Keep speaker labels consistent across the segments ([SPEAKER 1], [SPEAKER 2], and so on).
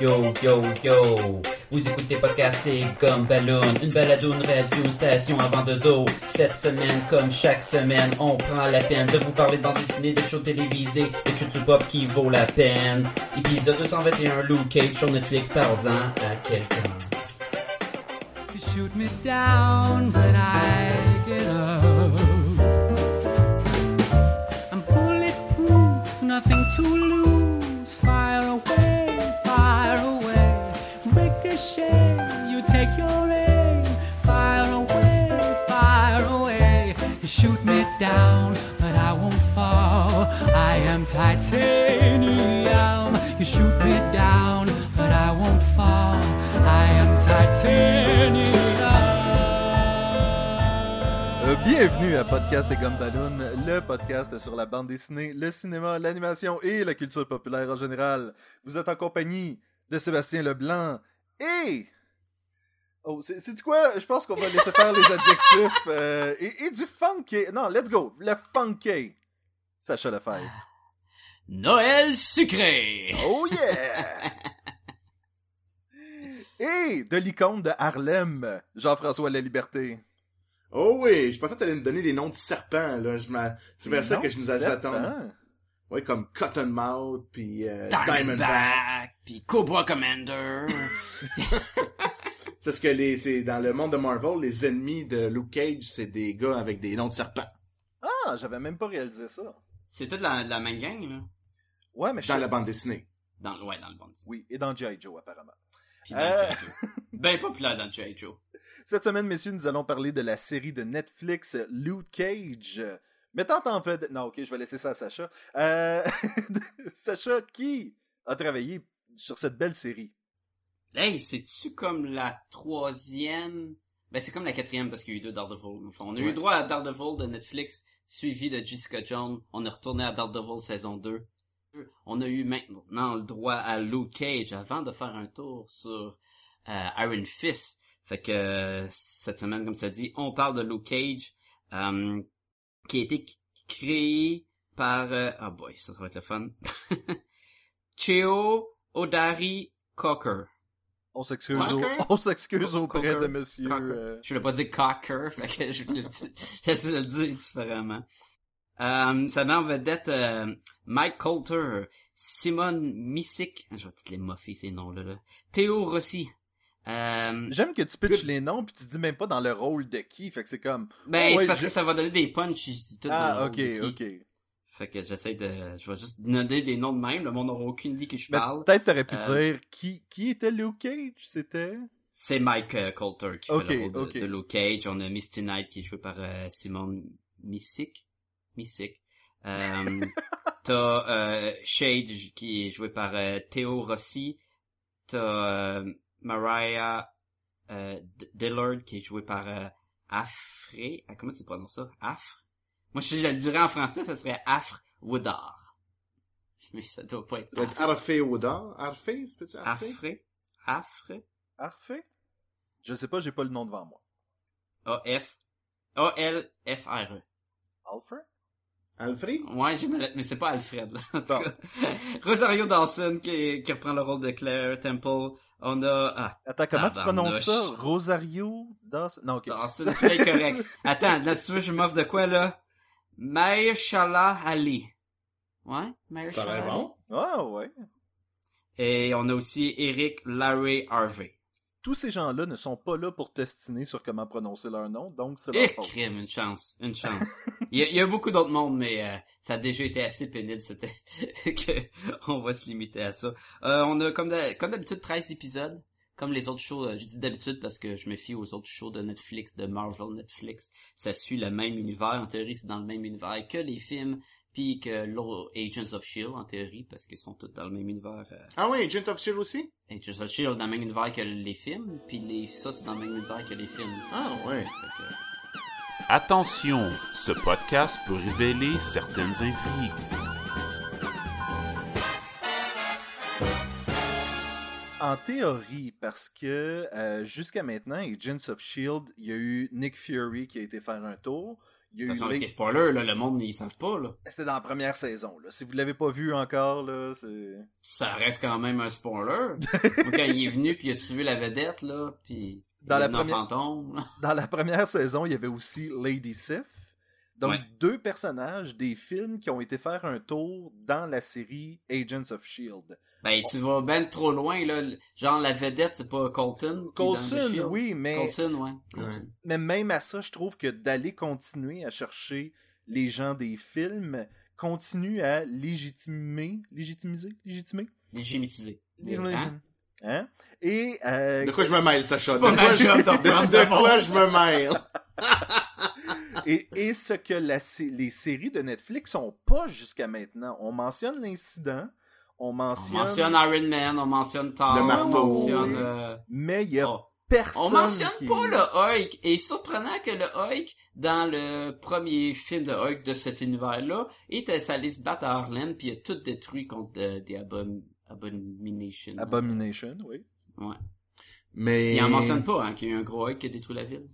[SPEAKER 1] Yo, yo, yo. Vous écoutez pas casser comme ballon. Une balado, une radio, une station avant de dos. Cette semaine, comme chaque semaine, on prend la peine de vous parler de bande dessinée, de shows télévisés, de culture pop qui vaut la peine. Épisode 221, Luke Cage sur Netflix, parlant à quelqu'un.
[SPEAKER 2] You shoot me down, but I get up. I'm bulletproof, nothing to lose. Fire away, fire away. Ricochet, you take your aim. Fire away, fire away. You shoot me down, but I won't fall. I am titanium. You shoot me down, but I won't fall. I am titanium.
[SPEAKER 3] Euh, bienvenue à Podcast des Gumballoon, le podcast sur la bande dessinée, le cinéma, l'animation et la culture populaire en général. Vous êtes en compagnie de Sébastien Leblanc et... Oh, c'est du quoi? Je pense qu'on va laisser faire les adjectifs euh, et, et du funky. Non, let's go. Le funky. Sacha Lefebvre.
[SPEAKER 4] Ah. Noël sucré!
[SPEAKER 3] Oh yeah! Et de l'icône de Harlem, Jean-François Laliberté.
[SPEAKER 5] Oh oui, je pensais que t'allais me donner des noms de serpents, là. Je m'a- C'est vers ça que je nous attends.
[SPEAKER 3] Serpent.
[SPEAKER 5] Oui, comme Cottonmouth, puis euh, Diamondback.
[SPEAKER 4] Diamondback, puis Cobra Commander.
[SPEAKER 5] Parce que les, c'est dans le monde de Marvel, les ennemis de Luke Cage, c'est des gars avec des noms de serpents.
[SPEAKER 3] Ah, j'avais même pas réalisé ça.
[SPEAKER 4] C'est toute la, la même gang, là.
[SPEAKER 3] Ouais, mais je
[SPEAKER 5] Dans
[SPEAKER 3] sais-
[SPEAKER 5] la bande dessinée.
[SPEAKER 4] Dans, le- ouais, dans le bon dessin.
[SPEAKER 3] Oui, et dans G.I. Joe, apparemment.
[SPEAKER 4] Puis dans
[SPEAKER 3] Euh.
[SPEAKER 4] G.I. Joe. Ben populaire dans G.I. Joe.
[SPEAKER 3] Cette semaine, messieurs, nous allons parler de la série de Netflix Loot Cage. Mettant en fait... Non, ok, je vais laisser ça à Sacha. Euh, Sacha, qui a travaillé sur cette belle série?
[SPEAKER 4] Hey, c'est-tu comme la troisième? Ben, c'est comme la quatrième parce qu'il y a eu deux Daredevil. Enfin, on a eu
[SPEAKER 3] Ouais.
[SPEAKER 4] droit à Daredevil de Netflix, suivi de Jessica Jones. On est retourné à Daredevil saison 2. On a eu maintenant le droit à Luke Cage avant de faire un tour sur euh, Iron Fist. Fait que euh, cette semaine, comme ça dit, on parle de Luke Cage, euh, qui a été créé par... euh, Ah boy, ça, ça va être le fun. Cheo Odari Cocker.
[SPEAKER 3] On s'excuse
[SPEAKER 5] Cocker?
[SPEAKER 3] au- on s'excuse
[SPEAKER 4] Co-
[SPEAKER 3] auprès
[SPEAKER 4] Cocker.
[SPEAKER 3] de monsieur...
[SPEAKER 4] Cocker.
[SPEAKER 3] euh,
[SPEAKER 4] Je voulais pas dire cocker, fait que je voulais le dire- j'essaie de le dire différemment. Euh, ça met en vedette euh, Mike Coulter, Simone Missick, je vais toutes les moffer ces noms-là, là. Théo Rossi. Euh,
[SPEAKER 3] J'aime que tu pitches les noms, puis tu dis même pas dans le rôle de qui, fait que c'est comme...
[SPEAKER 4] ben,
[SPEAKER 3] Oh, ouais,
[SPEAKER 4] c'est parce
[SPEAKER 3] je-
[SPEAKER 4] que ça va donner des punches, je dis tout
[SPEAKER 3] Ah,
[SPEAKER 4] dans
[SPEAKER 3] ok,
[SPEAKER 4] le rôle de qui.
[SPEAKER 3] ok.
[SPEAKER 4] Fait que j'essaie de, je vais juste donner des noms de même, le monde n'aura aucune idée que je
[SPEAKER 3] Mais
[SPEAKER 4] parle.
[SPEAKER 3] peut-être t'aurais pu
[SPEAKER 4] Euh,
[SPEAKER 3] dire qui, qui était Luke Cage, c'était...
[SPEAKER 4] C'est Mike euh, Coulter qui
[SPEAKER 3] Ok,
[SPEAKER 4] fait le rôle de,
[SPEAKER 3] ok.
[SPEAKER 4] de Luke Cage. On a Misty Knight qui est joué par euh, Simone Missick. Missick. Euh, T'as euh, Shade qui est joué par euh, Theo Rossi. T'as euh, Mariah euh, D- Dillard qui est joué par euh, Afré. Ah, comment tu prononces ça? Afre? Moi, si je le dirais en français, ça serait Afre Woodard. Mais ça doit pas être
[SPEAKER 5] Ça doit être Arfé Oda. Arfé, c'est petit Arfé?
[SPEAKER 4] Afré. Afre.
[SPEAKER 3] Parfait. Je sais pas, j'ai pas le nom devant moi.
[SPEAKER 4] A-F. A-L-F-R-E.
[SPEAKER 3] Alfred?
[SPEAKER 5] Alfred?
[SPEAKER 4] E. Ouais, j'ai mal- mais c'est pas Alfred, là, en tout
[SPEAKER 3] Bon.
[SPEAKER 4] cas. Rosario Dawson, qui, qui reprend le rôle de Claire Temple. On a, ah,
[SPEAKER 3] Attends, comment tu
[SPEAKER 4] Tabarnouche. Ah.
[SPEAKER 3] prononces ça? Rosario Dawson? Non, ok.
[SPEAKER 4] Dawson, tu l'as correct. Attends, là, si tu veux, je m'offre de quoi, là? Mahershala Ali. Ouais,
[SPEAKER 5] Ça
[SPEAKER 4] Mahershala
[SPEAKER 5] va
[SPEAKER 4] Ali.
[SPEAKER 5] bon.
[SPEAKER 3] Ah ouais.
[SPEAKER 4] Et on a aussi Eric Larry Harvey.
[SPEAKER 3] Tous ces gens-là ne sont pas là pour testiner sur comment prononcer leur nom, donc c'est leur
[SPEAKER 4] Et
[SPEAKER 3] faute.
[SPEAKER 4] crime, une chance, une chance. il, y a, il y a beaucoup d'autres mondes, mais euh, ça a déjà été assez pénible, c'était que on va se limiter à ça. Euh, on a comme d'hab- comme d'habitude 13 épisodes, comme les autres shows. euh, je dis d'habitude parce que je me fie aux autres shows de Netflix, de Marvel Netflix. Ça suit le même univers. En théorie, c'est dans le même univers que les films, puis que l'au- Agents of Shield E en théorie, parce qu'ils sont tous dans le même univers. euh,
[SPEAKER 5] Ah oui, Agent of Shield aussi?
[SPEAKER 4] Agents of Shield E dans le même univers que les films, puis les ça c'est dans le même univers que les films.
[SPEAKER 5] Ah ouais.
[SPEAKER 4] Fait que-
[SPEAKER 6] Attention, ce podcast peut révéler certaines intrigues.
[SPEAKER 3] En théorie, parce E que euh, jusqu'à maintenant, Agents of Shield, il y a eu Nick Fury qui a été faire un tour. Il y a
[SPEAKER 4] De
[SPEAKER 3] eu
[SPEAKER 4] toute façon,
[SPEAKER 3] Ray-
[SPEAKER 4] avec les spoilers, là, le monde, ils savent pas, là.
[SPEAKER 3] C'était dans la première saison. Là. Si vous l'avez pas vu encore, là, c'est.
[SPEAKER 4] Ça reste quand même un spoiler. Moi, quand il est venu, puis il a tué la vedette, là, puis...
[SPEAKER 3] Dans
[SPEAKER 4] il est
[SPEAKER 3] la
[SPEAKER 4] venu en
[SPEAKER 3] première-
[SPEAKER 4] fantôme, là.
[SPEAKER 3] Dans la première saison, il y avait aussi Lady Sif. Donc,
[SPEAKER 4] Ouais.
[SPEAKER 3] deux personnages des films qui ont été faire un tour dans la série Agents of S.H.I.E.L.D.
[SPEAKER 4] Ben, tu vas ben trop loin, là. Genre, la vedette, c'est pas Colton? qui est dans The
[SPEAKER 3] Coulson,
[SPEAKER 4] Shield?
[SPEAKER 3] oui, mais,
[SPEAKER 4] E Coulson, ouais. Coulson.
[SPEAKER 3] mais même à ça, je trouve que d'aller continuer à chercher les gens des films continue à légitimer, légitimiser, légitimer,
[SPEAKER 4] Légitimisé. Hein?
[SPEAKER 3] Hein? Et euh,
[SPEAKER 5] De quoi je me mêle, Sacha?
[SPEAKER 4] C'est
[SPEAKER 5] De
[SPEAKER 4] pas
[SPEAKER 5] quoi,
[SPEAKER 4] ma
[SPEAKER 5] je...
[SPEAKER 4] job de
[SPEAKER 5] de-
[SPEAKER 4] reprendre
[SPEAKER 5] de
[SPEAKER 4] le
[SPEAKER 5] quoi
[SPEAKER 4] monde.
[SPEAKER 5] je me mêle?
[SPEAKER 3] et, et ce que la sé- les séries de Netflix ont pas jusqu'à maintenant. On mentionne l'incident, on
[SPEAKER 4] On
[SPEAKER 3] mentionne,
[SPEAKER 4] mentionne Iron Man, on mentionne Thor,
[SPEAKER 5] Le
[SPEAKER 4] on
[SPEAKER 5] marteau.
[SPEAKER 4] mentionne... euh,
[SPEAKER 3] mais il y a
[SPEAKER 4] oh.
[SPEAKER 3] personne.
[SPEAKER 4] On mentionne
[SPEAKER 3] qui-
[SPEAKER 4] pas le Hulk. Et surprenant que le Hulk, dans le premier film de Hulk de cet univers-là, est allé se battre à Harlem puis il a tout détruit contre euh, des abom- Abominations.
[SPEAKER 3] Abomination, oui.
[SPEAKER 5] Mais.
[SPEAKER 4] Puis il en mentionne pas, hein, qu'il y a eu un gros Hulk qui a détruit la ville.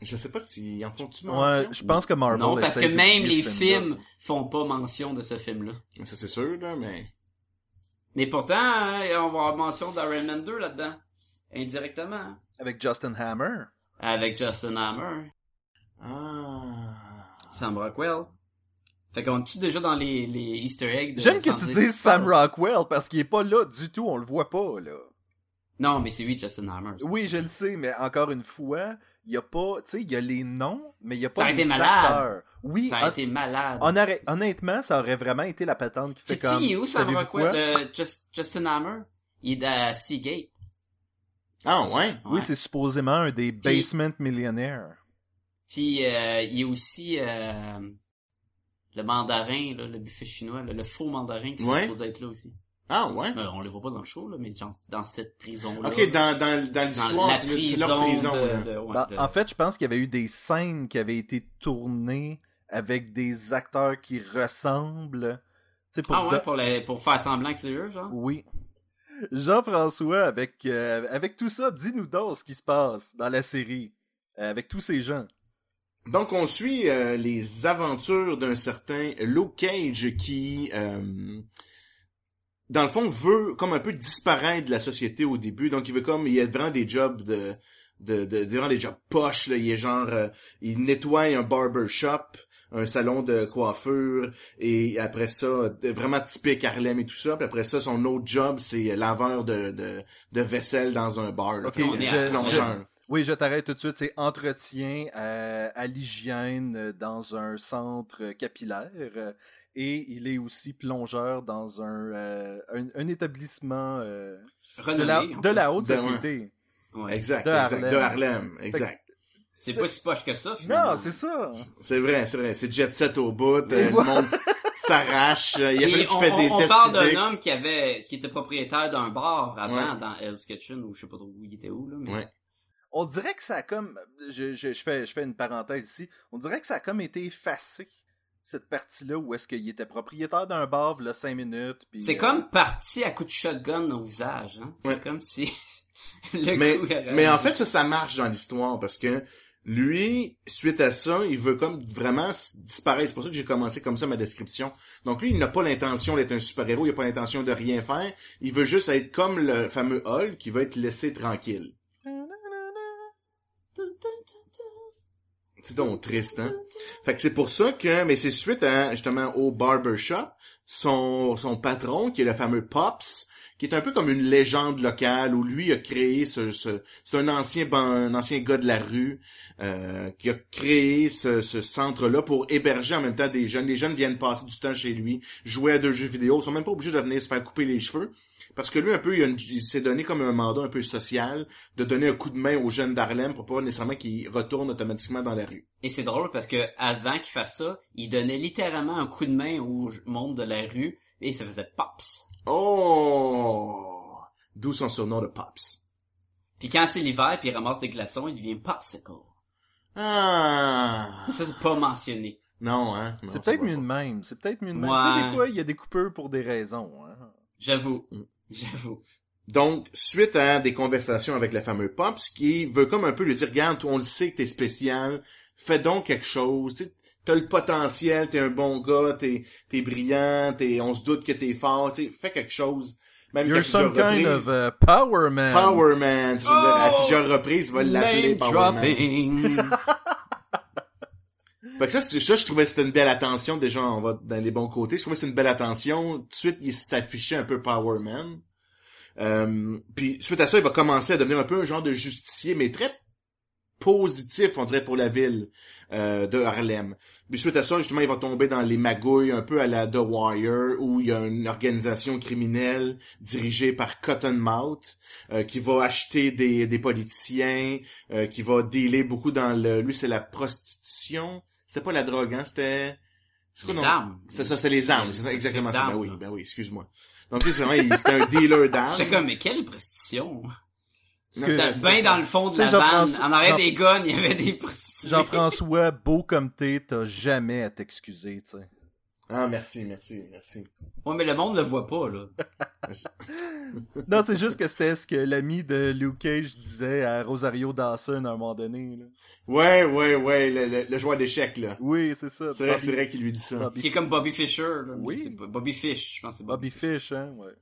[SPEAKER 5] Je sais pas s'ils en font-tu
[SPEAKER 3] Ouais,
[SPEAKER 5] mention.
[SPEAKER 3] je pense que Marvel.
[SPEAKER 4] non, parce
[SPEAKER 3] essaie
[SPEAKER 4] que
[SPEAKER 3] de
[SPEAKER 4] même
[SPEAKER 3] plier
[SPEAKER 4] les
[SPEAKER 3] ce film-là.
[SPEAKER 4] films font pas mention de ce film-là.
[SPEAKER 5] Ça, c'est sûr, là, mais.
[SPEAKER 4] Mais pourtant, hein, on va avoir mention d'Iron Man 2 là-dedans. Indirectement. hein,
[SPEAKER 3] avec Justin Hammer.
[SPEAKER 4] Avec Justin Hammer,
[SPEAKER 5] Ah.
[SPEAKER 4] Sam Rockwell. Fait qu'on est-tu déjà dans les, les easter eggs de
[SPEAKER 3] J'aime que
[SPEAKER 4] sans
[SPEAKER 3] tu
[SPEAKER 4] dire
[SPEAKER 3] dises
[SPEAKER 4] ce qui se
[SPEAKER 3] Sam
[SPEAKER 4] passe?
[SPEAKER 3] Rockwell parce qu'il est pas là du tout, on le voit pas là.
[SPEAKER 4] Non, mais c'est lui, Justin Hammer.
[SPEAKER 3] Oui, je le sais, mais encore une fois, il y a pas, tu sais, il y a les noms, mais il y a
[SPEAKER 4] Ça
[SPEAKER 3] pas
[SPEAKER 4] a été
[SPEAKER 3] les
[SPEAKER 4] malade.
[SPEAKER 3] acteurs. Oui,
[SPEAKER 5] ah,
[SPEAKER 4] Ça a été malade.
[SPEAKER 3] hon- honore- honnêtement, ça aurait vraiment été la patente qui fait
[SPEAKER 4] Sais-tu,
[SPEAKER 3] comme.
[SPEAKER 4] il est où Sam
[SPEAKER 3] savez-vous
[SPEAKER 4] Rockwell?
[SPEAKER 3] quoi?
[SPEAKER 4] Euh, Just- Justin Hammer? Il est à Seagate.
[SPEAKER 5] Ah, ouais.
[SPEAKER 4] Ouais.
[SPEAKER 3] Oui, c'est supposément un des basement millionnaires.
[SPEAKER 4] Puis euh, il y a aussi euh, le mandarin, là, le buffet chinois, là, le faux mandarin qui
[SPEAKER 5] Ouais.
[SPEAKER 4] est supposé être là aussi.
[SPEAKER 5] Ah, ouais.
[SPEAKER 4] Euh, on le voit pas dans le show, là, mais genre, dans cette prison-là.
[SPEAKER 5] Ok, dans, dans, dans
[SPEAKER 4] dans
[SPEAKER 5] l'histoire,
[SPEAKER 4] la
[SPEAKER 5] c'est le- c'est
[SPEAKER 4] prison,
[SPEAKER 5] leur prison,
[SPEAKER 4] de,
[SPEAKER 5] là.
[SPEAKER 4] de- ouais,
[SPEAKER 3] Bah,
[SPEAKER 4] de-
[SPEAKER 3] En fait, je pense qu'il y avait eu des scènes qui avaient été tournées avec des acteurs qui ressemblent. Tu sais, pour,
[SPEAKER 4] ah ouais,
[SPEAKER 3] don-
[SPEAKER 4] pour, les- pour faire semblant que c'est eux, genre?
[SPEAKER 3] Oui. Jean-François, avec, euh, avec tout ça, dis-nous donc ce qui se passe dans la série. euh, avec tous ces gens.
[SPEAKER 5] Donc, on suit euh, les aventures d'un certain Luke Cage qui, euh, dans le fond, veut comme un peu disparaître de la société au début. Donc, il veut comme, il a vraiment des jobs de, de, de, de- vraiment des jobs poches. Là. Il est genre, euh, il nettoie un barbershop, un salon de coiffure, et après ça, de- vraiment typique Harlem et tout ça. Puis après ça, son autre job, c'est laveur de, de, de vaisselle dans un bar. là.
[SPEAKER 3] Ok,
[SPEAKER 5] Fait qu'on est
[SPEAKER 4] je-
[SPEAKER 5] plongeur.
[SPEAKER 3] Oui, je t'arrête tout de suite. C'est entretien à, à l'hygiène euh, dans un centre euh, capillaire. euh, Et il est aussi plongeur dans un, euh, un, un établissement euh, de,
[SPEAKER 4] Renommé,
[SPEAKER 3] la,
[SPEAKER 4] en
[SPEAKER 3] de la
[SPEAKER 4] plus.
[SPEAKER 3] haute
[SPEAKER 5] Ben ouais.
[SPEAKER 3] société.
[SPEAKER 4] Ouais.
[SPEAKER 5] Exact,
[SPEAKER 3] De
[SPEAKER 5] exact.
[SPEAKER 3] Harlem.
[SPEAKER 5] De Harlem, exact.
[SPEAKER 4] C'est pas si poche que ça, finalement.
[SPEAKER 3] Non, c'est ça.
[SPEAKER 5] C'est vrai, c'est vrai. C'est jet set au bout. euh,
[SPEAKER 3] Et
[SPEAKER 5] le
[SPEAKER 3] voilà.
[SPEAKER 5] monde s- s'arrache. euh, Il y a fallu
[SPEAKER 4] Et
[SPEAKER 5] que
[SPEAKER 4] on,
[SPEAKER 5] tu fais des
[SPEAKER 4] on- on
[SPEAKER 5] tests
[SPEAKER 4] parle d'un
[SPEAKER 5] physiques.
[SPEAKER 4] homme qui avait, qui était propriétaire d'un bar avant
[SPEAKER 5] Ouais.
[SPEAKER 4] dans Hell's Kitchen ou je sais pas trop où il était où là, mais
[SPEAKER 5] Ouais.
[SPEAKER 3] On dirait que ça a comme. Je, je, je fais, je fais une parenthèse ici. On dirait que ça a comme été effacé, cette partie-là, où est-ce qu'il était propriétaire d'un bar, là, 5 minutes. puis,
[SPEAKER 4] c'est
[SPEAKER 3] euh,
[SPEAKER 4] comme parti à coup de shotgun au visage. Hein? C'est
[SPEAKER 5] Ouais.
[SPEAKER 4] comme si le
[SPEAKER 5] mais,
[SPEAKER 4] coup avait-
[SPEAKER 5] mais en fait, ça, ça marche dans l'histoire parce que lui, suite à ça, il veut comme vraiment s- disparaître. C'est pour ça que j'ai commencé comme ça ma description. Donc lui, il n'a pas l'intention d'être un super-héros, il n'a pas l'intention de rien faire. Il veut juste être comme le fameux Hulk qui veut être laissé tranquille. C'est donc triste, hein? Fait que c'est pour ça que, mais c'est suite à, justement, au barbershop, son, son patron, qui est le fameux Pops, qui est un peu comme une légende locale, où lui a créé ce, ce- c'est un ancien, ban- un ancien gars de la rue, euh, qui a créé ce, ce centre-là pour héberger en même temps des jeunes. Les jeunes viennent passer du temps chez lui, jouer à deux jeux vidéo, ils sont même pas obligés de venir se faire couper les cheveux. Parce que lui, un peu, il, a une- il s'est donné comme un mandat un peu social de donner un coup de main aux jeunes d'Harlem pour pas nécessairement qu'ils retournent automatiquement dans la rue.
[SPEAKER 4] Et c'est drôle parce que avant qu'il fasse ça, il donnait littéralement un coup de main au monde de la rue et ça faisait pops.
[SPEAKER 5] Oh! D'où son surnom de Pops.
[SPEAKER 4] Puis quand c'est l'hiver puis il ramasse des glaçons, il devient popsicle.
[SPEAKER 5] Ah!
[SPEAKER 4] Ça c'est pas mentionné.
[SPEAKER 5] Non, hein? Non, ça
[SPEAKER 3] C'est peut-être
[SPEAKER 5] va
[SPEAKER 3] mieux de
[SPEAKER 5] pas.
[SPEAKER 3] même. C'est peut-être mieux de même.
[SPEAKER 4] Ouais.
[SPEAKER 3] Tu sais, des fois, il y a des coupeurs pour des raisons. hein.
[SPEAKER 4] J'avoue,
[SPEAKER 5] Mm.
[SPEAKER 4] j'avoue.
[SPEAKER 5] Donc, suite à des conversations avec le fameux Pops, qui veut comme un peu lui dire, regarde, toi, on le sait que t'es spécial, fais donc quelque chose. Tu sais, t'as le potentiel, t'es un bon gars, t'es es brillant, t'es- on se doute que t'es fort, tu sais, fais quelque chose. Même qu'à
[SPEAKER 3] You're some
[SPEAKER 5] plusieurs
[SPEAKER 3] kind
[SPEAKER 5] reprises.
[SPEAKER 3] of uh, power man.
[SPEAKER 5] Power Man, tu veux dire, à
[SPEAKER 4] Oh!
[SPEAKER 5] plusieurs reprises, il va l'appeler
[SPEAKER 4] Name
[SPEAKER 5] Power Man.
[SPEAKER 4] dropping.
[SPEAKER 5] Fait que ça, c'est- ça, je trouvais que c'était une belle attention. Déjà, on va dans les bons côtés. Je trouvais que c'est une belle attention. Tout de suite, il s'affichait un peu Power Man. Euh, puis suite à ça, il va commencer à devenir un peu un genre de justicier, mais très positif, on dirait, pour la ville euh, de Harlem. Puis suite à ça, justement, il va tomber dans les magouilles un peu à la The Wire, où il y a une organisation criminelle dirigée par Cottonmouth, euh, qui va acheter des, des politiciens, euh, qui va dealer beaucoup dans le... Lui, c'est la prostitution. C'était pas la drogue, hein? C'était... C'est
[SPEAKER 4] Les
[SPEAKER 5] non?
[SPEAKER 4] armes.
[SPEAKER 5] C'est ça, c'était les armes. C'est ça, exactement ça.
[SPEAKER 4] D'armes,
[SPEAKER 5] Ben oui,
[SPEAKER 4] là.
[SPEAKER 5] ben oui, excuse-moi. Donc lui, c'est vraiment, il- c'était un dealer d'armes.
[SPEAKER 4] J'étais comme, mais quelle prostitution.
[SPEAKER 5] Non,
[SPEAKER 3] que-
[SPEAKER 5] c'est-
[SPEAKER 4] C'était
[SPEAKER 5] c'est-
[SPEAKER 4] bien
[SPEAKER 5] c'est-
[SPEAKER 4] dans le fond de
[SPEAKER 3] Tu sais,
[SPEAKER 4] la vanne.
[SPEAKER 3] Jean-François-
[SPEAKER 4] En arrière
[SPEAKER 3] Jean-
[SPEAKER 4] des guns, il y avait des prostituées.
[SPEAKER 3] Jean-François, beau comme t'es, t'as jamais à t'excuser, tu sais.
[SPEAKER 5] Ah, merci, merci, merci.
[SPEAKER 4] Ouais, mais le monde le voit pas, là.
[SPEAKER 3] Non, c'est juste que c'était ce que l'ami de Luke Cage disait à Rosario Dawson à un moment donné. Là.
[SPEAKER 5] Ouais, ouais, ouais, le, le, le joueur d'échecs, là.
[SPEAKER 3] Oui, c'est ça.
[SPEAKER 5] C'est vrai,
[SPEAKER 3] Bobby-
[SPEAKER 5] c'est vrai qu'il lui dit ça.
[SPEAKER 3] Bobby,
[SPEAKER 4] Qui est comme Bobby Fischer, là. mais
[SPEAKER 3] Oui.
[SPEAKER 4] c'est pas- Bobby Fish, je pense que c'est Bobby.
[SPEAKER 3] Bobby Fish, hein, ouais.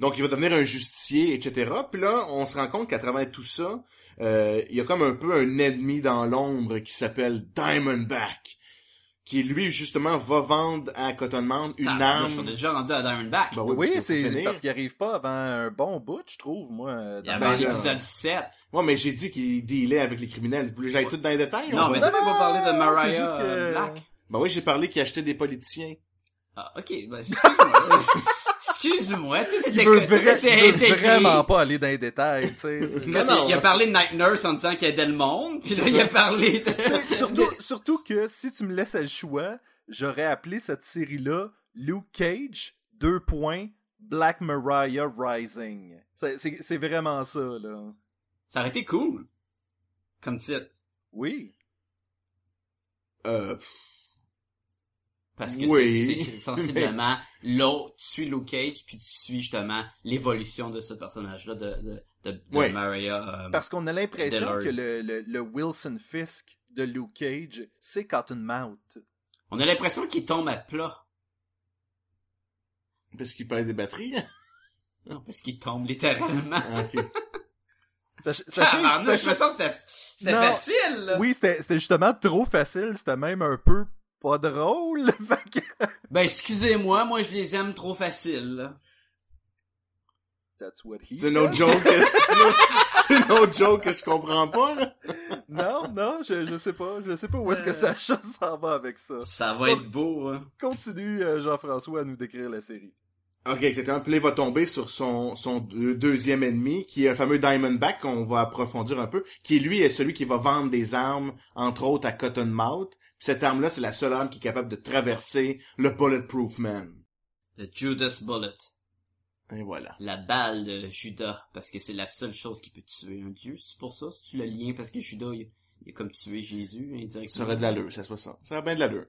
[SPEAKER 5] Donc, il va devenir un justicier, etc. Puis là, on se rend compte qu'à travers tout ça, euh, il y a comme un peu un ennemi dans l'ombre qui s'appelle Diamondback, qui, lui, justement, va vendre à Cottonmouth une
[SPEAKER 4] Putain, là, Je
[SPEAKER 5] arme.
[SPEAKER 4] suis déjà rendu à Diamondback.
[SPEAKER 5] Ben
[SPEAKER 3] Oui,
[SPEAKER 5] parce que faut
[SPEAKER 3] c'est
[SPEAKER 5] finir.
[SPEAKER 3] parce qu'il arrive pas avant un bon bout, je trouve, moi. euh,
[SPEAKER 4] il y
[SPEAKER 3] dans-
[SPEAKER 4] avait
[SPEAKER 5] ben,
[SPEAKER 4] l'épisode
[SPEAKER 5] là.
[SPEAKER 4] 7.
[SPEAKER 5] Moi, mais j'ai dit qu'il dealait avec les criminels. Vous voulez que j'aille tout dans les détails?
[SPEAKER 4] Non,
[SPEAKER 5] On
[SPEAKER 4] mais
[SPEAKER 5] va-
[SPEAKER 4] t'as même pas parlé de Mariah
[SPEAKER 3] c'est juste que-
[SPEAKER 4] euh, Black.
[SPEAKER 5] Ben oui, j'ai parlé qu'il achetait des politiciens.
[SPEAKER 4] Ah, ok. Ben, excuse-moi. excuse-moi. Tout était,
[SPEAKER 3] Il veut,
[SPEAKER 4] tout
[SPEAKER 3] vra-
[SPEAKER 4] était
[SPEAKER 3] il veut
[SPEAKER 4] intégré.
[SPEAKER 3] vraiment pas aller dans les détails, tu sais. c'est-
[SPEAKER 5] Non, non.
[SPEAKER 4] Il a parlé de Night Nurse en disant qu'elle aidait le monde, puis là, il a parlé de...
[SPEAKER 3] surtout, surtout que si tu me laissais le choix, j'aurais appelé cette série-là Luke Cage, deux points, Black Mariah Rising. C'est- C'est c'est vraiment ça, là.
[SPEAKER 4] Ça aurait été cool. Comme titre.
[SPEAKER 3] Oui.
[SPEAKER 5] Euh,
[SPEAKER 4] Parce que
[SPEAKER 5] Oui.
[SPEAKER 4] c'est- c'est c'est sensiblement l'autre, tu suis Luke Cage, puis tu suis justement l'évolution de ce personnage-là, de, de, de, de
[SPEAKER 5] Oui.
[SPEAKER 4] Maria. euh,
[SPEAKER 3] Parce qu'on a l'impression
[SPEAKER 4] Dillard.
[SPEAKER 3] que le, le- le Wilson Fisk de Luke Cage, c'est Cottonmouth.
[SPEAKER 4] On a l'impression qu'il tombe à plat.
[SPEAKER 5] parce qu'il perd des batteries. hein.
[SPEAKER 4] Non, parce qu'il tombe littéralement.
[SPEAKER 5] Ah, ok.
[SPEAKER 3] Sach- sachez-
[SPEAKER 4] Tabarnak,
[SPEAKER 3] sachez-
[SPEAKER 4] Je me sens que c'était- c'était
[SPEAKER 3] Non.
[SPEAKER 4] facile. là.
[SPEAKER 3] oui, c'était c'était justement trop facile, c'était même un peu pas drôle. Fait que-
[SPEAKER 4] Ben, excusez-moi, moi je les aime trop facile.
[SPEAKER 3] That's what he
[SPEAKER 5] C'est
[SPEAKER 3] said.
[SPEAKER 5] une autre joke. que- C'est une autre joke que je comprends pas, là.
[SPEAKER 3] Non, non, je, je sais pas. Je sais pas où est-ce que Sacha s'en va avec ça.
[SPEAKER 4] Ça va être beau. hein.
[SPEAKER 3] Continue, euh, Jean-François, à nous décrire la série.
[SPEAKER 5] Ok, exactement. Puis là, il va tomber sur son, son deux- deuxième ennemi, qui est le fameux Diamondback, qu'on va approfondir un peu, qui lui est celui qui va vendre des armes, entre autres à Cottonmouth. Puis cette arme-là, c'est la seule arme qui est capable de traverser le Bulletproof Man.
[SPEAKER 4] The Judas Bullet.
[SPEAKER 5] Et voilà.
[SPEAKER 4] La balle de Judas. Parce que c'est la seule chose qui peut tuer un dieu. C'est pour ça, c'est le lien, parce que Judas, il, il a comme tué Jésus indirectement.
[SPEAKER 5] Ça aurait de l'allure, ça soit ça. Ça aurait bien de l'allure.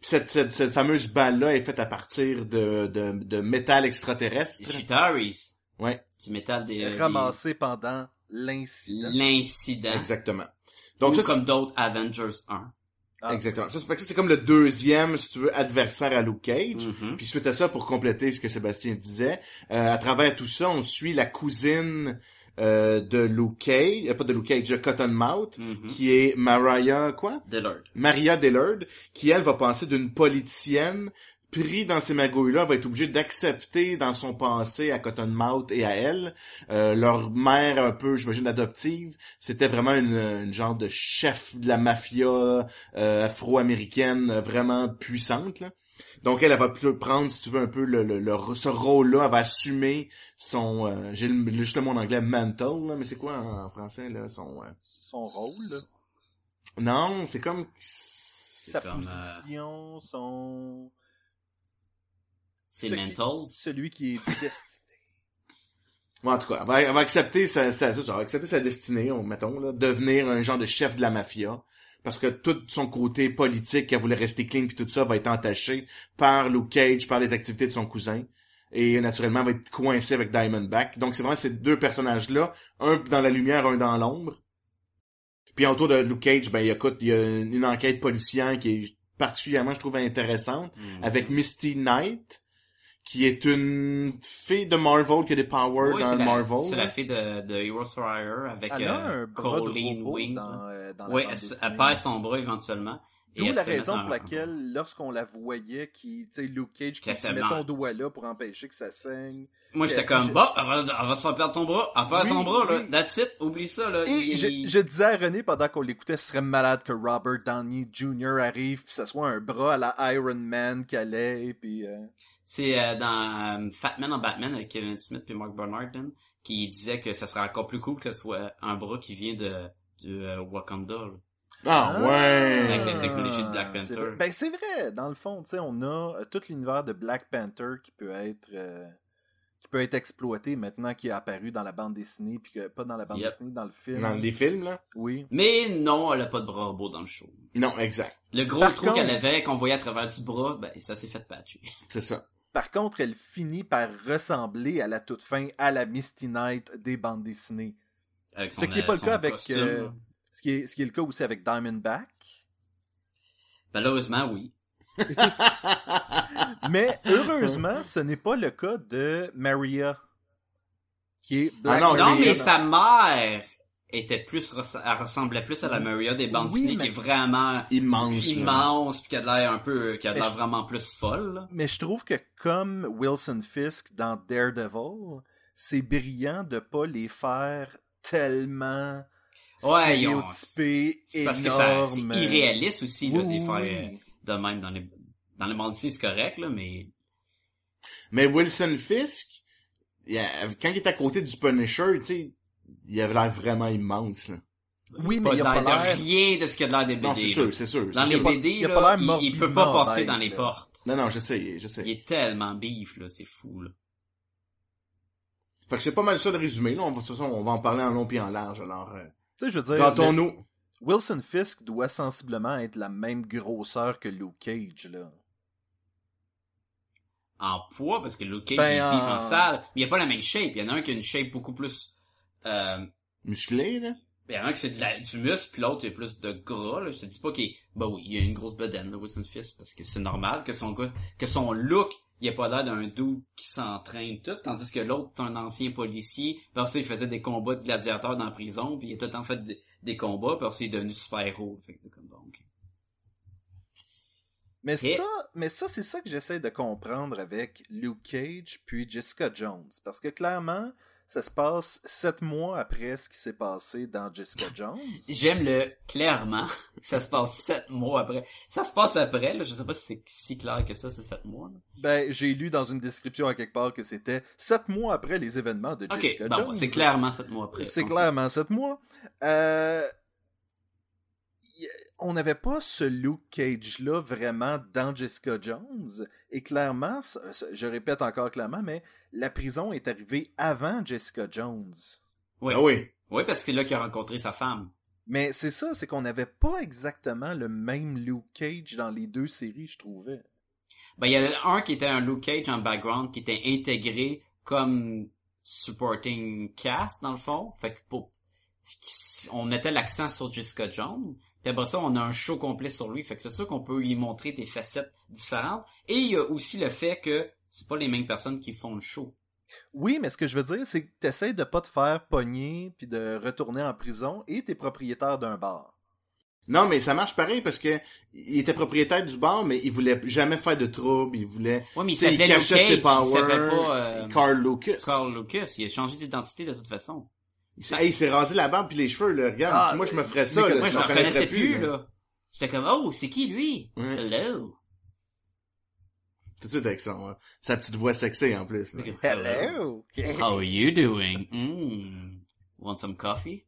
[SPEAKER 5] Puis cette, cette, cette fameuse balle-là est faite à partir de, de, de métal extraterrestre.
[SPEAKER 4] Les Chitaris.
[SPEAKER 5] Ouais.
[SPEAKER 4] Du métal des... des-
[SPEAKER 3] Ramassé pendant l'incident.
[SPEAKER 4] L'incident.
[SPEAKER 5] Exactement.
[SPEAKER 4] Donc,
[SPEAKER 5] Donc, ça,
[SPEAKER 4] comme d'autres Avengers 1.
[SPEAKER 3] Ah.
[SPEAKER 5] Exactement. Ça, ça fait que ça, c'est comme le deuxième, si tu veux, adversaire à Luke Cage.
[SPEAKER 4] Mhm.
[SPEAKER 5] Puis suite à ça, pour compléter ce que Sébastien disait, euh, à travers tout ça, on suit la cousine euh, de Luke Cage, euh, pas de Luke Cage, de Cottonmouth,
[SPEAKER 4] Mhm.
[SPEAKER 5] qui est Mariah, quoi?
[SPEAKER 4] Dillard.
[SPEAKER 5] Maria Dillard, qui elle va passer d'une politicienne pris dans ces magouilles-là, va être obligée d'accepter dans son passé à Cottonmouth et à elle, euh, leur mère un peu, j'imagine, adoptive, c'était vraiment une, une genre de chef de la mafia euh, afro-américaine euh, vraiment puissante. là. Donc elle, elle va plus prendre, si tu veux, un peu le, le- le- ce rôle-là, elle va assumer son, euh, j'ai le- juste le mot en anglais, mantle, là, mais c'est quoi en français, là, son... euh,
[SPEAKER 3] Son rôle, là.
[SPEAKER 5] Non, c'est comme...
[SPEAKER 3] sa
[SPEAKER 4] comme, euh,
[SPEAKER 3] position, son...
[SPEAKER 4] C'est
[SPEAKER 3] ce qui-
[SPEAKER 4] Mentals.
[SPEAKER 3] Celui qui est destiné.
[SPEAKER 5] Bon, en tout cas, elle va, elle va accepter sa, sa- ça, elle va accepter sa destinée, on- mettons, là, devenir un genre de chef de la mafia. Parce que tout son côté politique, qu'elle voulait rester clean puis tout ça, va être entaché par Luke Cage, par les activités de son cousin. Et naturellement, elle va être coincée avec Diamondback. Donc c'est vraiment ces deux personnages-là, un dans la lumière, un dans l'ombre. Puis autour de Luke Cage, ben, il y a, écoute, il y a une enquête policière qui est particulièrement, je trouve, intéressante,
[SPEAKER 4] Mm.
[SPEAKER 5] avec Misty Knight, qui est une fille de Marvel qui a des powers
[SPEAKER 4] Oui,
[SPEAKER 5] dans
[SPEAKER 4] c'est la-
[SPEAKER 5] Marvel. hein?
[SPEAKER 4] C'est
[SPEAKER 5] là.
[SPEAKER 4] la fille de, de Heroes for Hire avec
[SPEAKER 3] Elle a
[SPEAKER 4] euh,
[SPEAKER 3] un bras de
[SPEAKER 4] Colleen
[SPEAKER 3] robot
[SPEAKER 4] Wings.
[SPEAKER 3] dans, euh, dans la
[SPEAKER 4] Oui,
[SPEAKER 3] bande
[SPEAKER 4] elle, se- elle
[SPEAKER 3] dessinée.
[SPEAKER 4] perd son bras éventuellement.
[SPEAKER 3] D'où
[SPEAKER 4] elle
[SPEAKER 3] la
[SPEAKER 4] se met
[SPEAKER 3] raison
[SPEAKER 4] en-
[SPEAKER 3] pour laquelle, lorsqu'on la voyait, qui, tu sais, Luke Cage, qui
[SPEAKER 4] Qu'elle
[SPEAKER 3] se
[SPEAKER 4] se
[SPEAKER 3] met
[SPEAKER 4] venge.
[SPEAKER 3] ton doigt là pour empêcher que ça saigne.
[SPEAKER 4] Moi, j'étais comme,
[SPEAKER 3] Je-
[SPEAKER 4] bon, elle va, elle va se faire perdre son bras. Elle perd
[SPEAKER 3] Oui,
[SPEAKER 4] son bras, là.
[SPEAKER 3] oui.
[SPEAKER 4] That's it. Oublie ça, là.
[SPEAKER 3] Et
[SPEAKER 4] Il-
[SPEAKER 3] je,
[SPEAKER 4] il-
[SPEAKER 3] je disais à René pendant qu'on l'écoutait, ce serait malade que Robert Downey Jr. arrive, puis ça soit un bras à la Iron Man qu'elle est, puis... euh,
[SPEAKER 4] C'est euh, dans euh, Fat Man en Batman avec Kevin Smith et Mark Bernard hein, qui disait que ça serait encore plus cool que ce soit un bras qui vient de du euh, Wakanda. là.
[SPEAKER 5] Ah, ouais!
[SPEAKER 4] Avec la technologie de Black
[SPEAKER 3] C'est
[SPEAKER 4] Panther.
[SPEAKER 3] vrai. Ben c'est vrai, dans le fond, tu sais, on a euh, tout l'univers de Black Panther qui peut être euh, qui peut être exploité maintenant qui est apparu dans la bande dessinée puis que pas dans la bande
[SPEAKER 4] Yep.
[SPEAKER 3] dessinée dans le film.
[SPEAKER 5] Dans les films, là?
[SPEAKER 3] Oui.
[SPEAKER 4] Mais non, elle a pas de bras robot dans le show.
[SPEAKER 5] Non, exact.
[SPEAKER 4] Le gros
[SPEAKER 3] Par
[SPEAKER 4] trou
[SPEAKER 3] contre-
[SPEAKER 4] qu'elle avait, qu'on voyait à travers du bras, ben ça s'est fait patcher.
[SPEAKER 5] C'est ça.
[SPEAKER 3] Par contre, elle finit par ressembler à la toute fin à la Misty Knight des bandes dessinées.
[SPEAKER 4] Avec
[SPEAKER 3] Ce
[SPEAKER 4] son,
[SPEAKER 3] qui est
[SPEAKER 4] euh,
[SPEAKER 3] pas le
[SPEAKER 4] son
[SPEAKER 3] cas avec,
[SPEAKER 4] costume.
[SPEAKER 3] euh, Ce qui est ce qui est le cas aussi avec Diamondback.
[SPEAKER 4] Malheureusement, oui.
[SPEAKER 3] Mais heureusement, ce n'est pas le cas de Maria qui est Black
[SPEAKER 5] non,
[SPEAKER 4] Ah Non,
[SPEAKER 5] mais-
[SPEAKER 4] mais sa mère était plus, res- elle ressemblait plus à la Maria des bandes
[SPEAKER 3] Oui,
[SPEAKER 4] dessinées
[SPEAKER 3] mais-
[SPEAKER 4] qui est vraiment
[SPEAKER 5] Immense. là.
[SPEAKER 4] immense puis qui a de l'air un peu, qui a de
[SPEAKER 3] Mais
[SPEAKER 4] l'air
[SPEAKER 3] je-
[SPEAKER 4] vraiment plus folle. là.
[SPEAKER 3] Mais je trouve que comme Wilson Fisk dans Daredevil, c'est brillant de pas les faire tellement
[SPEAKER 4] Ouais, ils ont-
[SPEAKER 3] stéréotypés,
[SPEAKER 4] C'est parce que ça, c'est
[SPEAKER 3] énormes.
[SPEAKER 4] irréaliste aussi là,
[SPEAKER 3] euh, Oui,
[SPEAKER 4] des faire
[SPEAKER 3] oui,
[SPEAKER 4] euh,
[SPEAKER 3] oui.
[SPEAKER 4] de même dans les dans le monde ici, c'est correct là, mais
[SPEAKER 5] Mais Wilson Fisk, il a- quand il est à côté du Punisher, tu sais, il avait l'air vraiment immense, là.
[SPEAKER 3] Oui,
[SPEAKER 4] euh,
[SPEAKER 3] mais
[SPEAKER 4] pas
[SPEAKER 3] il a
[SPEAKER 4] l'air
[SPEAKER 3] pas l'air-
[SPEAKER 4] de rien de ce qu'il y a de l'air des BD.
[SPEAKER 5] Non, c'est
[SPEAKER 4] là.
[SPEAKER 5] sûr, c'est sûr.
[SPEAKER 4] Dans
[SPEAKER 5] c'est
[SPEAKER 4] les
[SPEAKER 5] sûr.
[SPEAKER 3] pas-
[SPEAKER 4] BD,
[SPEAKER 3] il a
[SPEAKER 4] là,
[SPEAKER 3] pas l'air hein.
[SPEAKER 4] il- il, peut
[SPEAKER 3] morbidement
[SPEAKER 4] pas passer
[SPEAKER 3] obèse,
[SPEAKER 4] dans les
[SPEAKER 3] là.
[SPEAKER 4] portes.
[SPEAKER 5] Non, non, je sais, je sais.
[SPEAKER 4] Il est tellement bif là, c'est fou là.
[SPEAKER 5] Fait que c'est pas mal ça de résumé, là. On va, de toute façon, on va en parler en long et en large, alors, euh,
[SPEAKER 3] Tu sais, je veux dire,
[SPEAKER 5] gâtons-nous.
[SPEAKER 3] le- Wilson Fisk doit sensiblement être la même grosseur que Luke Cage, là.
[SPEAKER 4] En poids parce que Luke Cage
[SPEAKER 3] Ben,
[SPEAKER 4] il est bif
[SPEAKER 3] en-
[SPEAKER 4] en salle, mais il a pas la même shape. Il y en a un qui a une shape beaucoup plus euh,
[SPEAKER 5] Musclé, là.
[SPEAKER 4] il y en a Ben, un qui c'est de la- du muscle, puis l'autre il est plus de gras. Là. Je te dis pas qu'il bah oui, il a une grosse bedaine de Wilson Fisk parce que c'est normal que son gars, que son look, il a pas l'air d'un doux qui s'entraîne tout, tandis que l'autre c'est un ancien policier. Parce ça, il faisait des combats de gladiateurs dans la prison, puis il a tout le temps fait des, des combats, parce qu'il est devenu super héros. Fait que c'est comme bon. ok.
[SPEAKER 3] Mais
[SPEAKER 4] Et-
[SPEAKER 3] ça, mais ça, c'est ça que j'essaie de comprendre avec Luke Cage puis Jessica Jones. Parce que clairement, ça se passe sept mois après ce qui s'est passé dans Jessica Jones.
[SPEAKER 4] J'aime le clairement. Ça se passe sept mois après. Ça se passe après. Là, je sais pas si c'est si clair que ça, c'est sept mois. là.
[SPEAKER 3] Ben, j'ai lu dans une description à quelque part que c'était sept mois après les événements de
[SPEAKER 4] Ok,
[SPEAKER 3] Jessica
[SPEAKER 4] bon,
[SPEAKER 3] Jones.
[SPEAKER 4] c'est clairement sept mois après.
[SPEAKER 3] C'est
[SPEAKER 4] On sait.
[SPEAKER 3] clairement sept mois. Euh, y- On n'avait pas ce Luke Cage-là vraiment dans Jessica Jones. Et clairement, c- c- je répète encore clairement, mais la prison est arrivée avant Jessica Jones.
[SPEAKER 4] Oui.
[SPEAKER 5] Ah oui.
[SPEAKER 4] Oui, parce que c'est là qu'il a rencontré sa femme.
[SPEAKER 3] Mais c'est ça, c'est qu'on n'avait pas exactement le même Luke Cage dans les deux séries, je trouvais.
[SPEAKER 4] Ben, il y avait un qui était un Luke Cage en background, qui était intégré comme supporting cast, dans le fond. Fait que pour, on mettait l'accent sur Jessica Jones. Puis après ça, on a un show complet sur lui. Fait que c'est sûr qu'on peut lui montrer des facettes différentes. Et il y a aussi le fait que c'est pas les mêmes personnes qui font le show.
[SPEAKER 3] Oui, mais ce que je veux dire, c'est que t'essayes de pas te faire pogner puis de retourner en prison et t'es propriétaire d'un bar.
[SPEAKER 5] Non, mais ça marche pareil parce que il était propriétaire du bar, mais il voulait jamais faire de trouble, il voulait.
[SPEAKER 4] Ouais, mais il
[SPEAKER 5] Tu sais,
[SPEAKER 4] s'appelait Luke Cage, il s'appelait pas euh,
[SPEAKER 5] Carl Lucas.
[SPEAKER 4] Carl Lucas. Il a changé d'identité de toute façon.
[SPEAKER 5] Il s'est, hey, il s'est rasé la barbe puis les cheveux, là. Regarde,
[SPEAKER 3] Ah,
[SPEAKER 5] si moi je me ferais ça,
[SPEAKER 3] mais
[SPEAKER 5] là,
[SPEAKER 3] que
[SPEAKER 4] Moi,
[SPEAKER 5] tu
[SPEAKER 4] je
[SPEAKER 5] m'en
[SPEAKER 4] le reconnaissais
[SPEAKER 5] reconnaîtrais
[SPEAKER 4] plus, là. J'étais comme, oh, c'est qui, lui?
[SPEAKER 5] Ouais.
[SPEAKER 4] Hello.
[SPEAKER 5] Tout de suite avec son, euh, sa petite voix sexy en plus. là.
[SPEAKER 3] Hello!
[SPEAKER 4] How are you doing? Mm. Want some coffee?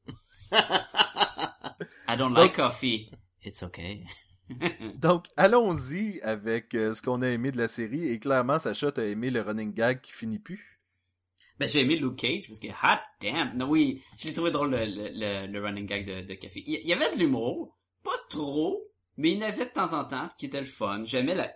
[SPEAKER 4] I don't like coffee. It's okay.
[SPEAKER 3] Donc, allons-y avec euh, ce qu'on a aimé de la série. Et clairement, Sacha, t'as aimé le running gag qui finit plus.
[SPEAKER 4] Ben, j'ai aimé Luke Cage parce que, hot damn. Non, oui, je l'ai trouvé drôle, le, le- le- le running gag de, de café. Il il y avait de l'humour. Pas trop. Mais il y en avait de temps en temps qui était le fun. J'aimais la...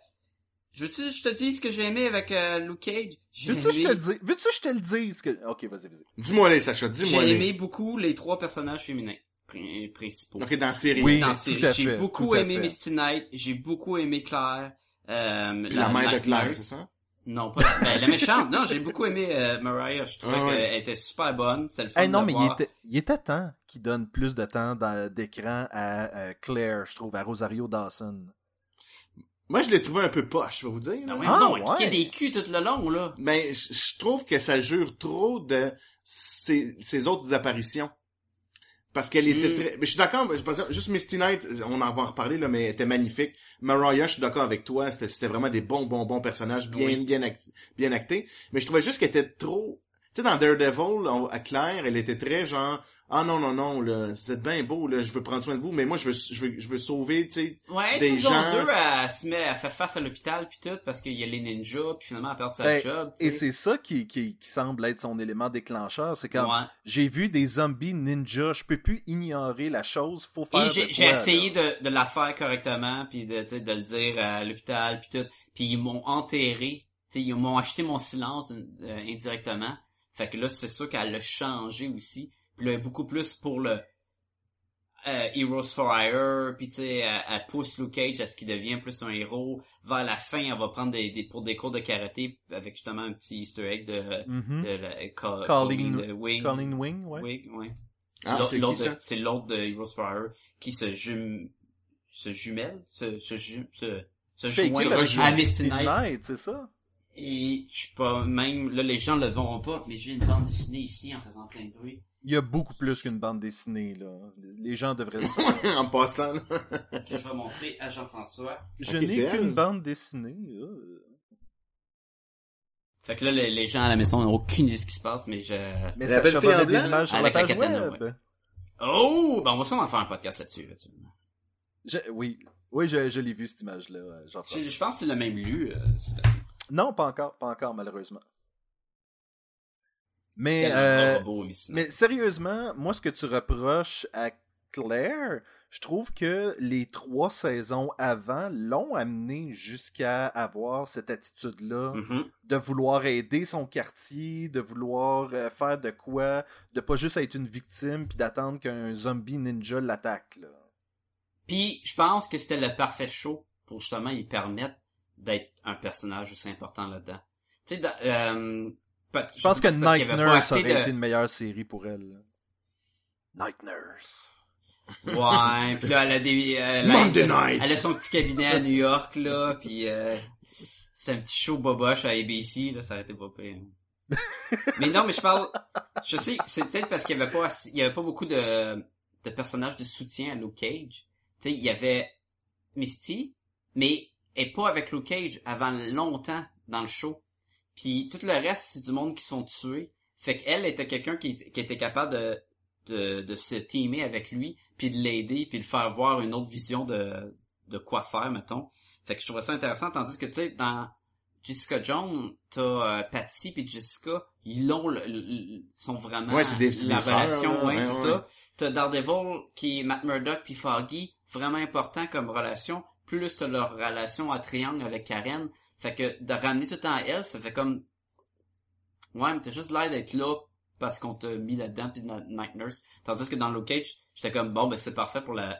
[SPEAKER 4] Je veux-tu, je te dis ce que j'ai aimé avec euh, Luke Cage? J'ai
[SPEAKER 3] Veux-tu que je te
[SPEAKER 4] aimé-
[SPEAKER 3] le dise? Veux-tu que je te le dise? Que... Ok, vas-y, vas-y.
[SPEAKER 5] Dis-moi les, Sacha, dis-moi
[SPEAKER 4] J'ai
[SPEAKER 5] les.
[SPEAKER 4] aimé beaucoup les trois personnages féminins. pri- principaux.
[SPEAKER 5] Ok, dans la série.
[SPEAKER 3] Oui.
[SPEAKER 4] dans la
[SPEAKER 3] tout
[SPEAKER 4] série.
[SPEAKER 3] à
[SPEAKER 4] J'ai
[SPEAKER 3] fait,
[SPEAKER 4] beaucoup
[SPEAKER 3] tout à
[SPEAKER 4] aimé
[SPEAKER 3] fait.
[SPEAKER 4] Misty Knight, j'ai beaucoup aimé Claire. Euh,
[SPEAKER 5] Puis la mère de
[SPEAKER 4] Night
[SPEAKER 5] Claire,
[SPEAKER 4] Nurse.
[SPEAKER 5] c'est ça?
[SPEAKER 4] Non, pas la, ben, la méchante. Non, j'ai beaucoup aimé euh, Mariah. Je trouvais
[SPEAKER 5] Ah ouais.
[SPEAKER 4] qu'elle était super bonne. C'était le fun
[SPEAKER 3] Eh non,
[SPEAKER 4] de
[SPEAKER 3] mais il
[SPEAKER 4] voir.
[SPEAKER 3] était, il était temps qu'il donne plus de temps dans- d'écran à euh, Claire, je trouve, à Rosario Dawson.
[SPEAKER 5] Moi, je l'ai trouvé un peu poche, je vais vous dire.
[SPEAKER 4] Ah
[SPEAKER 5] là.
[SPEAKER 4] ouais,
[SPEAKER 3] Ah
[SPEAKER 4] non, elle
[SPEAKER 3] ouais.
[SPEAKER 4] kickait des culs tout le long, là.
[SPEAKER 5] Mais Ben, je je trouve que ça jure trop de ses, ses autres apparitions. Parce qu'elle était
[SPEAKER 4] Mm.
[SPEAKER 5] très... Mais je suis d'accord, mais je pense- juste Misty Knight, on en va en reparler, là, mais elle était magnifique. Mariah, je suis d'accord avec toi, c'était c'était vraiment des bons, bons, bons personnages, bien, bien, act- bien actés. Mais je trouvais juste qu'elle était trop... Tu sais, dans Daredevil, on- à Claire, elle était très genre... Ah non, non, non, là, c'est bien beau, là, je veux prendre soin de vous, mais moi, je veux, je veux, je veux sauver, tu sais,
[SPEAKER 4] Ouais,
[SPEAKER 5] Des
[SPEAKER 4] saison
[SPEAKER 5] gens-
[SPEAKER 4] 2, elle se met, elle fait face à l'hôpital puis tout, parce qu'il y a les ninjas, puis finalement, elle perd sa
[SPEAKER 3] Ben,
[SPEAKER 4] job, tu
[SPEAKER 3] Et
[SPEAKER 4] sais.
[SPEAKER 3] c'est ça qui, qui, qui semble être son élément déclencheur, c'est quand
[SPEAKER 4] Ouais.
[SPEAKER 3] j'ai vu des zombies ninja, je peux plus ignorer la chose, faut faire
[SPEAKER 4] Et
[SPEAKER 3] de
[SPEAKER 4] j'ai
[SPEAKER 3] quoi,
[SPEAKER 4] j'ai
[SPEAKER 3] là.
[SPEAKER 4] essayé de, de la faire correctement, puis de, tu sais, de le dire à l'hôpital, puis tout. Puis ils m'ont enterré, tu sais, ils m'ont acheté mon silence euh, indirectement. Fait que là, c'est sûr qu'elle l'a changé aussi. Puis là, elle est beaucoup plus pour le euh, Heroes for Hire, puis tu sais, elle, elle pousse Luke Cage à ce qu'il devient plus un héros. Vers la fin, elle va prendre des, des pour des cours de karaté avec justement un petit Easter egg de,
[SPEAKER 3] Mhm.
[SPEAKER 4] de la, Call-
[SPEAKER 3] Colleen-
[SPEAKER 4] Colleen de Wing.
[SPEAKER 3] Colin Wing, ouais.
[SPEAKER 4] Wing, ouais.
[SPEAKER 5] Ah,
[SPEAKER 4] L'autre-
[SPEAKER 5] c'est qui
[SPEAKER 4] l'autre de-
[SPEAKER 5] ça?
[SPEAKER 4] c'est l'autre de Heroes for Hire qui se jume, se jumelle, se, se, ju- se, se
[SPEAKER 3] Fait
[SPEAKER 4] joint
[SPEAKER 5] qu'il rejoue
[SPEAKER 4] à Misty Knight.
[SPEAKER 3] Midnight, c'est ça?
[SPEAKER 4] Et je suis pas, même, là, les gens le verront pas, mais j'ai une bande dessinée ici en faisant plein de bruit.
[SPEAKER 3] Il y a beaucoup plus qu'une bande dessinée, là. Les gens devraient le savoir.
[SPEAKER 4] euh,
[SPEAKER 5] en passant, là.
[SPEAKER 4] que je vais montrer à Jean-François.
[SPEAKER 3] Je
[SPEAKER 5] Ok, c'est
[SPEAKER 3] n'ai qu'une
[SPEAKER 5] elle.
[SPEAKER 3] bande dessinée. euh.
[SPEAKER 4] Fait que là, les, les gens à la maison n'ont aucune idée de ce qui se passe, mais je...
[SPEAKER 3] Mais
[SPEAKER 5] Elle
[SPEAKER 3] ça
[SPEAKER 5] appelle
[SPEAKER 3] chevalait
[SPEAKER 5] Fille en
[SPEAKER 3] des
[SPEAKER 5] Blanc,
[SPEAKER 3] images sur la
[SPEAKER 4] avec la
[SPEAKER 3] page
[SPEAKER 4] katana,
[SPEAKER 3] web.
[SPEAKER 4] ouais. Oh! Ben, on va sûrement faire un podcast là-dessus, là-dessus.
[SPEAKER 3] Je- oui, oui, je, je l'ai vu cette image-là, euh, Jean-François.
[SPEAKER 4] Je, je pense que tu l'as même lu, euh, Sébastien.
[SPEAKER 3] Non, pas encore, pas encore, malheureusement. Mais,
[SPEAKER 4] Tellement
[SPEAKER 3] euh,
[SPEAKER 4] de robots, mais sinon.
[SPEAKER 3] mais sérieusement, moi, ce que tu reproches à Claire, je trouve que les trois saisons avant l'ont amené jusqu'à avoir cette attitude-là
[SPEAKER 4] Mhm.
[SPEAKER 3] de vouloir aider son quartier, de vouloir euh, faire de quoi, de pas juste être une victime puis d'attendre qu'un zombie ninja l'attaque. là.
[SPEAKER 4] Puis je pense que c'était le parfait show pour justement y permettre d'être un personnage aussi important là-dedans. Tu sais, dans- euh, peut-
[SPEAKER 3] Je pense que
[SPEAKER 4] c'est parce
[SPEAKER 3] Night
[SPEAKER 4] qu'il y avait pas
[SPEAKER 3] Nurse
[SPEAKER 4] assez
[SPEAKER 3] aurait
[SPEAKER 4] de-
[SPEAKER 3] été une meilleure série pour elle. là. Night Nurse.
[SPEAKER 4] Ouais, puis là elle a des euh, elle a,
[SPEAKER 5] Monday
[SPEAKER 4] elle,
[SPEAKER 5] night.
[SPEAKER 4] elle a son petit cabinet à New York là, puis euh, c'est un petit show boboche à ABC là, ça aurait été pas pire. mais non, mais je parle je sais, c'est peut-être parce qu'il y avait pas assez- il y avait pas beaucoup de de personnages de soutien à Luke Cage. Tu sais, il y avait Misty, mais elle est pas avec Luke Cage avant longtemps dans le show. Puis tout le reste, c'est du monde qui sont tués. Fait qu'elle était quelqu'un qui, qui était capable de, de, de se teamer avec lui, puis de l'aider, puis de faire voir une autre vision de, de quoi faire, mettons. Fait que je trouvais ça intéressant, tandis que, tu sais, dans Jessica Jones, t'as euh, Patty puis Jessica, ils l'ont, le- le- le- sont vraiment
[SPEAKER 5] Ouais, c'est des- c'est
[SPEAKER 4] la
[SPEAKER 5] des sœurs,
[SPEAKER 4] relation,
[SPEAKER 5] là,
[SPEAKER 4] ouais,
[SPEAKER 5] ouais,
[SPEAKER 4] c'est
[SPEAKER 5] ouais.
[SPEAKER 4] ça. T'as Daredevil qui est Matt Murdock puis Foggy, vraiment important comme relation, plus t'as leur relation à triangle avec Karen. Fait que de ramener tout le temps à elle, ça fait comme Ouais, mais t'as juste l'air d'être là parce qu'on t'a mis là-dedans puis dans Night Nurse. Tandis que dans Luke Cage, j'étais comme bon ben c'est parfait pour la,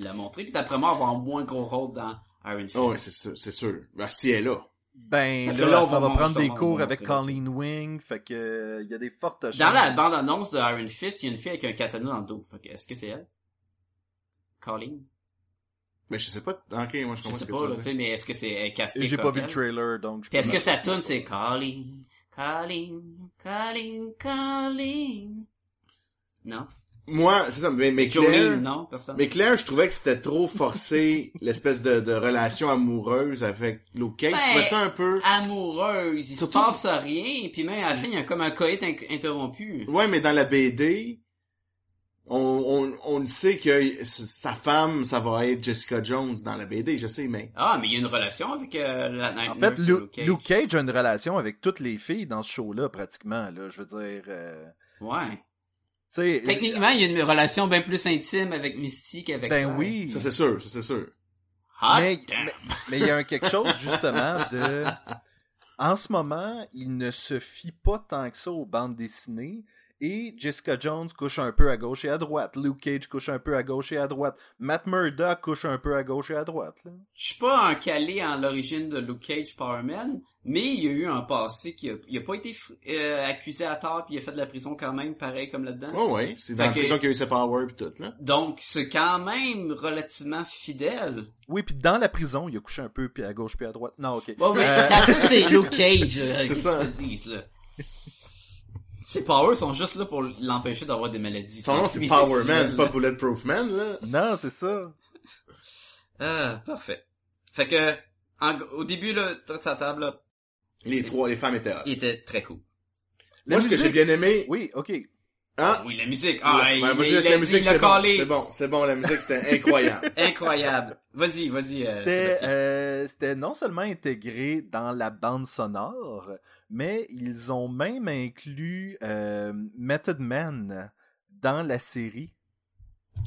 [SPEAKER 4] la montrer. Puis d'après moi, elle va avoir un moins gros rôle dans Iron Fist.
[SPEAKER 5] Oh, ouais, c'est sûr, c'est sûr. Ben, si elle est là.
[SPEAKER 3] Ben
[SPEAKER 4] Parce
[SPEAKER 3] là,
[SPEAKER 4] que là, on
[SPEAKER 3] ça
[SPEAKER 4] va
[SPEAKER 3] va
[SPEAKER 4] manger
[SPEAKER 3] prendre
[SPEAKER 4] ton
[SPEAKER 3] des
[SPEAKER 4] monde,
[SPEAKER 3] cours
[SPEAKER 4] là,
[SPEAKER 3] avec
[SPEAKER 4] c'est
[SPEAKER 3] Colleen Wing, fait que euh, il y a des fortes chances.
[SPEAKER 4] dans la bande-annonce de Iron Fist, il y a une fille avec un katana dans le dos. Fait que, est-ce que c'est elle? Colleen?
[SPEAKER 5] Mais je sais pas. Ok, moi je
[SPEAKER 4] Je
[SPEAKER 5] comprends ce
[SPEAKER 4] sais
[SPEAKER 5] que
[SPEAKER 4] pas,
[SPEAKER 5] tu
[SPEAKER 4] là,
[SPEAKER 5] veux
[SPEAKER 4] tu
[SPEAKER 5] dire.
[SPEAKER 4] sais, mais est-ce que c'est elle est castée
[SPEAKER 3] J'ai pas
[SPEAKER 4] comme
[SPEAKER 3] vu le
[SPEAKER 4] elle?
[SPEAKER 3] trailer, donc je
[SPEAKER 4] Puis est-ce
[SPEAKER 3] pas-
[SPEAKER 4] que ça tourne, c'est Colleen, Colleen, Colleen, Colleen? Non?
[SPEAKER 5] Moi, c'est ça. Mais, mais Claire,
[SPEAKER 4] Jolene, non? Personne?
[SPEAKER 5] mais Claire, je trouvais que c'était trop forcé l'espèce de, de relation amoureuse avec Luke Cage.
[SPEAKER 4] Ben,
[SPEAKER 5] Je trouvais ça un peu.
[SPEAKER 4] amoureuse, il se
[SPEAKER 5] Surtout-
[SPEAKER 4] passe rien, puis même à la fin, il y a comme un coït inc- interrompu.
[SPEAKER 5] Ouais, mais dans la BD, on, on, on le sait que sa femme, ça va être Jessica Jones dans la BD. Je sais, mais
[SPEAKER 4] Ah, mais il y a une relation avec euh, la Night
[SPEAKER 3] En fait,
[SPEAKER 4] Nurse et
[SPEAKER 3] Lu-
[SPEAKER 4] Luke Cage.
[SPEAKER 3] Luke Cage a une relation avec toutes les filles dans ce show-là, pratiquement. Là, je veux dire, euh,
[SPEAKER 4] Ouais.
[SPEAKER 3] tu sais,
[SPEAKER 4] Techniquement, il y a une relation bien plus intime avec Mystique qu'avec...
[SPEAKER 3] ben
[SPEAKER 4] Claire. Ah,
[SPEAKER 3] oui.
[SPEAKER 5] ça c'est sûr, ça c'est sûr.
[SPEAKER 4] Hot
[SPEAKER 3] mais,
[SPEAKER 4] damn.
[SPEAKER 3] mais- mais il y a un quelque chose justement de en ce moment, il ne se fie pas tant que ça aux bandes dessinées Et Jessica Jones couche un peu à gauche et à droite. Luke Cage couche un peu à gauche et à droite. Matt Murdock couche un peu à gauche et à droite. là.
[SPEAKER 4] Je suis pas un calé en l'origine de Luke Cage Powerman, mais il y a eu un passé qui a, il a pas été fr- euh, accusé à tort puis il a fait de la prison quand même, pareil comme là-dedans.
[SPEAKER 3] Oh.
[SPEAKER 5] Ouais, ouais. C'est dans
[SPEAKER 4] Fait
[SPEAKER 5] la
[SPEAKER 4] que-
[SPEAKER 5] prison qu'il y a eu ses power pis tout, là.
[SPEAKER 4] Donc c'est quand même relativement fidèle.
[SPEAKER 3] Oui, puis dans la prison, il a couché un peu puis à gauche puis à droite. Non, ok.
[SPEAKER 4] Bon, mais
[SPEAKER 3] Euh,
[SPEAKER 4] ça, ça, c'est Luke Cage euh,
[SPEAKER 5] C'est
[SPEAKER 4] qui
[SPEAKER 5] ça.
[SPEAKER 4] se disent là. Ces powers sont juste là pour l'empêcher d'avoir des maladies.
[SPEAKER 5] Son nom, c'est
[SPEAKER 4] Transition
[SPEAKER 5] Power Man, c'est pas
[SPEAKER 4] sexuelle,
[SPEAKER 5] Bulletproof Man, là.
[SPEAKER 3] Non, c'est ça.
[SPEAKER 4] là. Ah, parfait. Fait que en gr- au début là, de sa table, là,
[SPEAKER 5] Les trois, les femmes étaient hot.
[SPEAKER 4] il était très cool.
[SPEAKER 3] La
[SPEAKER 5] Moi, ce que j'ai
[SPEAKER 3] musique-
[SPEAKER 5] bien aimé,
[SPEAKER 3] Oui, ok.
[SPEAKER 5] hein?
[SPEAKER 4] Oui, la musique. Ah,
[SPEAKER 5] Ouais,
[SPEAKER 4] il,
[SPEAKER 5] ben, moi, je
[SPEAKER 4] il
[SPEAKER 5] dis que
[SPEAKER 4] l'a
[SPEAKER 5] la
[SPEAKER 4] dit,
[SPEAKER 5] musique,
[SPEAKER 4] il l'a
[SPEAKER 5] c'est bon.
[SPEAKER 4] calé.
[SPEAKER 5] C'est bon, c'est bon, la musique, c'était incroyable.
[SPEAKER 4] Incroyable. Vas-y, vas-y. euh,
[SPEAKER 3] C'était
[SPEAKER 4] Sébastien.
[SPEAKER 3] euh, c'était non seulement intégré dans la bande sonore, mais ils ont même inclus euh, Method Man dans la série.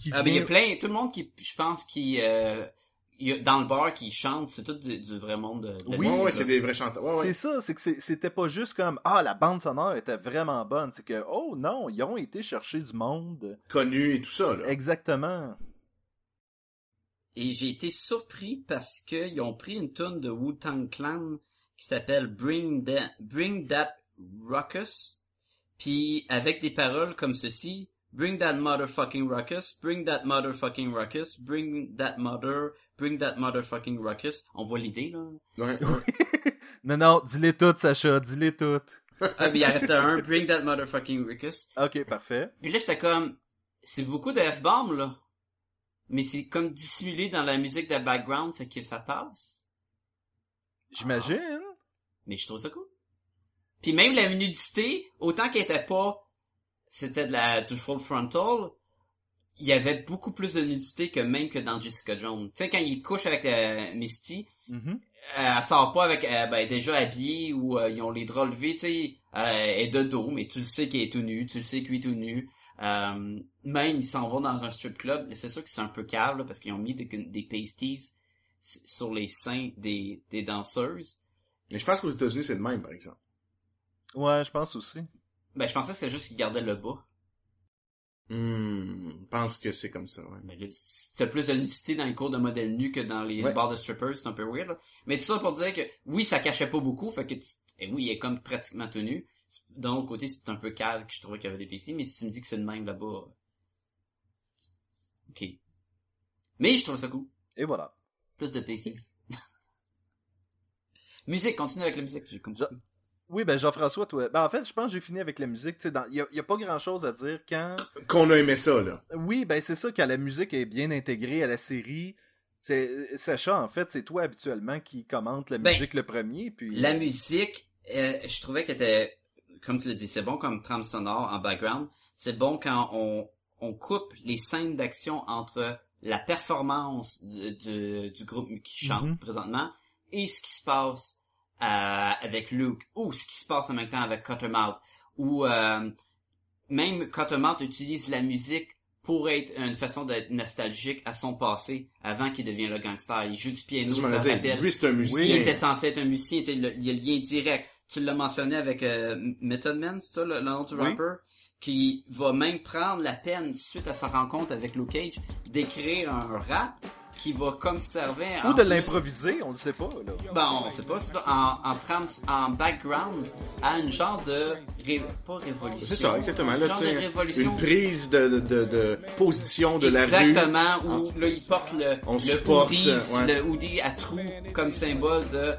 [SPEAKER 3] qui
[SPEAKER 4] Ah, ben, il y a
[SPEAKER 3] vient-
[SPEAKER 4] plein, tout le monde qui, je pense, qui, euh, il y a- dans le bar, qui chante, c'est tout du, du vrai monde de, de la
[SPEAKER 5] Oui,
[SPEAKER 4] musique,
[SPEAKER 5] ouais,
[SPEAKER 4] là.
[SPEAKER 5] ouais, c'est des vrais chanteurs. Ouais, ouais.
[SPEAKER 3] C'est ça, c'est que c'est- c'était pas juste comme Ah, la bande sonore était vraiment bonne. C'est que Oh non, ils ont été chercher du monde.
[SPEAKER 5] Connu et tout ça,
[SPEAKER 3] Ah.
[SPEAKER 5] là.
[SPEAKER 3] Exactement.
[SPEAKER 4] Et j'ai été surpris parce qu'ils ont pris une tune de Wu-Tang Clan qui s'appelle Bring, Tha- Bring That Ruckus, puis avec des paroles comme ceci, Bring that motherfucking ruckus, bring that motherfucking ruckus, bring that mother, bring that motherfucking ruckus. On voit l'idée, là.
[SPEAKER 5] Ouais.
[SPEAKER 3] non, non, dis-les toutes, Sacha, dis-les toutes.
[SPEAKER 4] Ah, mais il en restait un, bring that motherfucking ruckus.
[SPEAKER 3] Ok, parfait.
[SPEAKER 4] Puis là, j'étais comme, c'est beaucoup de F-bomb, là. Mais c'est comme dissimulé dans la musique de background, fait que ça passe.
[SPEAKER 3] J'imagine.
[SPEAKER 4] Mais je trouve ça cool. Puis même la nudité, autant qu'elle était pas, c'était de la, du full frontal, il y avait beaucoup plus de nudité que même que dans Jessica Jones. Tu sais, quand il couche avec euh, Misty,
[SPEAKER 3] Mhm.
[SPEAKER 4] euh, elle sort pas avec, euh, ben, déjà habillée ou euh, ils ont les draps levés, tu sais, euh, elle est de dos, mais tu le sais qu'elle est tout nu, tu le sais qu'il est tout nu. Euh, même ils s'en vont dans un strip club, mais c'est sûr que c'est un peu cave là, parce qu'ils ont mis des, des pasties s- sur les seins des, des danseuses.
[SPEAKER 5] Mais je pense qu'aux États-Unis, c'est le même, par exemple.
[SPEAKER 3] Ouais, je pense aussi.
[SPEAKER 4] Ben, je pensais que c'était juste qu'ils gardaient le bas.
[SPEAKER 5] Hmm, je pense que c'est comme ça, ouais.
[SPEAKER 4] Mais là, c'était plus de nudité dans les cours de modèle nu que dans les
[SPEAKER 5] Ouais.
[SPEAKER 4] bars de strippers, c'est un peu weird. là. Mais tout ça pour dire que oui, ça cachait pas beaucoup, fait que tu- eh oui, il est comme pratiquement tenu. D'un autre côté, c'est un peu calme que je trouvais qu'il y avait des PC, mais si tu me dis que c'est le même là-bas. euh, Ok. Mais je trouve ça cool.
[SPEAKER 3] Et voilà.
[SPEAKER 4] Plus de PC. musique, continue avec la musique. j'ai compris.
[SPEAKER 3] Oui, ben Jean-François, toi. Ben en fait, je pense que j'ai fini avec la musique. Tu sais, dans- Il y, a- il y a pas grand-chose à dire quand.
[SPEAKER 5] Qu'on a aimé ça, là.
[SPEAKER 3] Oui, ben c'est ça, quand la musique est bien intégrée à la série. C'est Sacha, en fait, c'est toi habituellement qui commente la
[SPEAKER 4] Ben,
[SPEAKER 3] musique le premier. Puis...
[SPEAKER 4] La musique, euh, je trouvais qu'elle était, comme tu le dis, c'est bon comme trame sonore en background. C'est bon quand on, on coupe les scènes d'action entre la performance du, du- du groupe qui chante
[SPEAKER 3] Mhm.
[SPEAKER 4] présentement et ce qui se passe euh, avec Luke ou ce qui se passe en même temps avec Cottermouth ou euh, même Cottermouth utilise la musique pour être une façon d'être nostalgique à son passé avant qu'il devienne le gangster. Il joue du piano,
[SPEAKER 5] Ça, je
[SPEAKER 4] ça,
[SPEAKER 5] m'en ai dit.
[SPEAKER 4] rappelle
[SPEAKER 5] Lui, c'est un
[SPEAKER 4] il
[SPEAKER 5] musicien.
[SPEAKER 4] était censé être un musicien, tu sais, le- il y a le lien direct. Tu l'as mentionné avec euh, Method Man, c'est ça le, le nom du
[SPEAKER 3] Oui.
[SPEAKER 4] rapper, qui va même prendre la peine, suite à sa rencontre avec Luke Cage, d'écrire un rap qui va comme servir
[SPEAKER 3] Ou
[SPEAKER 4] en
[SPEAKER 3] de
[SPEAKER 4] plus-
[SPEAKER 3] l'improviser, on le sait pas, là.
[SPEAKER 4] Ben, on sait pas, c'est ça, en, en, trams- en background, à une genre de... ré- pas révolution.
[SPEAKER 5] C'est ça, exactement. Là,
[SPEAKER 4] genre
[SPEAKER 5] tu
[SPEAKER 4] de
[SPEAKER 5] sais,
[SPEAKER 4] révolution.
[SPEAKER 5] une prise de, de, de, de position de la rue.
[SPEAKER 4] Exactement, où là, il porte le,
[SPEAKER 5] On
[SPEAKER 4] le
[SPEAKER 5] supporte, euh,
[SPEAKER 4] hoodie,
[SPEAKER 5] ouais.
[SPEAKER 4] le hoodie à trous comme symbole de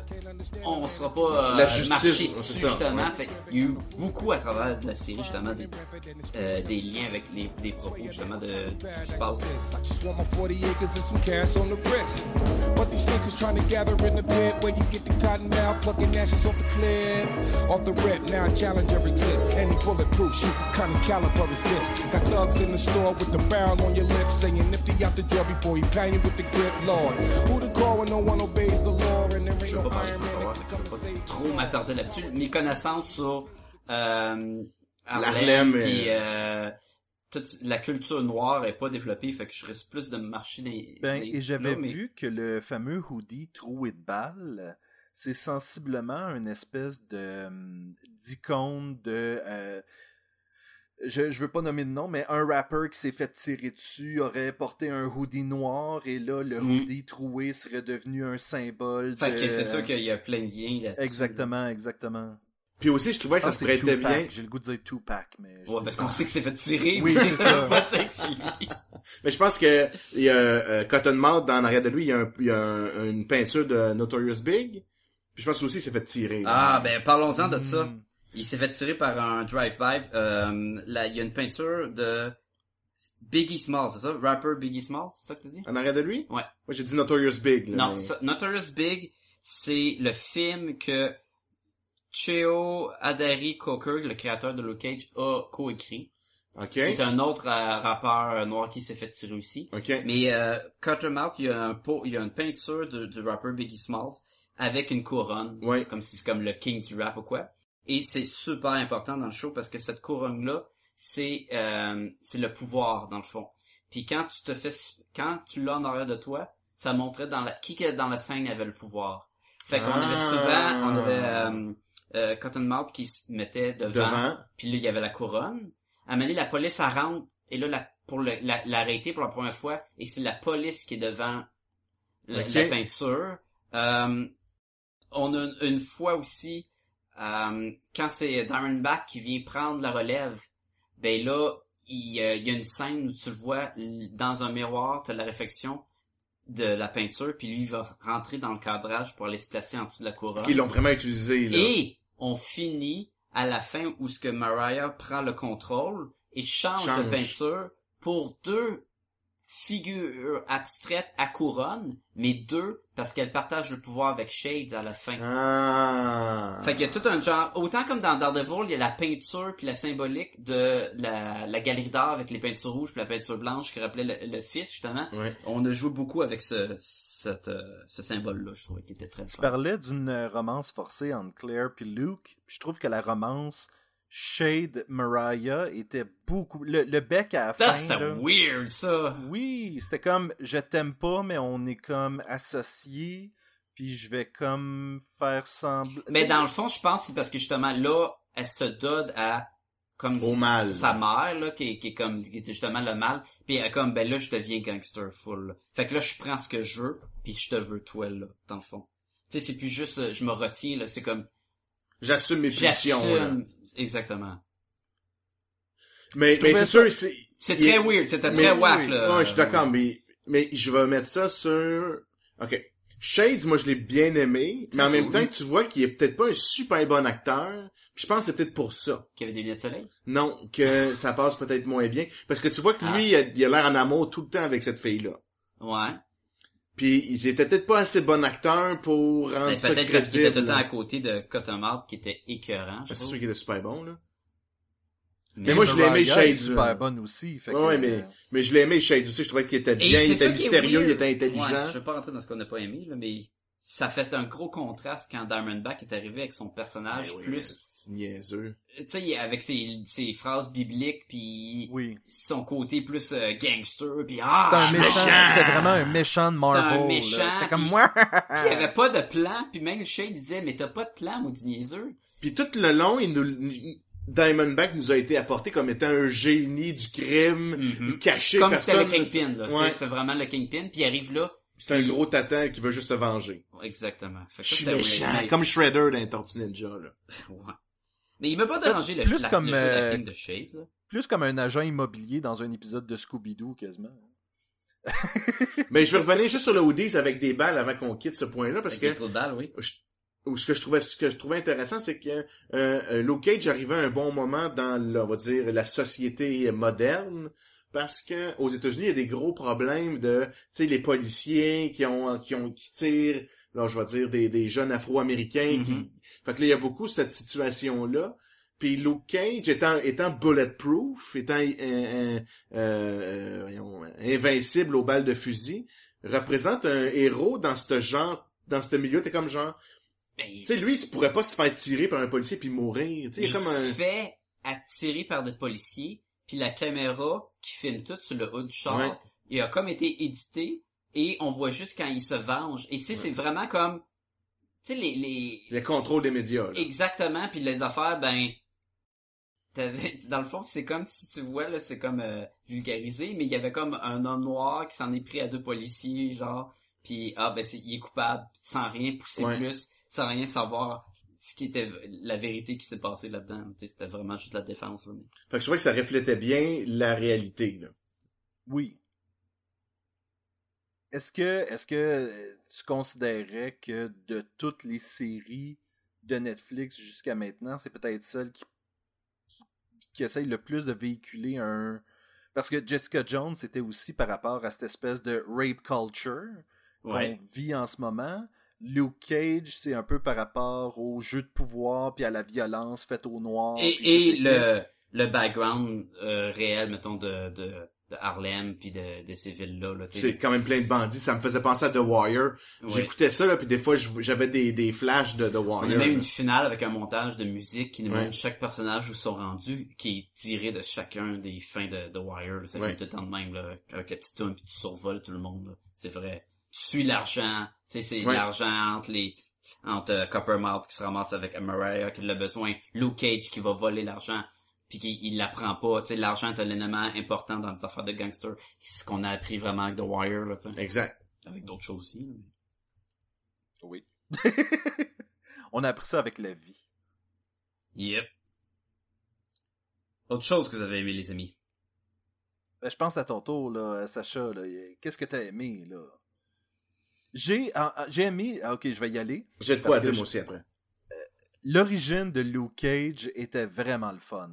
[SPEAKER 4] on sera pas euh,
[SPEAKER 5] La justice,
[SPEAKER 4] marché
[SPEAKER 5] c'est
[SPEAKER 4] dessus,
[SPEAKER 5] ça,
[SPEAKER 4] justement. Fait, il y a eu beaucoup à travers de la série, justement, des, euh, des liens avec les, des propos, justement, de, de ce qui se passe.
[SPEAKER 7] I just want my 40 acres and some cash on the wrist. But these snakes is trying to gather in the bed where you get the cotton now, plucking ashes off the clip. Off the rip, now a challenger exists. Any bulletproof shoot, what kind of caliber is this? Got thugs in the store with the barrel on your lips, saying empty out the jail before he pound you with the grip, Lord. Who to call when no one obeys the law and there ain't
[SPEAKER 4] Je
[SPEAKER 7] no
[SPEAKER 4] vais pas parler
[SPEAKER 7] Iron
[SPEAKER 4] sans
[SPEAKER 7] Man
[SPEAKER 4] savoir,
[SPEAKER 7] that
[SPEAKER 4] fait
[SPEAKER 7] can
[SPEAKER 4] que
[SPEAKER 7] come
[SPEAKER 4] je
[SPEAKER 7] and
[SPEAKER 4] vais
[SPEAKER 7] save
[SPEAKER 4] pas trop m'attarder là-dessus. Mes connaissances sur euh,
[SPEAKER 5] L'Harlem,
[SPEAKER 4] Harlem, puis
[SPEAKER 5] euh,
[SPEAKER 4] euh, toute la culture noire est pas développée, fait que je risque plus de me marcher des...
[SPEAKER 3] Ben,
[SPEAKER 4] des-
[SPEAKER 3] et j'avais
[SPEAKER 4] là, mais-
[SPEAKER 3] vu que le fameux hoodie troué de balles, c'est sensiblement une espèce de hum, d'icône de euh, je, je veux pas nommer de nom, mais un rappeur qui s'est fait tirer dessus aurait porté un hoodie noir et là, le
[SPEAKER 4] Mm.
[SPEAKER 3] hoodie troué serait devenu un symbole.
[SPEAKER 4] Fait
[SPEAKER 3] de-
[SPEAKER 4] que
[SPEAKER 5] Euh,
[SPEAKER 4] c'est sûr qu'il y a plein de liens là-dessus.
[SPEAKER 3] Exactement, exactement.
[SPEAKER 5] Puis aussi, je trouvais que ça
[SPEAKER 3] Ah,
[SPEAKER 5] se
[SPEAKER 3] c'est
[SPEAKER 5] prêtait
[SPEAKER 3] Tupac.
[SPEAKER 5] bien.
[SPEAKER 3] J'ai le goût de dire Tupac, mais. je
[SPEAKER 4] Ouais, ben,
[SPEAKER 3] dis
[SPEAKER 4] parce qu'on
[SPEAKER 3] pas.
[SPEAKER 4] sait que c'est fait tirer.
[SPEAKER 5] Oui,
[SPEAKER 4] mais
[SPEAKER 5] c'est ça.
[SPEAKER 4] pas de sexy.
[SPEAKER 5] Mais je pense que il y a euh, Cotton Mouth, dans l'arrière de lui, il y a, un- il y a un- une peinture de Notorious Big. Puis je pense qu'aussi, il s'est fait tirer. là.
[SPEAKER 4] Ah, ben parlons-en de ça.
[SPEAKER 3] Mm.
[SPEAKER 4] Il s'est fait tirer par un drive-by. Euh, là, il y a une peinture de Biggie Smalls, c'est ça? Rapper Biggie Smalls, c'est ça que tu dis?
[SPEAKER 5] En arrière de lui?
[SPEAKER 4] Ouais.
[SPEAKER 5] Moi, j'ai dit Notorious Big. Là,
[SPEAKER 4] Non,
[SPEAKER 5] mais-
[SPEAKER 4] ça- Notorious Big, c'est le film que Cheo Adari Coker, le créateur de Luke Cage, a coécrit.
[SPEAKER 5] OK.
[SPEAKER 4] C'est un autre euh, rappeur noir qui s'est fait tirer aussi.
[SPEAKER 5] OK.
[SPEAKER 4] Mais euh, Cuttermouth, il y a un pot, il y a une peinture du, du rappeur Biggie Smalls avec une couronne,
[SPEAKER 5] Ouais.
[SPEAKER 4] comme si c'est comme le king du rap ou quoi. Et c'est super important dans le show parce que cette couronne là, c'est euh, c'est le pouvoir dans le fond. Puis quand tu te fais su- quand tu l'as en arrière de toi, ça montrait dans la qui que dans la scène avait le pouvoir. Fait qu'on
[SPEAKER 5] Ah.
[SPEAKER 4] avait souvent on avait euh, euh, Cottonmouth qui se mettait
[SPEAKER 5] Devant.
[SPEAKER 4] puis là, il y avait la couronne. À un moment donné, la police, elle rentre. Et là, la, pour le- la- l'arrêter pour la première fois. Et c'est la police qui est devant la,
[SPEAKER 5] Ok.
[SPEAKER 4] la peinture. Euh, on a une, une fois aussi, euh, quand c'est Darren Bach qui vient prendre la relève, ben là, il, euh, il y a une scène où tu le vois l- dans un miroir, t'as la réflexion de la peinture, puis lui, il va rentrer dans le cadrage pour aller se placer en dessous de la couronne.
[SPEAKER 5] Ils l'ont vraiment utilisé, là.
[SPEAKER 4] Et on finit à la fin où ce que Mariah prend le contrôle et change,
[SPEAKER 5] Change.
[SPEAKER 4] de peinture pour deux figures abstraites à couronne, mais deux parce qu'elle partage le pouvoir avec Shades à la fin.
[SPEAKER 5] Ah.
[SPEAKER 4] Fait qu'il y a tout un genre, autant comme dans Daredevil, il y a la peinture puis la symbolique de la, la galerie d'art avec les peintures rouges puis la peinture blanche qui rappelait le, le fils justement.
[SPEAKER 5] Ouais.
[SPEAKER 4] On a joué beaucoup avec ce, cette, euh, ce symbole-là, je trouvais, qui était très
[SPEAKER 3] Je
[SPEAKER 4] fort.
[SPEAKER 3] parlais d'une euh, romance forcée entre Claire puis Luke. puis je trouve que la romance Shade Mariah était beaucoup. Le, le bec à la
[SPEAKER 4] Ça,
[SPEAKER 3] fin.
[SPEAKER 4] c'était
[SPEAKER 3] là.
[SPEAKER 4] weird, ça!
[SPEAKER 3] Oui, c'était comme je t'aime pas, mais on est comme associés. Puis je vais comme faire semblant.
[SPEAKER 4] Mais dans le fond, je pense que c'est parce que justement là, elle se donne à comme
[SPEAKER 5] Au mal.
[SPEAKER 4] sa mère là, qui, est- qui est comme qui est justement le mal, puis elle est comme ben là je deviens gangster full. là. Fait que là je prends ce que je veux, puis je te veux toi là, dans le fond. Tu sais, c'est plus juste euh, je me retiens là, c'est comme
[SPEAKER 5] J'assume mes pulsions, là.
[SPEAKER 4] j'assume exactement.
[SPEAKER 5] Mais, mais
[SPEAKER 3] trouvais
[SPEAKER 5] c'est sûr, c'est...
[SPEAKER 4] C'est
[SPEAKER 5] il
[SPEAKER 4] très
[SPEAKER 5] est-
[SPEAKER 4] weird, c'était
[SPEAKER 5] Mais-
[SPEAKER 4] très whack
[SPEAKER 3] oui,
[SPEAKER 4] là.
[SPEAKER 5] Ouais, je suis d'accord, mais, mais je vais mettre ça sur... OK. Shades, moi, je l'ai bien aimé, mais en même
[SPEAKER 4] cool.
[SPEAKER 5] temps, tu vois qu'il est peut-être pas un super bon acteur, puis je pense que c'est peut-être pour ça.
[SPEAKER 4] Qui avait des lunettes de soleil.
[SPEAKER 5] Non, que ça passe peut-être moins bien. Parce que tu vois que
[SPEAKER 4] Ah.
[SPEAKER 5] lui, il a il a l'air en amour tout le temps avec cette fille-là.
[SPEAKER 4] Ouais.
[SPEAKER 5] Puis il était peut-être pas assez bon acteur pour rendre
[SPEAKER 4] Ben,
[SPEAKER 5] ça
[SPEAKER 4] peut-être parce qu'il
[SPEAKER 5] crédible. Ah,
[SPEAKER 4] était tout le temps à côcôté de Cottonmouth qui était écœurant. Je
[SPEAKER 5] C'est sûr
[SPEAKER 4] trouve.
[SPEAKER 5] qu'il était super bon, là.
[SPEAKER 4] Mais
[SPEAKER 5] Mais moi, je l'ai aimé
[SPEAKER 3] Mariah est
[SPEAKER 5] Shades.
[SPEAKER 3] super bonne aussi. Fait que-
[SPEAKER 5] Ouais, mais, mais je l'aimais Shades aussi. Je trouvais qu'il était bien,
[SPEAKER 4] c'est
[SPEAKER 5] il
[SPEAKER 4] ça
[SPEAKER 5] était
[SPEAKER 4] qui est
[SPEAKER 5] mystérieux, il
[SPEAKER 4] weird.
[SPEAKER 5] était intelligent.
[SPEAKER 4] Ouais, je vais pas rentrer dans ce qu'on n'a pas aimé, là, mais ça fait un gros contraste quand Diamondback est arrivé avec son personnage
[SPEAKER 5] Ben oui,
[SPEAKER 4] plus,
[SPEAKER 5] c'est niaiseux.
[SPEAKER 4] tu sais, avec ses, ses phrases bibliques puis
[SPEAKER 3] Oui.
[SPEAKER 4] son côté plus euh, gangster puis ah,
[SPEAKER 3] C'était un
[SPEAKER 4] je-
[SPEAKER 3] méchant. C'était vraiment un méchant de Marvel.
[SPEAKER 4] C'était un
[SPEAKER 3] là.
[SPEAKER 4] méchant,
[SPEAKER 3] C'était comme
[SPEAKER 4] puis-
[SPEAKER 3] moi.
[SPEAKER 4] puis il avait pas de plan puis même Shade disait mais t'as pas de plan mon niaiseux.
[SPEAKER 5] Puis tout le long, il nous, Diamondback nous a été apporté comme étant un génie du crime,
[SPEAKER 4] Mhm.
[SPEAKER 5] caché,
[SPEAKER 4] Comme c'était
[SPEAKER 5] Mm-hmm. personne.
[SPEAKER 4] le Kingpin là,
[SPEAKER 5] Ouais.
[SPEAKER 4] C'est- c'est vraiment le Kingpin puis il arrive là
[SPEAKER 5] C'est un gros tatan qui veut juste se venger.
[SPEAKER 4] exactement. Fait que
[SPEAKER 5] Je
[SPEAKER 4] ça,
[SPEAKER 5] suis
[SPEAKER 4] c'était
[SPEAKER 5] méchant,
[SPEAKER 4] weird,
[SPEAKER 5] comme Shredder dans les Tortues Ninja, là.
[SPEAKER 4] mais... Ouais. Mais il m'a pas dérangé le,
[SPEAKER 3] Plus
[SPEAKER 4] la-
[SPEAKER 3] comme,
[SPEAKER 4] le jeu
[SPEAKER 3] euh,
[SPEAKER 4] d'acting de Shade là.
[SPEAKER 3] Plus comme un agent immobilier dans un épisode de Scooby-Doo, quasiment.
[SPEAKER 5] Mais je vais revenir juste sur le Hoodies avec des balles avant qu'on quitte ce point-là, parce
[SPEAKER 4] Avec des
[SPEAKER 5] que
[SPEAKER 4] trous de balles, oui.
[SPEAKER 5] je- ou ce que je trouvais ce que je trouvais intéressant c'est que euh, euh, Luke Cage arrivait à un bon moment dans le- on va dire la société moderne parce que aux États-Unis il y a des gros problèmes de tu sais les policiers qui ont qui ont qui tirent là je vais dire des, des jeunes afro-américains
[SPEAKER 4] Mhm.
[SPEAKER 5] qui fait que là il y a beaucoup cette situation là puis Luke Cage étant étant bulletproof étant euh, euh, euh, voyons, invincible aux balles de fusil représente un héros dans ce genre dans ce milieu t'es comme genre
[SPEAKER 4] Ben,
[SPEAKER 5] tu sais, lui, il pourrait pas se faire tirer par un policier puis mourir. Tu sais, il y
[SPEAKER 4] il
[SPEAKER 5] a comme
[SPEAKER 4] se
[SPEAKER 5] un...
[SPEAKER 4] fait attirer par des policiers, puis la caméra qui filme tout sur le haut du char,
[SPEAKER 5] Ouais.
[SPEAKER 4] il a comme été édité, et on voit juste quand il se venge. Et c'est, c'est vraiment comme, tu sais, les, les,
[SPEAKER 5] Le contrôle des médias, là.
[SPEAKER 4] exactement, puis les affaires, ben, t'avais- dans le fond, c'est comme si tu vois, là, c'est comme euh, vulgarisé, mais il y avait comme un homme noir qui s'en est pris à deux policiers, genre, puis ah ben c'est, il est coupable, sans rien pousser
[SPEAKER 5] Ouais.
[SPEAKER 4] plus, sans rien savoir ce qui était la vérité qui s'est passée là-dedans. Tu sais, C'était vraiment juste la défense. là, mais-
[SPEAKER 5] Fait que je trouvais que ça reflétait bien la réalité, là.
[SPEAKER 3] Oui. Est-ce que, est-ce que euh, tu considérais que de toutes les séries de Netflix jusqu'à maintenant, c'est peut-être celle qui, qui, qui essaye le plus de véhiculer un... Parce que Jessica Jones, c'était aussi par rapport à cette espèce de rape culture
[SPEAKER 4] Ouais.
[SPEAKER 3] qu'on vit en ce moment. Luke Cage, c'est un peu par rapport au jeu de pouvoir puis à la violence faite aux Noirs. puis
[SPEAKER 4] Et, et
[SPEAKER 3] tout
[SPEAKER 4] le, le background euh, réel, mettons, de, de, de Harlem, puis de, de ces villes-là. Là, tu sais.
[SPEAKER 5] C'est quand même plein de bandits. Ça me faisait penser à The Wire.
[SPEAKER 4] Ouais.
[SPEAKER 5] J'écoutais ça, là, puis des fois, je- j'avais des, des flashs de The
[SPEAKER 4] On a même
[SPEAKER 5] Wire. là.
[SPEAKER 4] une finale avec un montage de musique qui nous
[SPEAKER 5] Ouais.
[SPEAKER 4] montre chaque personnage où ils sont rendus, qui est tiré de chacun des fins de The Wire. là. Ça
[SPEAKER 5] Ouais.
[SPEAKER 4] fait tout le temps de même, là, avec la petite toune, puis tu survoles tout le monde. là. C'est vrai. Tu suis l'argent. Tu sais, c'est
[SPEAKER 5] Ouais.
[SPEAKER 4] l'argent entre les entre euh, Coppermouth qui se ramasse avec Mariah qui l'a besoin, Luke Cage qui va voler l'argent puis qu'il il l'apprend pas, tu sais l'argent est un élément important dans les affaires de gangsters, c'est ce qu'on a appris vraiment avec The Wire là, tu sais.
[SPEAKER 5] Exact.
[SPEAKER 4] avec d'autres choses aussi. là.
[SPEAKER 3] Oui. On a appris ça avec la vie.
[SPEAKER 4] Yep. Autre chose que vous avez aimé, les amis.
[SPEAKER 3] Ben, je pense à ton tour, là, Sacha. là. Qu'est-ce que t'as aimé, là? J'ai ah, ah, j'ai aimé... ah, ok, je vais y aller.
[SPEAKER 5] J'ai de quoi
[SPEAKER 3] Parce
[SPEAKER 5] à dire,
[SPEAKER 3] que
[SPEAKER 5] moi
[SPEAKER 3] je-
[SPEAKER 5] aussi, après.
[SPEAKER 3] L'origine de Luke Cage était vraiment le fun.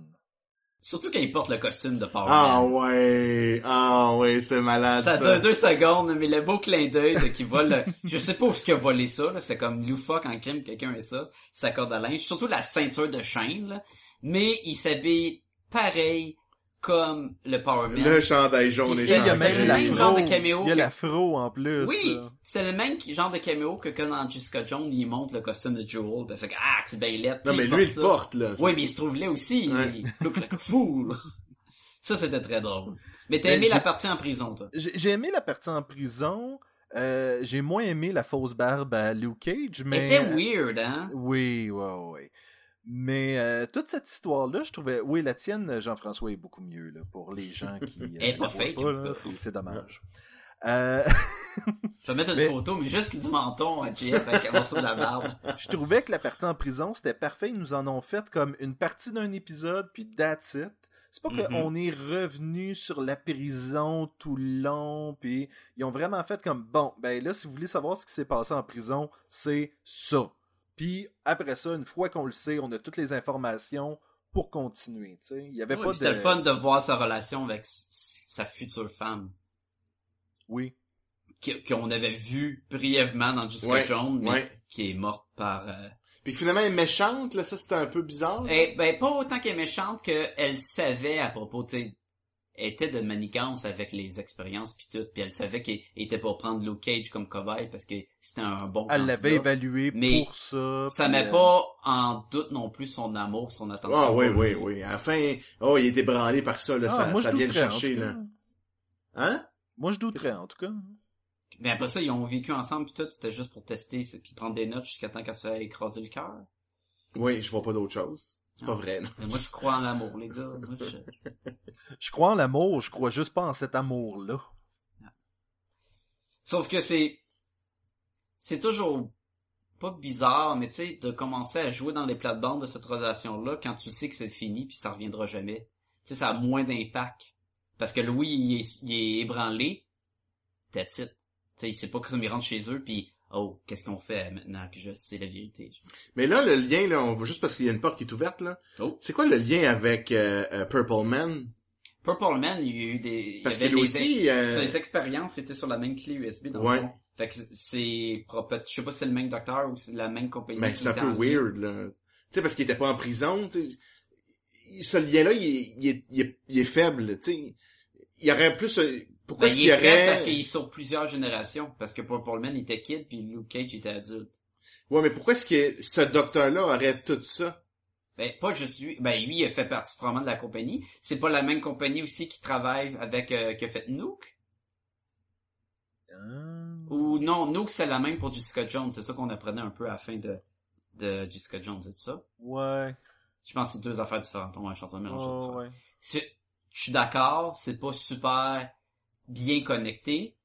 [SPEAKER 4] Surtout quand il porte le costume de Power
[SPEAKER 5] Ah
[SPEAKER 4] Man.
[SPEAKER 5] ouais! Ah ouais, c'est malade,
[SPEAKER 4] Ça
[SPEAKER 5] ça.
[SPEAKER 4] dure deux secondes, mais le beau clin d'œil de qui vole, le- je sais pas où ce qu'il a volé ça, là. C'est comme loufoque en crime, quelqu'un et ça, sa corde à linge, surtout la ceinture de chaîne, là. Mais il s'habille pareil comme le Power Man.
[SPEAKER 5] Le chandail jaune
[SPEAKER 4] Puis
[SPEAKER 5] est
[SPEAKER 4] c'est-
[SPEAKER 3] Il y a
[SPEAKER 5] chandail.
[SPEAKER 4] c'est
[SPEAKER 3] même
[SPEAKER 4] le même
[SPEAKER 3] l'afro.
[SPEAKER 4] genre de
[SPEAKER 3] Il
[SPEAKER 4] caméo
[SPEAKER 3] y a
[SPEAKER 4] que-
[SPEAKER 3] l'afro en plus.
[SPEAKER 4] Oui,
[SPEAKER 3] là.
[SPEAKER 4] c'était le même qui- genre de caméo que quand dans Jessica Jones, il monte le costume de Joel, ben fait que, ah, c'est bien laid,
[SPEAKER 5] Non,
[SPEAKER 4] puis
[SPEAKER 5] mais lui, il
[SPEAKER 4] ça.
[SPEAKER 5] porte, là.
[SPEAKER 4] Oui, mais il se trouve là aussi.
[SPEAKER 5] Ouais.
[SPEAKER 4] Il look like a fool. Ça, c'était très drôle. Mais t'as
[SPEAKER 3] Mais
[SPEAKER 4] aimé
[SPEAKER 3] je-
[SPEAKER 4] la partie en prison, toi.
[SPEAKER 3] J'ai j'ai aimé la partie en prison. euh, J'ai moins aimé la fausse barbe à Luke Cage, mais... euh,
[SPEAKER 4] Elle était weird, hein?
[SPEAKER 3] Oui, ouais, ouais, ouais. Mais euh, toute cette histoire-là, je trouvais... Oui, la tienne, Jean-François, est beaucoup mieux, là, pour les gens qui... euh,
[SPEAKER 4] Elle est pas
[SPEAKER 3] la voient
[SPEAKER 4] fake, en tout
[SPEAKER 3] là,
[SPEAKER 4] cas.
[SPEAKER 3] c'est- C'est dommage. Euh...
[SPEAKER 4] Je vais mettre une
[SPEAKER 3] Mais-
[SPEAKER 4] photo, mais juste du menton à JF avec un morceau de la barbe.
[SPEAKER 3] Je trouvais que la partie en prison, c'était parfait. Ils nous en ont fait comme une partie d'un épisode, puis that's it. C'est pas
[SPEAKER 4] Mhm.
[SPEAKER 3] qu'on est revenu sur la prison tout le long, puis ils ont vraiment fait comme, bon, ben là, si vous voulez savoir ce qui s'est passé en prison, c'est ça. Puis après ça, une fois qu'on le sait, on a toutes les informations pour continuer, tu sais. Il y avait
[SPEAKER 4] Ouais,
[SPEAKER 3] pas
[SPEAKER 4] puis
[SPEAKER 3] de...
[SPEAKER 4] C'était le fun de voir sa relation avec s- s- sa future femme.
[SPEAKER 3] Oui.
[SPEAKER 4] qui- Qu'on avait vu brièvement dans Jessica
[SPEAKER 5] Ouais,
[SPEAKER 4] Jones, mais
[SPEAKER 5] ouais.
[SPEAKER 4] qui est morte par... euh,
[SPEAKER 5] Puis finalement, elle est méchante, là. Ça, c'était un peu bizarre.
[SPEAKER 4] Eh ben pas autant qu'elle est méchante qu'elle savait à propos, tu sais, elle était de manigance avec les expériences puis tout, puis elle savait qu'elle était pour prendre Luke Cage comme cobaye parce que c'était un bon
[SPEAKER 3] Elle l'avait
[SPEAKER 4] candidat.
[SPEAKER 3] évalué
[SPEAKER 4] Mais
[SPEAKER 3] pour ça.
[SPEAKER 4] Ça
[SPEAKER 3] puis,
[SPEAKER 4] met
[SPEAKER 3] euh,
[SPEAKER 4] pas en doute non plus son amour, son attention.
[SPEAKER 5] Ah oui,
[SPEAKER 4] pour
[SPEAKER 5] oui,
[SPEAKER 4] lui.
[SPEAKER 5] oui. À la fin, oh, il est ébranlé par ça, là.
[SPEAKER 3] ah,
[SPEAKER 5] ça
[SPEAKER 3] moi,
[SPEAKER 5] ça
[SPEAKER 3] je
[SPEAKER 5] vient le
[SPEAKER 3] douterais, en
[SPEAKER 5] chercher,
[SPEAKER 3] tout cas.
[SPEAKER 5] là. Hein?
[SPEAKER 3] Moi, je douterais, en tout cas.
[SPEAKER 4] Mais Ben, après ça, ils ont vécu ensemble puis tout, c'était juste pour tester c'est- puis prendre des notes jusqu'à temps qu'elle se fait écraser le cœur.
[SPEAKER 5] Oui, je vois pas d'autre chose. C'est pas
[SPEAKER 4] Ah.
[SPEAKER 5] vrai, non.
[SPEAKER 4] Mais Moi, je crois en l'amour, les gars. Moi, je-
[SPEAKER 3] Je crois en l'amour, je crois juste pas en cet amour-là.
[SPEAKER 4] Sauf que c'est c'est toujours pas bizarre, mais tu sais, de commencer à jouer dans les plates-bandes de cette relation-là quand tu sais que c'est fini puis ça reviendra jamais. Tu sais, ça a moins d'impact. Parce que Louis, il est, il est ébranlé, that's it. Tu sais, il sait pas comme il rentre chez eux puis oh, qu'est-ce qu'on fait maintenant que je sais la vérité.
[SPEAKER 5] Mais là, le lien, là, on voit juste parce qu'il y a une porte qui est ouverte, là.
[SPEAKER 4] Oh.
[SPEAKER 5] C'est quoi le lien avec euh, euh, Purple Man?
[SPEAKER 4] Purple Man, il y a eu des... il
[SPEAKER 5] Parce
[SPEAKER 4] y
[SPEAKER 5] que
[SPEAKER 4] avait
[SPEAKER 5] lui
[SPEAKER 4] des-
[SPEAKER 5] aussi, euh,
[SPEAKER 4] Ses expériences étaient sur la même clé USB dans
[SPEAKER 5] Ouais.
[SPEAKER 4] le fond. Fait que c'est... propre- Je sais pas si c'est le même docteur ou si c'est la même compagnie.
[SPEAKER 5] ben,
[SPEAKER 4] qui
[SPEAKER 5] c'est un
[SPEAKER 4] est
[SPEAKER 5] peu
[SPEAKER 4] en ligne.
[SPEAKER 5] weird, là. Tu sais, parce qu'il était pas en prison, tu sais. Il- Ce lien-là, il, est- il, est- il, est- il est faible, tu sais. Il y aurait plus... euh, Pourquoi
[SPEAKER 4] Ben,
[SPEAKER 5] est-ce
[SPEAKER 4] il
[SPEAKER 5] qu'il y
[SPEAKER 4] est faible
[SPEAKER 5] aurait...
[SPEAKER 4] parce qu'il est sur plusieurs générations. Parce que Paul Man était kid, puis Luke Cage était adulte.
[SPEAKER 5] Ouais, mais pourquoi est-ce que ce docteur-là aurait tout ça?
[SPEAKER 4] Ben, pas juste lui. Ben, lui, il a fait partie probablement de la compagnie. C'est pas la même compagnie aussi qui travaille avec, euh, que fait Nook?
[SPEAKER 3] Hein?
[SPEAKER 4] Ou non, Nook, c'est la même pour Jessica Jones. C'est ça qu'on apprenait un peu à la fin de, de Jessica Jones et tout ça.
[SPEAKER 3] Ouais.
[SPEAKER 4] Je pense que c'est deux affaires différentes. Ouais, je suis en train de mélanger deux
[SPEAKER 3] Oh,
[SPEAKER 4] affaires.
[SPEAKER 3] ouais.
[SPEAKER 4] C'est- Je suis d'accord, c'est pas super bien connecté.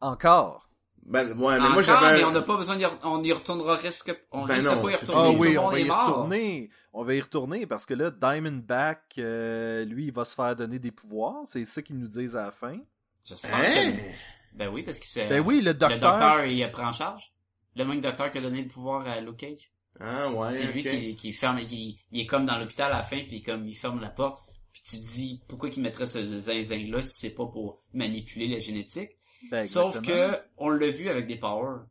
[SPEAKER 3] Encore.
[SPEAKER 5] Ben, ouais, mais
[SPEAKER 4] Encore,
[SPEAKER 5] moi, j'avais...
[SPEAKER 4] mais
[SPEAKER 5] un-
[SPEAKER 4] on n'a pas besoin d'y re- on y retournera risque, on
[SPEAKER 5] Ben
[SPEAKER 4] risque
[SPEAKER 5] non,
[SPEAKER 4] pas y
[SPEAKER 5] c'est
[SPEAKER 4] retourner.
[SPEAKER 3] Ah
[SPEAKER 5] fini.
[SPEAKER 4] tout
[SPEAKER 3] oui,
[SPEAKER 4] le
[SPEAKER 3] on
[SPEAKER 4] monde
[SPEAKER 3] va
[SPEAKER 4] est
[SPEAKER 3] y
[SPEAKER 4] mort.
[SPEAKER 3] retourner. On va y retourner parce que là, Diamondback, euh, lui, il va se faire donner des pouvoirs. C'est ça qu'ils nous disent à la fin.
[SPEAKER 4] J'espère
[SPEAKER 5] Hein?
[SPEAKER 4] que- Ben oui, parce que c'est-
[SPEAKER 3] Ben oui, le
[SPEAKER 4] Euh, le
[SPEAKER 3] docteur.
[SPEAKER 4] docteur, il euh, prend en charge. Le même docteur qui a donné le pouvoir à Luke Cage.
[SPEAKER 5] Ah, ouais,
[SPEAKER 4] c'est lui
[SPEAKER 5] ok.
[SPEAKER 4] qui, qui ferme, qui, il est comme dans l'hôpital à la fin, puis comme il ferme la porte, puis tu te dis pourquoi qu'il mettrait ce zinzin-là si c'est pas pour manipuler la génétique.
[SPEAKER 3] Ben,
[SPEAKER 4] Sauf
[SPEAKER 3] exactement.
[SPEAKER 4] que on l'a vu avec des powers.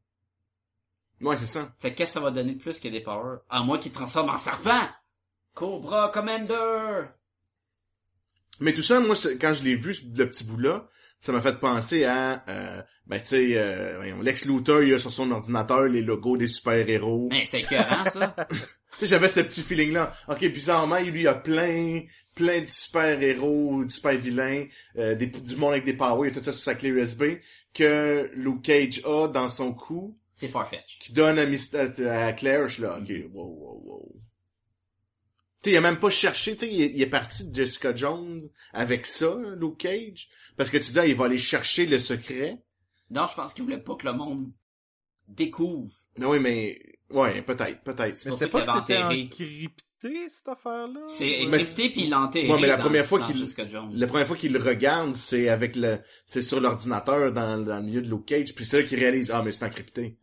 [SPEAKER 5] Ouais, c'est ça.
[SPEAKER 4] Fait que qu'est-ce que ça va donner de plus que des powers? À moins qu'il te transforme en serpent! Cobra Commander!
[SPEAKER 5] Mais tout ça, moi, c'est- quand je l'ai vu, ce- le petit bout-là, ça m'a fait penser à, euh, ben, tu sais, euh, voyons, Lex Luthor, il a sur son ordinateur les logos des super-héros.
[SPEAKER 4] Mais Ben, c'est écœurant, ça!
[SPEAKER 5] Tu sais, j'avais ce petit feeling-là. OK, bizarrement, il lui a plein, plein de super-héros, du super-vilains, euh, des- du monde avec des powers, et tout ça sur sa clé USB, que Luke Cage a dans son cou,
[SPEAKER 4] C'est Farfetch.
[SPEAKER 5] qui donne à, Mist- à- à Claire, je suis là, OK, wow, wow, wow. Tu sais, il a même pas cherché, tu sais, il, est- il est parti de Jessica Jones avec ça, hein, Luke Cage, parce que tu dis, ah, il va aller chercher le secret.
[SPEAKER 4] Non, je pense qu'il voulait pas que le monde découvre.
[SPEAKER 5] Non, oui, mais... Ouais, peut-être, peut-être.
[SPEAKER 3] Mais
[SPEAKER 4] pour
[SPEAKER 3] c'était
[SPEAKER 4] ça
[SPEAKER 3] pas que
[SPEAKER 4] qu'il
[SPEAKER 3] c'était
[SPEAKER 4] avait
[SPEAKER 3] encrypté, cette affaire-là. euh,
[SPEAKER 4] C'est
[SPEAKER 5] Mais-
[SPEAKER 4] écrit puis il l'a enterré
[SPEAKER 5] Ouais, mais la
[SPEAKER 4] dans-
[SPEAKER 5] première fois
[SPEAKER 4] dans
[SPEAKER 5] qu'il-
[SPEAKER 4] Jessica Jones.
[SPEAKER 5] La première fois qu'il le regarde, c'est avec le, c'est sur l'ordinateur dans, dans le milieu de Luke Cage, puis c'est là qu'il réalise, ah, mais c'est encrypté.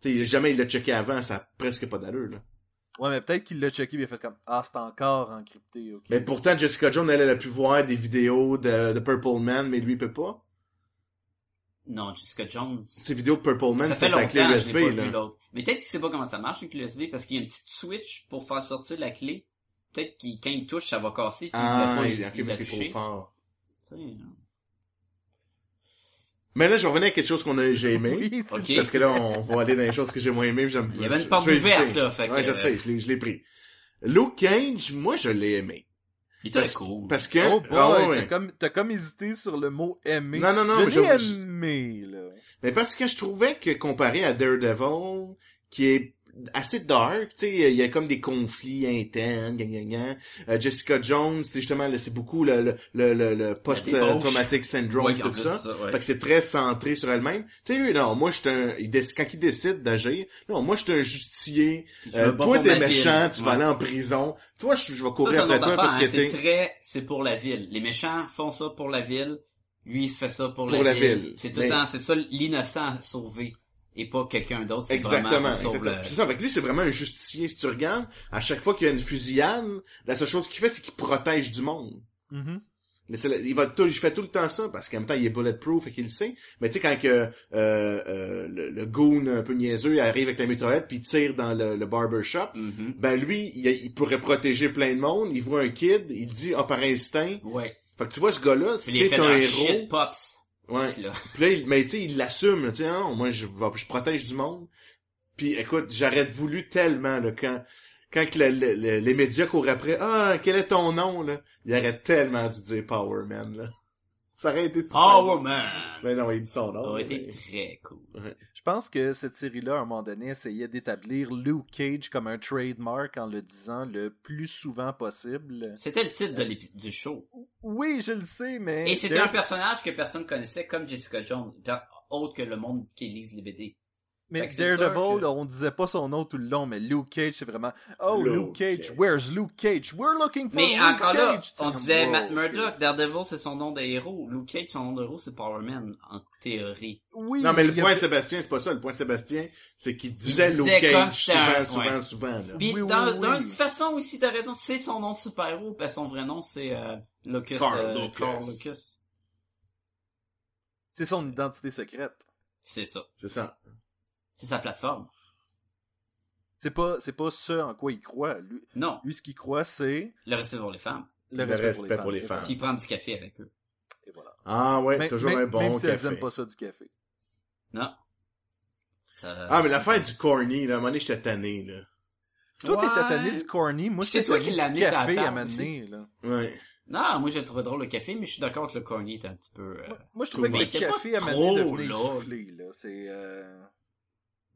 [SPEAKER 5] Tu sais, il- jamais il l'a checké avant, ça a presque pas d'allure, là.
[SPEAKER 3] Ouais, mais peut-être qu'il l'a checké et il a fait comme Ah, c'est encore encrypté, ok.
[SPEAKER 5] Mais pourtant, Jessica Jones, elle, elle a pu voir des vidéos de, de Purple Man, mais lui, il peut pas.
[SPEAKER 4] Non, Jessica Jones.
[SPEAKER 5] Ces vidéos de Purple Man,
[SPEAKER 4] ça fait
[SPEAKER 5] c'est sa
[SPEAKER 4] longtemps
[SPEAKER 5] clé
[SPEAKER 4] que
[SPEAKER 5] USB,
[SPEAKER 4] j'ai pas vu
[SPEAKER 5] là.
[SPEAKER 4] l'autre. Mais peut-être qu'il sait pas comment ça marche une clé USB parce qu'il y a une petite switch pour faire sortir la clé. Peut-être qu'il quand il touche, ça va casser. Puis
[SPEAKER 5] Ah,
[SPEAKER 4] il
[SPEAKER 5] il
[SPEAKER 4] va
[SPEAKER 5] a
[SPEAKER 4] pas il- il
[SPEAKER 5] parce qu'il est
[SPEAKER 4] l'afficher.
[SPEAKER 5] trop fort.
[SPEAKER 4] Tu sais, hein.
[SPEAKER 5] Mais là, je revenais à quelque chose qu'on a, j'ai aimé.
[SPEAKER 3] Oui, c'est-
[SPEAKER 4] Ok.
[SPEAKER 5] Parce que là, on va aller dans les choses que j'ai moins aimées. j'aime-
[SPEAKER 4] Il y avait
[SPEAKER 5] je-
[SPEAKER 4] une porte
[SPEAKER 5] je vais
[SPEAKER 4] ouverte
[SPEAKER 5] éviter.
[SPEAKER 4] là, fait que. euh,
[SPEAKER 5] Ouais, je sais, je l'ai, je l'ai pris. Luke Cage, moi, je l'ai aimé.
[SPEAKER 4] Il était cool.
[SPEAKER 5] Parce que...
[SPEAKER 3] Oh boy,
[SPEAKER 5] Ah ouais, ouais.
[SPEAKER 3] t'as comme, t'as comme hésité sur le mot aimer.
[SPEAKER 5] Non, non, non, mais
[SPEAKER 3] Je l'ai
[SPEAKER 5] je-
[SPEAKER 3] aimé, là.
[SPEAKER 5] Mais parce que je trouvais que comparé à Daredevil, qui est assez dark, tu sais, il y a comme des conflits internes, gna, gna, gna. Euh, Jessica Jones, c'est justement, là, c'est beaucoup le, le, le, le, le post-traumatic syndrome,
[SPEAKER 4] Ouais,
[SPEAKER 5] tout
[SPEAKER 4] en plus,
[SPEAKER 5] ça.
[SPEAKER 4] ouais.
[SPEAKER 5] Fait que c'est très centré sur elle-même. Tu sais, lui, non, moi, je suis un... il déc- Quand il décide d'agir, non, moi, je suis un justicier.
[SPEAKER 4] Je
[SPEAKER 5] Euh,
[SPEAKER 4] veux pas
[SPEAKER 5] toi,
[SPEAKER 4] pour
[SPEAKER 5] t'es
[SPEAKER 4] ma ville.
[SPEAKER 5] méchant, tu vas
[SPEAKER 4] Ouais.
[SPEAKER 5] aller en prison. Toi, je, je vais
[SPEAKER 4] Ça,
[SPEAKER 5] courir
[SPEAKER 4] c'est
[SPEAKER 5] après
[SPEAKER 4] une autre
[SPEAKER 5] toi
[SPEAKER 4] affaire,
[SPEAKER 5] parce que
[SPEAKER 4] hein,
[SPEAKER 5] t'es...
[SPEAKER 4] C'est très, c'est pour la ville. Les méchants font ça pour la ville. Lui, il se fait ça pour,
[SPEAKER 5] Pour la ville.
[SPEAKER 4] C'est tout
[SPEAKER 5] Mais-
[SPEAKER 4] le temps, c'est ça l'innocent sauvé. Et pas quelqu'un d'autre. c'est
[SPEAKER 5] Exactement,
[SPEAKER 4] vraiment on sauve
[SPEAKER 5] exactement.
[SPEAKER 4] le-
[SPEAKER 5] C'est ça, avec lui, c'est vraiment un justicier. Si tu regardes, à chaque fois qu'il y a une fusillade, la seule chose qu'il fait, c'est qu'il protège du monde.
[SPEAKER 3] Mhm.
[SPEAKER 5] Mais c'est le- Il va tout, il fait tout le temps ça, parce qu'en même temps, il est bulletproof et qu'il le sait. Mais tu sais, quand que, euh, euh, le, le goon un peu niaiseux arrive avec la mitraillette puis tire dans le, le barbershop,
[SPEAKER 4] Mhm.
[SPEAKER 5] ben lui, il, il pourrait protéger plein de monde. Il voit un kid, il dit, ah, par instinct.
[SPEAKER 4] Ouais.
[SPEAKER 5] Fait que tu vois, ce gars-là,
[SPEAKER 4] Puis il est
[SPEAKER 5] c'est
[SPEAKER 4] fait
[SPEAKER 5] un
[SPEAKER 4] dans
[SPEAKER 5] héros.
[SPEAKER 4] shit pops.
[SPEAKER 5] Ouais.
[SPEAKER 4] Là.
[SPEAKER 5] Puis là, il, mais tu sais, il l'assume, tu sais, hein, moi je, vais- je protège du monde. Puis écoute, j'aurais voulu tellement là, quand quand que le- le- le- les médias courent après, ah quel est ton nom là, il aurait tellement dû dire Power Man là. Ça aurait été super.
[SPEAKER 4] Power Man.
[SPEAKER 5] Mais non, il dit son
[SPEAKER 4] Ça
[SPEAKER 5] nom.
[SPEAKER 4] aurait
[SPEAKER 5] mais-
[SPEAKER 4] été très cool.
[SPEAKER 3] Je pense que cette série-là, à un moment donné, essayait d'établir Luke Cage comme un trademark en le disant le plus souvent possible.
[SPEAKER 4] C'était le titre de l'épi- du show.
[SPEAKER 3] Oui, je le sais, mais.
[SPEAKER 4] Et c'était
[SPEAKER 3] de-
[SPEAKER 4] un personnage que personne connaissait comme Jessica Jones. per- Autre que le monde qui lise les BD.
[SPEAKER 3] Mais
[SPEAKER 4] Fait que c'est sûr
[SPEAKER 3] Daredevil,
[SPEAKER 4] que-
[SPEAKER 3] on disait pas son nom tout le long, mais Luke Cage, c'est vraiment Oh,
[SPEAKER 5] Luke
[SPEAKER 3] Luke Cage,
[SPEAKER 5] Cage.
[SPEAKER 3] where's Luke Cage? We're looking for
[SPEAKER 4] Mais
[SPEAKER 3] Luke
[SPEAKER 4] encore
[SPEAKER 3] Cage!
[SPEAKER 4] là,
[SPEAKER 3] C'est
[SPEAKER 4] on
[SPEAKER 3] comme,
[SPEAKER 4] disait
[SPEAKER 3] wow,
[SPEAKER 4] Matt
[SPEAKER 3] Oh, ok.
[SPEAKER 4] Murdock, Daredevil c'est son nom de héros, Luke Cage son nom de héros c'est Power Man en théorie.
[SPEAKER 3] Oui,
[SPEAKER 5] Non, mais le
[SPEAKER 3] il y a-
[SPEAKER 5] point Sébastien, c'est pas ça. Le point Sébastien, c'est qu'il disait
[SPEAKER 4] disait
[SPEAKER 5] Luke
[SPEAKER 4] comme
[SPEAKER 5] Cage
[SPEAKER 4] c'était
[SPEAKER 5] souvent,
[SPEAKER 4] un-
[SPEAKER 5] souvent,
[SPEAKER 4] ouais.
[SPEAKER 5] souvent. Là.
[SPEAKER 4] Puis
[SPEAKER 3] Oui, oui,
[SPEAKER 4] d'un-
[SPEAKER 3] oui.
[SPEAKER 4] d'une façon aussi t'as raison, c'est son nom de super-héros parce que son vrai nom c'est euh, Lucas,
[SPEAKER 5] Carl
[SPEAKER 4] euh,
[SPEAKER 5] Lucas.
[SPEAKER 4] Carl Lucas.
[SPEAKER 3] C'est son identité secrète.
[SPEAKER 4] C'est ça.
[SPEAKER 5] C'est ça.
[SPEAKER 4] C'est sa plateforme.
[SPEAKER 3] C'est pas, c'est pas ce en quoi il croit. Lui,
[SPEAKER 4] Non,
[SPEAKER 3] lui, ce qu'il croit, c'est
[SPEAKER 4] le respect pour les femmes.
[SPEAKER 3] le,
[SPEAKER 5] Le respect pour les femmes.
[SPEAKER 4] Puis prendre du café avec eux.
[SPEAKER 3] Et voilà.
[SPEAKER 5] Ah ouais,
[SPEAKER 3] Mais-
[SPEAKER 5] toujours
[SPEAKER 3] mais-
[SPEAKER 5] un bon
[SPEAKER 3] Même si elles
[SPEAKER 5] café.
[SPEAKER 3] aiment pas ça du café.
[SPEAKER 4] Non. Ça-
[SPEAKER 5] Ah mais l'affaire du corny, là, à un moment donné, j'étais tanné là.
[SPEAKER 3] Toi, t'es
[SPEAKER 4] Ouais.
[SPEAKER 3] tanné du corny. Moi,
[SPEAKER 4] Puis c'est
[SPEAKER 3] j'étais
[SPEAKER 4] toi
[SPEAKER 3] tanné
[SPEAKER 4] qui l'as
[SPEAKER 3] du
[SPEAKER 4] mis sur la
[SPEAKER 3] café à
[SPEAKER 4] table
[SPEAKER 3] m'amener, là.
[SPEAKER 5] Ouais.
[SPEAKER 4] Non, moi j'ai trouvé drôle le café, mais je suis d'accord que le corny est un petit peu. euh,
[SPEAKER 3] Moi, je trouvais que le
[SPEAKER 4] Mais t'es pas
[SPEAKER 3] café à
[SPEAKER 4] trop,
[SPEAKER 3] m'amener devenait
[SPEAKER 4] là.
[SPEAKER 3] soufflé, là. C'est, euh,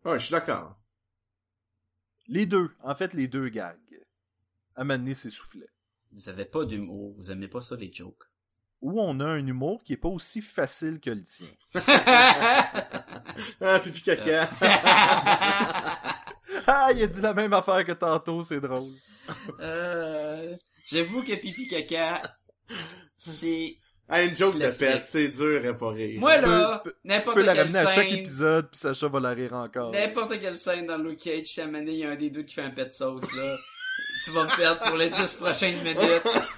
[SPEAKER 5] Ouais, je suis d'accord.
[SPEAKER 3] les deux. En fait, les deux gags. à Mané s'essoufflait.
[SPEAKER 4] Vous avez pas d'humour, vous aimez pas ça les jokes.
[SPEAKER 3] Où on a un humour qui est pas aussi facile que le tien.
[SPEAKER 5] Ah, pipi caca.
[SPEAKER 4] Euh,
[SPEAKER 3] Ah, il a dit la même affaire que tantôt, c'est drôle.
[SPEAKER 4] Euh, J'avoue que pipi caca, c'est
[SPEAKER 5] Ah, une joke
[SPEAKER 4] Le
[SPEAKER 5] de
[SPEAKER 4] fait.
[SPEAKER 5] pète, c'est dur à pas rire.
[SPEAKER 4] moi
[SPEAKER 3] Tu peux-
[SPEAKER 4] là,
[SPEAKER 3] tu peux- Tu
[SPEAKER 4] n'importe
[SPEAKER 3] peux la
[SPEAKER 4] quelle
[SPEAKER 3] ramener à chaque
[SPEAKER 4] scène,
[SPEAKER 3] épisode, puis Sacha va la rire encore.
[SPEAKER 4] n'importe quelle scène dans Luke Cage, Chamané, il y a un des deux qui fait un pet sauce là. tu vas me perdre pour les 10 prochaines minutes.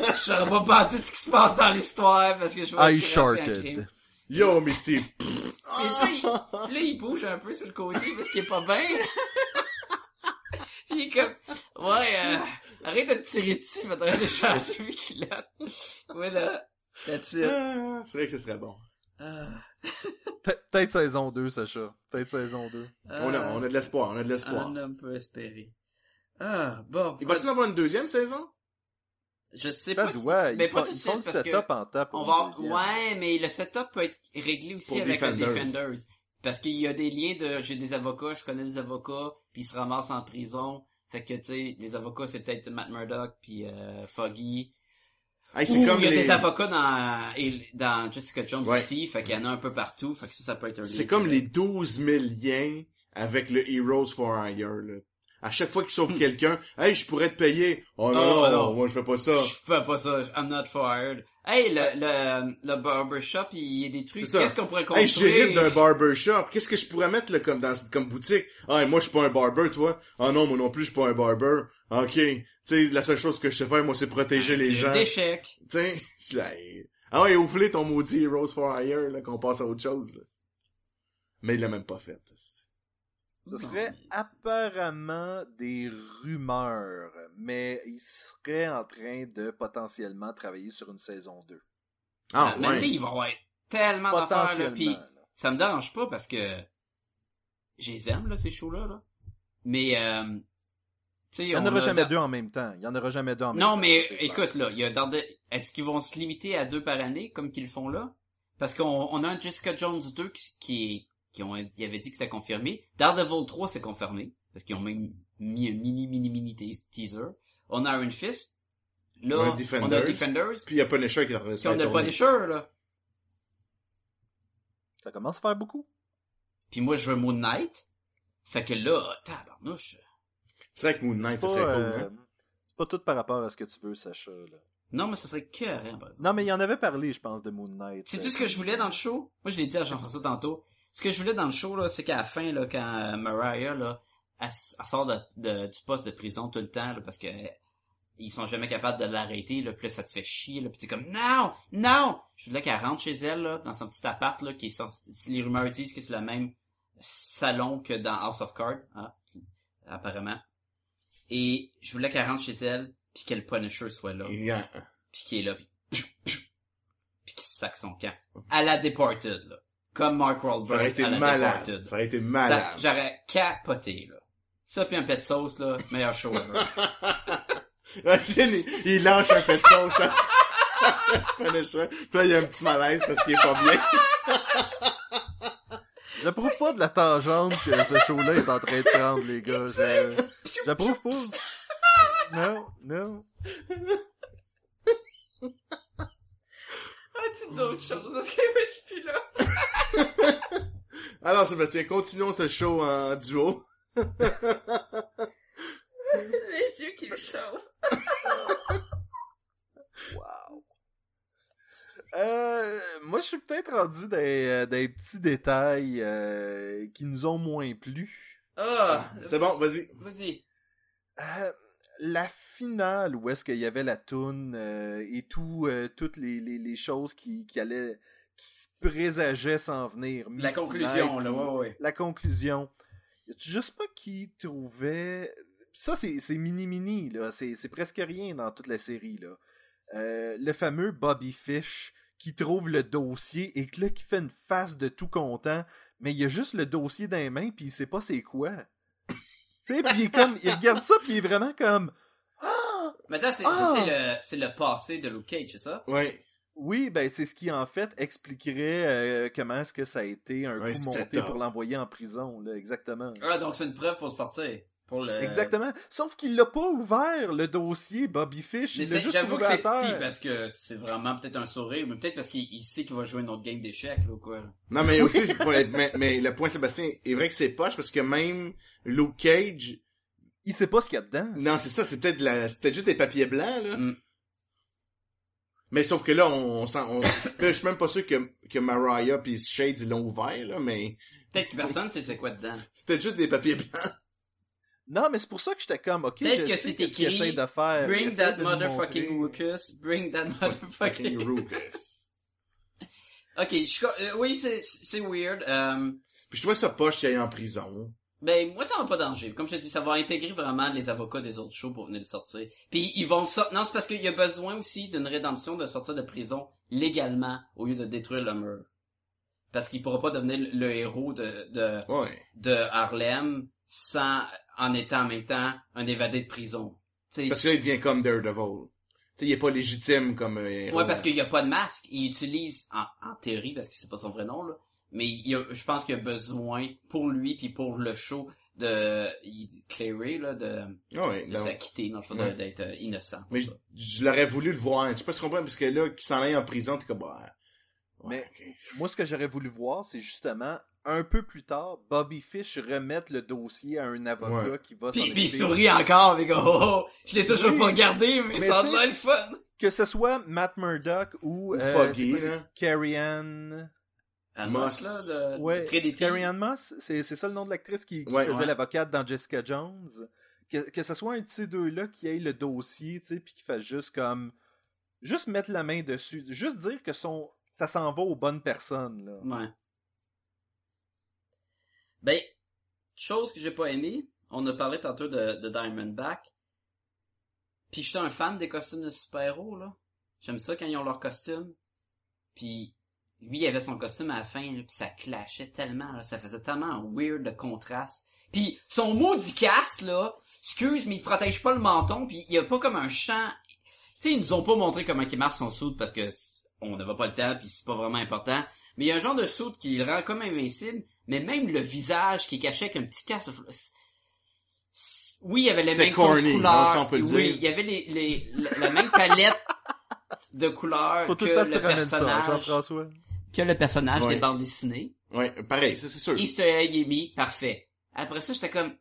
[SPEAKER 4] Je saurais pas partout de ce qui se passe dans l'histoire parce que je vais
[SPEAKER 3] I
[SPEAKER 4] être crampé en
[SPEAKER 3] sharted.
[SPEAKER 4] crime.
[SPEAKER 5] Yo, mais Steve.
[SPEAKER 4] Et tu sais, il- là, il bouge un peu sur le côté parce qu'il est pas bien. Puis il est comme, ouais, euh, arrête de te tirer dessus, maintenant j'ai changé celui qui l'a. Voilà, that's it.
[SPEAKER 5] Ah, c'est vrai que ce serait bon.
[SPEAKER 4] Ah,
[SPEAKER 3] Pe- Peut-être saison 2, Sacha. Peut-être saison 2.
[SPEAKER 4] Euh,
[SPEAKER 5] On a, on a de l'espoir, on a de
[SPEAKER 4] ah,
[SPEAKER 5] l'espoir.
[SPEAKER 4] Un homme peut espérer. Ah, bon.
[SPEAKER 5] Il va-t-il en avoir une deuxième saison?
[SPEAKER 4] Je sais
[SPEAKER 3] Ça
[SPEAKER 4] pas
[SPEAKER 3] doit.
[SPEAKER 4] si...
[SPEAKER 3] Ils
[SPEAKER 4] Mais pas
[SPEAKER 3] font
[SPEAKER 4] tout de
[SPEAKER 3] ils font
[SPEAKER 4] suite
[SPEAKER 3] le
[SPEAKER 4] parce que...
[SPEAKER 3] setup en tape.
[SPEAKER 4] On va... Ouais, mais le setup peut être réglé aussi
[SPEAKER 5] Pour
[SPEAKER 4] avec le
[SPEAKER 5] Defenders.
[SPEAKER 4] Defenders. Parce qu'il y a des liens de j'ai des avocats, je connais des avocats, puis ils se ramassent en prison. Fait que, tu sais, les avocats, c'est peut-être Matt Murdock, puis euh, Foggy.
[SPEAKER 5] Hey,
[SPEAKER 4] Ou
[SPEAKER 5] c'est comme
[SPEAKER 4] il y a
[SPEAKER 5] les...
[SPEAKER 4] des avocats dans, et- dans Jessica Jones
[SPEAKER 5] Ouais.
[SPEAKER 4] aussi, fait qu'il y en a un peu partout, fait que ça, ça peut être un
[SPEAKER 5] C'est
[SPEAKER 4] lien
[SPEAKER 5] comme les
[SPEAKER 4] direct.
[SPEAKER 5] 12 000 liens avec le Heroes for Hire, là. À chaque fois qu'il sauve quelqu'un, hey, je pourrais te payer. Oh non,
[SPEAKER 4] Oh,
[SPEAKER 5] non,
[SPEAKER 4] non.
[SPEAKER 5] moi je fais pas ça.
[SPEAKER 4] Je fais pas ça, I'm not fired. Hey, le, le, le barbershop, il y a des trucs,
[SPEAKER 5] C'est ça.
[SPEAKER 4] qu'est-ce qu'on pourrait construire?
[SPEAKER 5] Hey, j'hérite d'un barbershop. Qu'est-ce que je pourrais mettre, là, comme dans, comme boutique? Ah, et moi je suis pas un barber, toi. Ah non, moi non plus je suis pas un barber. Ok. Tu sais, la seule chose que je sais faire, moi, c'est
[SPEAKER 4] Ah,
[SPEAKER 5] protéger les gens.
[SPEAKER 4] Des chèques.
[SPEAKER 5] Tu sais, je suis là, hey. Ah ouais, ouflé ton maudit Heroes for Hire, là, qu'on passe à autre chose, là. Mais il l'a même pas fait.
[SPEAKER 3] Ce serait apparemment des rumeurs, mais ils seraient en train de potentiellement travailler sur une saison 2.
[SPEAKER 5] Ah,
[SPEAKER 4] Même
[SPEAKER 5] ouais.
[SPEAKER 4] lui, il va avoir tellement d'affaires, là,
[SPEAKER 3] Potentiellement.
[SPEAKER 4] pis
[SPEAKER 3] là.
[SPEAKER 4] ça me dérange pas parce que je les aime, là, ces shows-là, là. Mais, euh, tu sais,
[SPEAKER 3] Il n'y en
[SPEAKER 4] on
[SPEAKER 3] aura
[SPEAKER 4] a
[SPEAKER 3] jamais
[SPEAKER 4] dans-
[SPEAKER 3] deux en même temps. Il n'y en aura jamais deux en même temps.
[SPEAKER 4] Non, mais
[SPEAKER 3] ça, c'est clair.
[SPEAKER 4] écoute, là, il y a dans des- est-ce qu'ils vont se limiter à deux par année, comme qu'ils le font là? Parce qu'on on a un Jessica Jones 2 qui, qui, qui ont, il avait dit que c'était confirmé. Daredevil 3, c'est confirmé. Parce qu'ils ont même mis un mini, mini, mini te- teaser. On a Iron Fist. Là,
[SPEAKER 5] On a
[SPEAKER 4] on a
[SPEAKER 5] Defenders.
[SPEAKER 4] Defenders.
[SPEAKER 5] Puis il y a Punisher qui est en train de se
[SPEAKER 4] Puis on
[SPEAKER 5] faire
[SPEAKER 4] a
[SPEAKER 5] tourner.
[SPEAKER 4] Punisher, là.
[SPEAKER 3] Ça commence à faire beaucoup.
[SPEAKER 4] Puis moi, je veux Moon Knight. Fait que là, tabarnouche.
[SPEAKER 5] C'est vrai que Moon Knight,
[SPEAKER 3] C'est
[SPEAKER 5] ça
[SPEAKER 3] pas,
[SPEAKER 5] serait cool,
[SPEAKER 3] euh,
[SPEAKER 5] hein?
[SPEAKER 3] c'est pas tout par rapport à ce que tu veux, Sacha. Là.
[SPEAKER 4] Non, mais ça serait que, hein, par exemple.
[SPEAKER 3] Non, mais il y en avait parlé, je pense, de Moon Knight. euh.
[SPEAKER 4] C'est tout ce que je voulais dans le show. Moi, je l'ai dit à Jean-François tantôt. Ce que je voulais dans le show, là, c'est qu'à la fin, là, quand euh, Mariah, là, elle, s- elle sort de, de- du poste de prison tout le temps, là, parce que euh, ils sont jamais capables de l'arrêter, là, puis là, ça te fait chier, là, puis t'es comme, non, non! Je voulais qu'elle rentre chez elle, là, dans son petit appart, là, qui est sans- si les rumeurs disent que c'est le même salon que dans House of Cards, hein, apparemment. Et je voulais qu'elle rentre chez elle, puis que le Punisher soit là
[SPEAKER 5] Il y a-
[SPEAKER 4] puis qui est là, puis puis qui sac son camp. À la Departed, là. Comme Mark
[SPEAKER 5] Ça
[SPEAKER 4] Wahlberg
[SPEAKER 5] aurait été
[SPEAKER 4] à la
[SPEAKER 5] malade.
[SPEAKER 4] Departed.
[SPEAKER 5] Ça aurait été
[SPEAKER 4] Ça-
[SPEAKER 5] malade.
[SPEAKER 4] J'aurais capoté, là. Ça puis un pet de sauce, là, meilleur show ever.
[SPEAKER 5] Imagine, il- il lâche un peu de sauce. hein. Punisher. Puis là, il y a un petit malaise parce qu'il est pas bien.
[SPEAKER 3] J'approuve pas de la tangente que ce show-là est en train de prendre, les gars. Je- J'approuve pas. Non, non.
[SPEAKER 4] ah, tu d'autres choses, ok, mais je suis là.
[SPEAKER 5] Alors, Sébastien, continuons ce show en duo.
[SPEAKER 4] Les yeux qui me chauffent.
[SPEAKER 3] Euh, moi, je suis peut-être rendu des, des petits détails euh, qui nous ont moins plu.
[SPEAKER 4] Ah,
[SPEAKER 5] C'est bon, vas-y.
[SPEAKER 4] vas-y.
[SPEAKER 3] Euh, la finale, où est-ce qu'il y avait la toune euh, et tout, euh, toutes les, les, les choses qui, qui allaient, qui se présageaient s'en venir.
[SPEAKER 4] La
[SPEAKER 3] Misty
[SPEAKER 4] conclusion,
[SPEAKER 3] Knight,
[SPEAKER 4] là, ouais, ouais.
[SPEAKER 3] la conclusion. Y a-tu Juste pas qui trouvait. Ça, c'est c'est mini-mini, là. C'est c'est presque rien dans toute la série, là. Euh, le fameux Bobby Fish qui trouve le dossier et que là, qui fait une face de tout content, mais il a juste le dossier dans les mains puis il sait pas c'est quoi. tu sais, puis il est comme. Il regarde ça puis il est vraiment comme. Ah!
[SPEAKER 4] Maintenant, c'est,
[SPEAKER 3] Ah!
[SPEAKER 4] ça, c'est le, c'est le passé de Luke Cage, c'est ça?
[SPEAKER 5] Ouais.
[SPEAKER 3] Oui, ben c'est ce qui en fait expliquerait euh, comment est-ce que ça a été un
[SPEAKER 5] Un
[SPEAKER 3] coup monté
[SPEAKER 5] setup.
[SPEAKER 3] pour l'envoyer en prison, là, exactement.
[SPEAKER 4] Ah, donc c'est une preuve pour sortir. Pour le...
[SPEAKER 3] Exactement. Sauf qu'il l'a pas ouvert, le dossier Bobby Fish.
[SPEAKER 4] Mais
[SPEAKER 3] il l'a
[SPEAKER 4] c'est-
[SPEAKER 3] juste
[SPEAKER 4] j'avoue que
[SPEAKER 3] trouvé à
[SPEAKER 4] c'est ben, petit
[SPEAKER 3] terre.
[SPEAKER 4] parce que c'est vraiment peut-être un sourire, mais peut-être parce qu'il il sait qu'il va jouer une autre game d'échecs là, ou quoi.
[SPEAKER 5] Non, mais aussi, c'est pour être- mais, mais le point, Sébastien, est vrai que c'est poche parce que même Luke Cage,
[SPEAKER 3] Il sait pas ce qu'il y a dedans.
[SPEAKER 5] non, c'est ça, c'est peut-être de la, c'est peut-être juste des papiers blancs, là.
[SPEAKER 4] Mm.
[SPEAKER 5] Mais sauf que là, on, on sent, on- là, je suis même pas sûr que, que Mariah pis Shades, ils l'ont ouvert, là, mais
[SPEAKER 4] Peut-être que personne sait c'est quoi dedans.
[SPEAKER 5] c'est peut-être juste des papiers blancs.
[SPEAKER 3] Non, mais c'est pour ça que j'étais comme, ok,
[SPEAKER 4] Peut-être
[SPEAKER 3] je
[SPEAKER 4] que
[SPEAKER 3] sais
[SPEAKER 4] c'est
[SPEAKER 3] qu'est-ce qu'il
[SPEAKER 4] écrit,
[SPEAKER 3] essaie de faire. Il
[SPEAKER 4] Bring
[SPEAKER 3] Euh, essaie
[SPEAKER 4] that
[SPEAKER 3] de nous
[SPEAKER 4] motherfucking
[SPEAKER 3] montrer.
[SPEAKER 4] ruckus. Bring that
[SPEAKER 5] Fucking
[SPEAKER 4] motherfucking
[SPEAKER 5] Rufus.
[SPEAKER 4] Ok, je suis co- euh, oui, c'est- c'est weird. euh,
[SPEAKER 5] Puis je trouvais ça poche qu'il aille en prison.
[SPEAKER 4] ben, moi, ça va pas danger. Comme je te dis, ça va intégrer vraiment les avocats des autres shows pour venir le sortir. Puis, ils vont le sortir... Non, c'est parce qu'il y a besoin aussi d'une rédemption de sortir de prison légalement au lieu de détruire le mur. Parce qu'il pourra pas devenir le, le héros de, de,
[SPEAKER 5] Ouais.
[SPEAKER 4] de Harlem sans, en étant en même temps un évadé de prison. T'sais,
[SPEAKER 5] Parce que là, il devient comme Daredevil. Tu sais, il est pas légitime comme euh, héros.
[SPEAKER 4] Ouais, parce qu'il n'y a pas de masque. Il utilise, en, en théorie, parce que c'est pas son vrai nom, là, mais il y a- je pense qu'il y a besoin, pour lui puis pour le show, de il dit Clary, là, de,
[SPEAKER 5] Ouais,
[SPEAKER 4] de
[SPEAKER 5] donc-
[SPEAKER 4] s'acquitter, dans le fond, de-
[SPEAKER 5] Ouais.
[SPEAKER 4] d'être euh, innocent. pour
[SPEAKER 5] Mais je,
[SPEAKER 4] ça.
[SPEAKER 5] je l'aurais voulu le voir. Tu sais pas si tu comprends, parce que là, qu'il s'en aille en prison, t'es comme, bah, ouais, ok.
[SPEAKER 3] Moi, ce que j'aurais voulu voir, c'est justement, un peu plus tard, Bobby Fish remettre le dossier à un avocat
[SPEAKER 5] Ouais.
[SPEAKER 3] qui va s'en
[SPEAKER 4] Puis, puis il
[SPEAKER 3] occuper.
[SPEAKER 4] sourit encore, mais comme, oh, oh, je l'ai toujours
[SPEAKER 3] Oui.
[SPEAKER 4] pas regardé, mais,
[SPEAKER 3] Mais
[SPEAKER 4] ça a
[SPEAKER 3] tu
[SPEAKER 4] l'air le fun.
[SPEAKER 3] Que ce soit Matt Murdock ou,
[SPEAKER 5] Ou
[SPEAKER 3] euh,
[SPEAKER 5] Foggy, hein.
[SPEAKER 3] c'est quoi, c'est
[SPEAKER 5] là.
[SPEAKER 3] Carrie Ann.
[SPEAKER 5] Moss.
[SPEAKER 4] Moss, là, de,
[SPEAKER 3] Ouais,
[SPEAKER 4] de Trinity.
[SPEAKER 3] Carrie Ann Moss, c'est c'est ça le nom de l'actrice qui, qui
[SPEAKER 5] Ouais,
[SPEAKER 3] faisait
[SPEAKER 4] Euh, ouais.
[SPEAKER 3] l'avocate dans Jessica Jones. Que, que ce soit un de ces deux-là qui ait le dossier, tu sais, puis qui fasse juste comme. Juste mettre la main dessus. Juste dire que son. Ça s'en va aux bonnes personnes, là.
[SPEAKER 4] Ouais. Ben, chose que j'ai pas aimé, on a parlé tantôt de, de Diamondback. Puis j'étais un fan des costumes de super-héros, là. J'aime ça quand ils ont leur costume. Puis lui, il avait son costume à la fin, là, puis ça clashait tellement, là, ça faisait tellement un weird de contraste. Puis son maudit casque, là, excuse, mais il protège pas le menton, puis il y a pas comme un champ... Tu sais, ils nous ont pas montré comment il marche son soude, parce que c'est- on n'avait pas le temps, puis c'est pas vraiment important. Mais il y a un genre de soude qui le rend comme invincible, mais même le visage qui est caché avec un petit casque... c'est- c'est- Oui, il y avait les
[SPEAKER 5] C'est
[SPEAKER 4] mêmes tons de
[SPEAKER 5] corny, hein,
[SPEAKER 4] couleurs,
[SPEAKER 5] si on peut le
[SPEAKER 4] oui,
[SPEAKER 5] dire.
[SPEAKER 4] il y avait les, les, la, la même palette de couleurs
[SPEAKER 3] Faut
[SPEAKER 4] que
[SPEAKER 3] tout le temps que tu
[SPEAKER 4] le
[SPEAKER 3] ramènes ça,
[SPEAKER 4] personnage
[SPEAKER 3] Jean-François.
[SPEAKER 4] que le personnage
[SPEAKER 5] Ouais.
[SPEAKER 4] des bandes dessinées.
[SPEAKER 5] Ouais, pareil, ça, c'est sûr.
[SPEAKER 4] Easter egg est mis, parfait. Après ça, j'étais comme,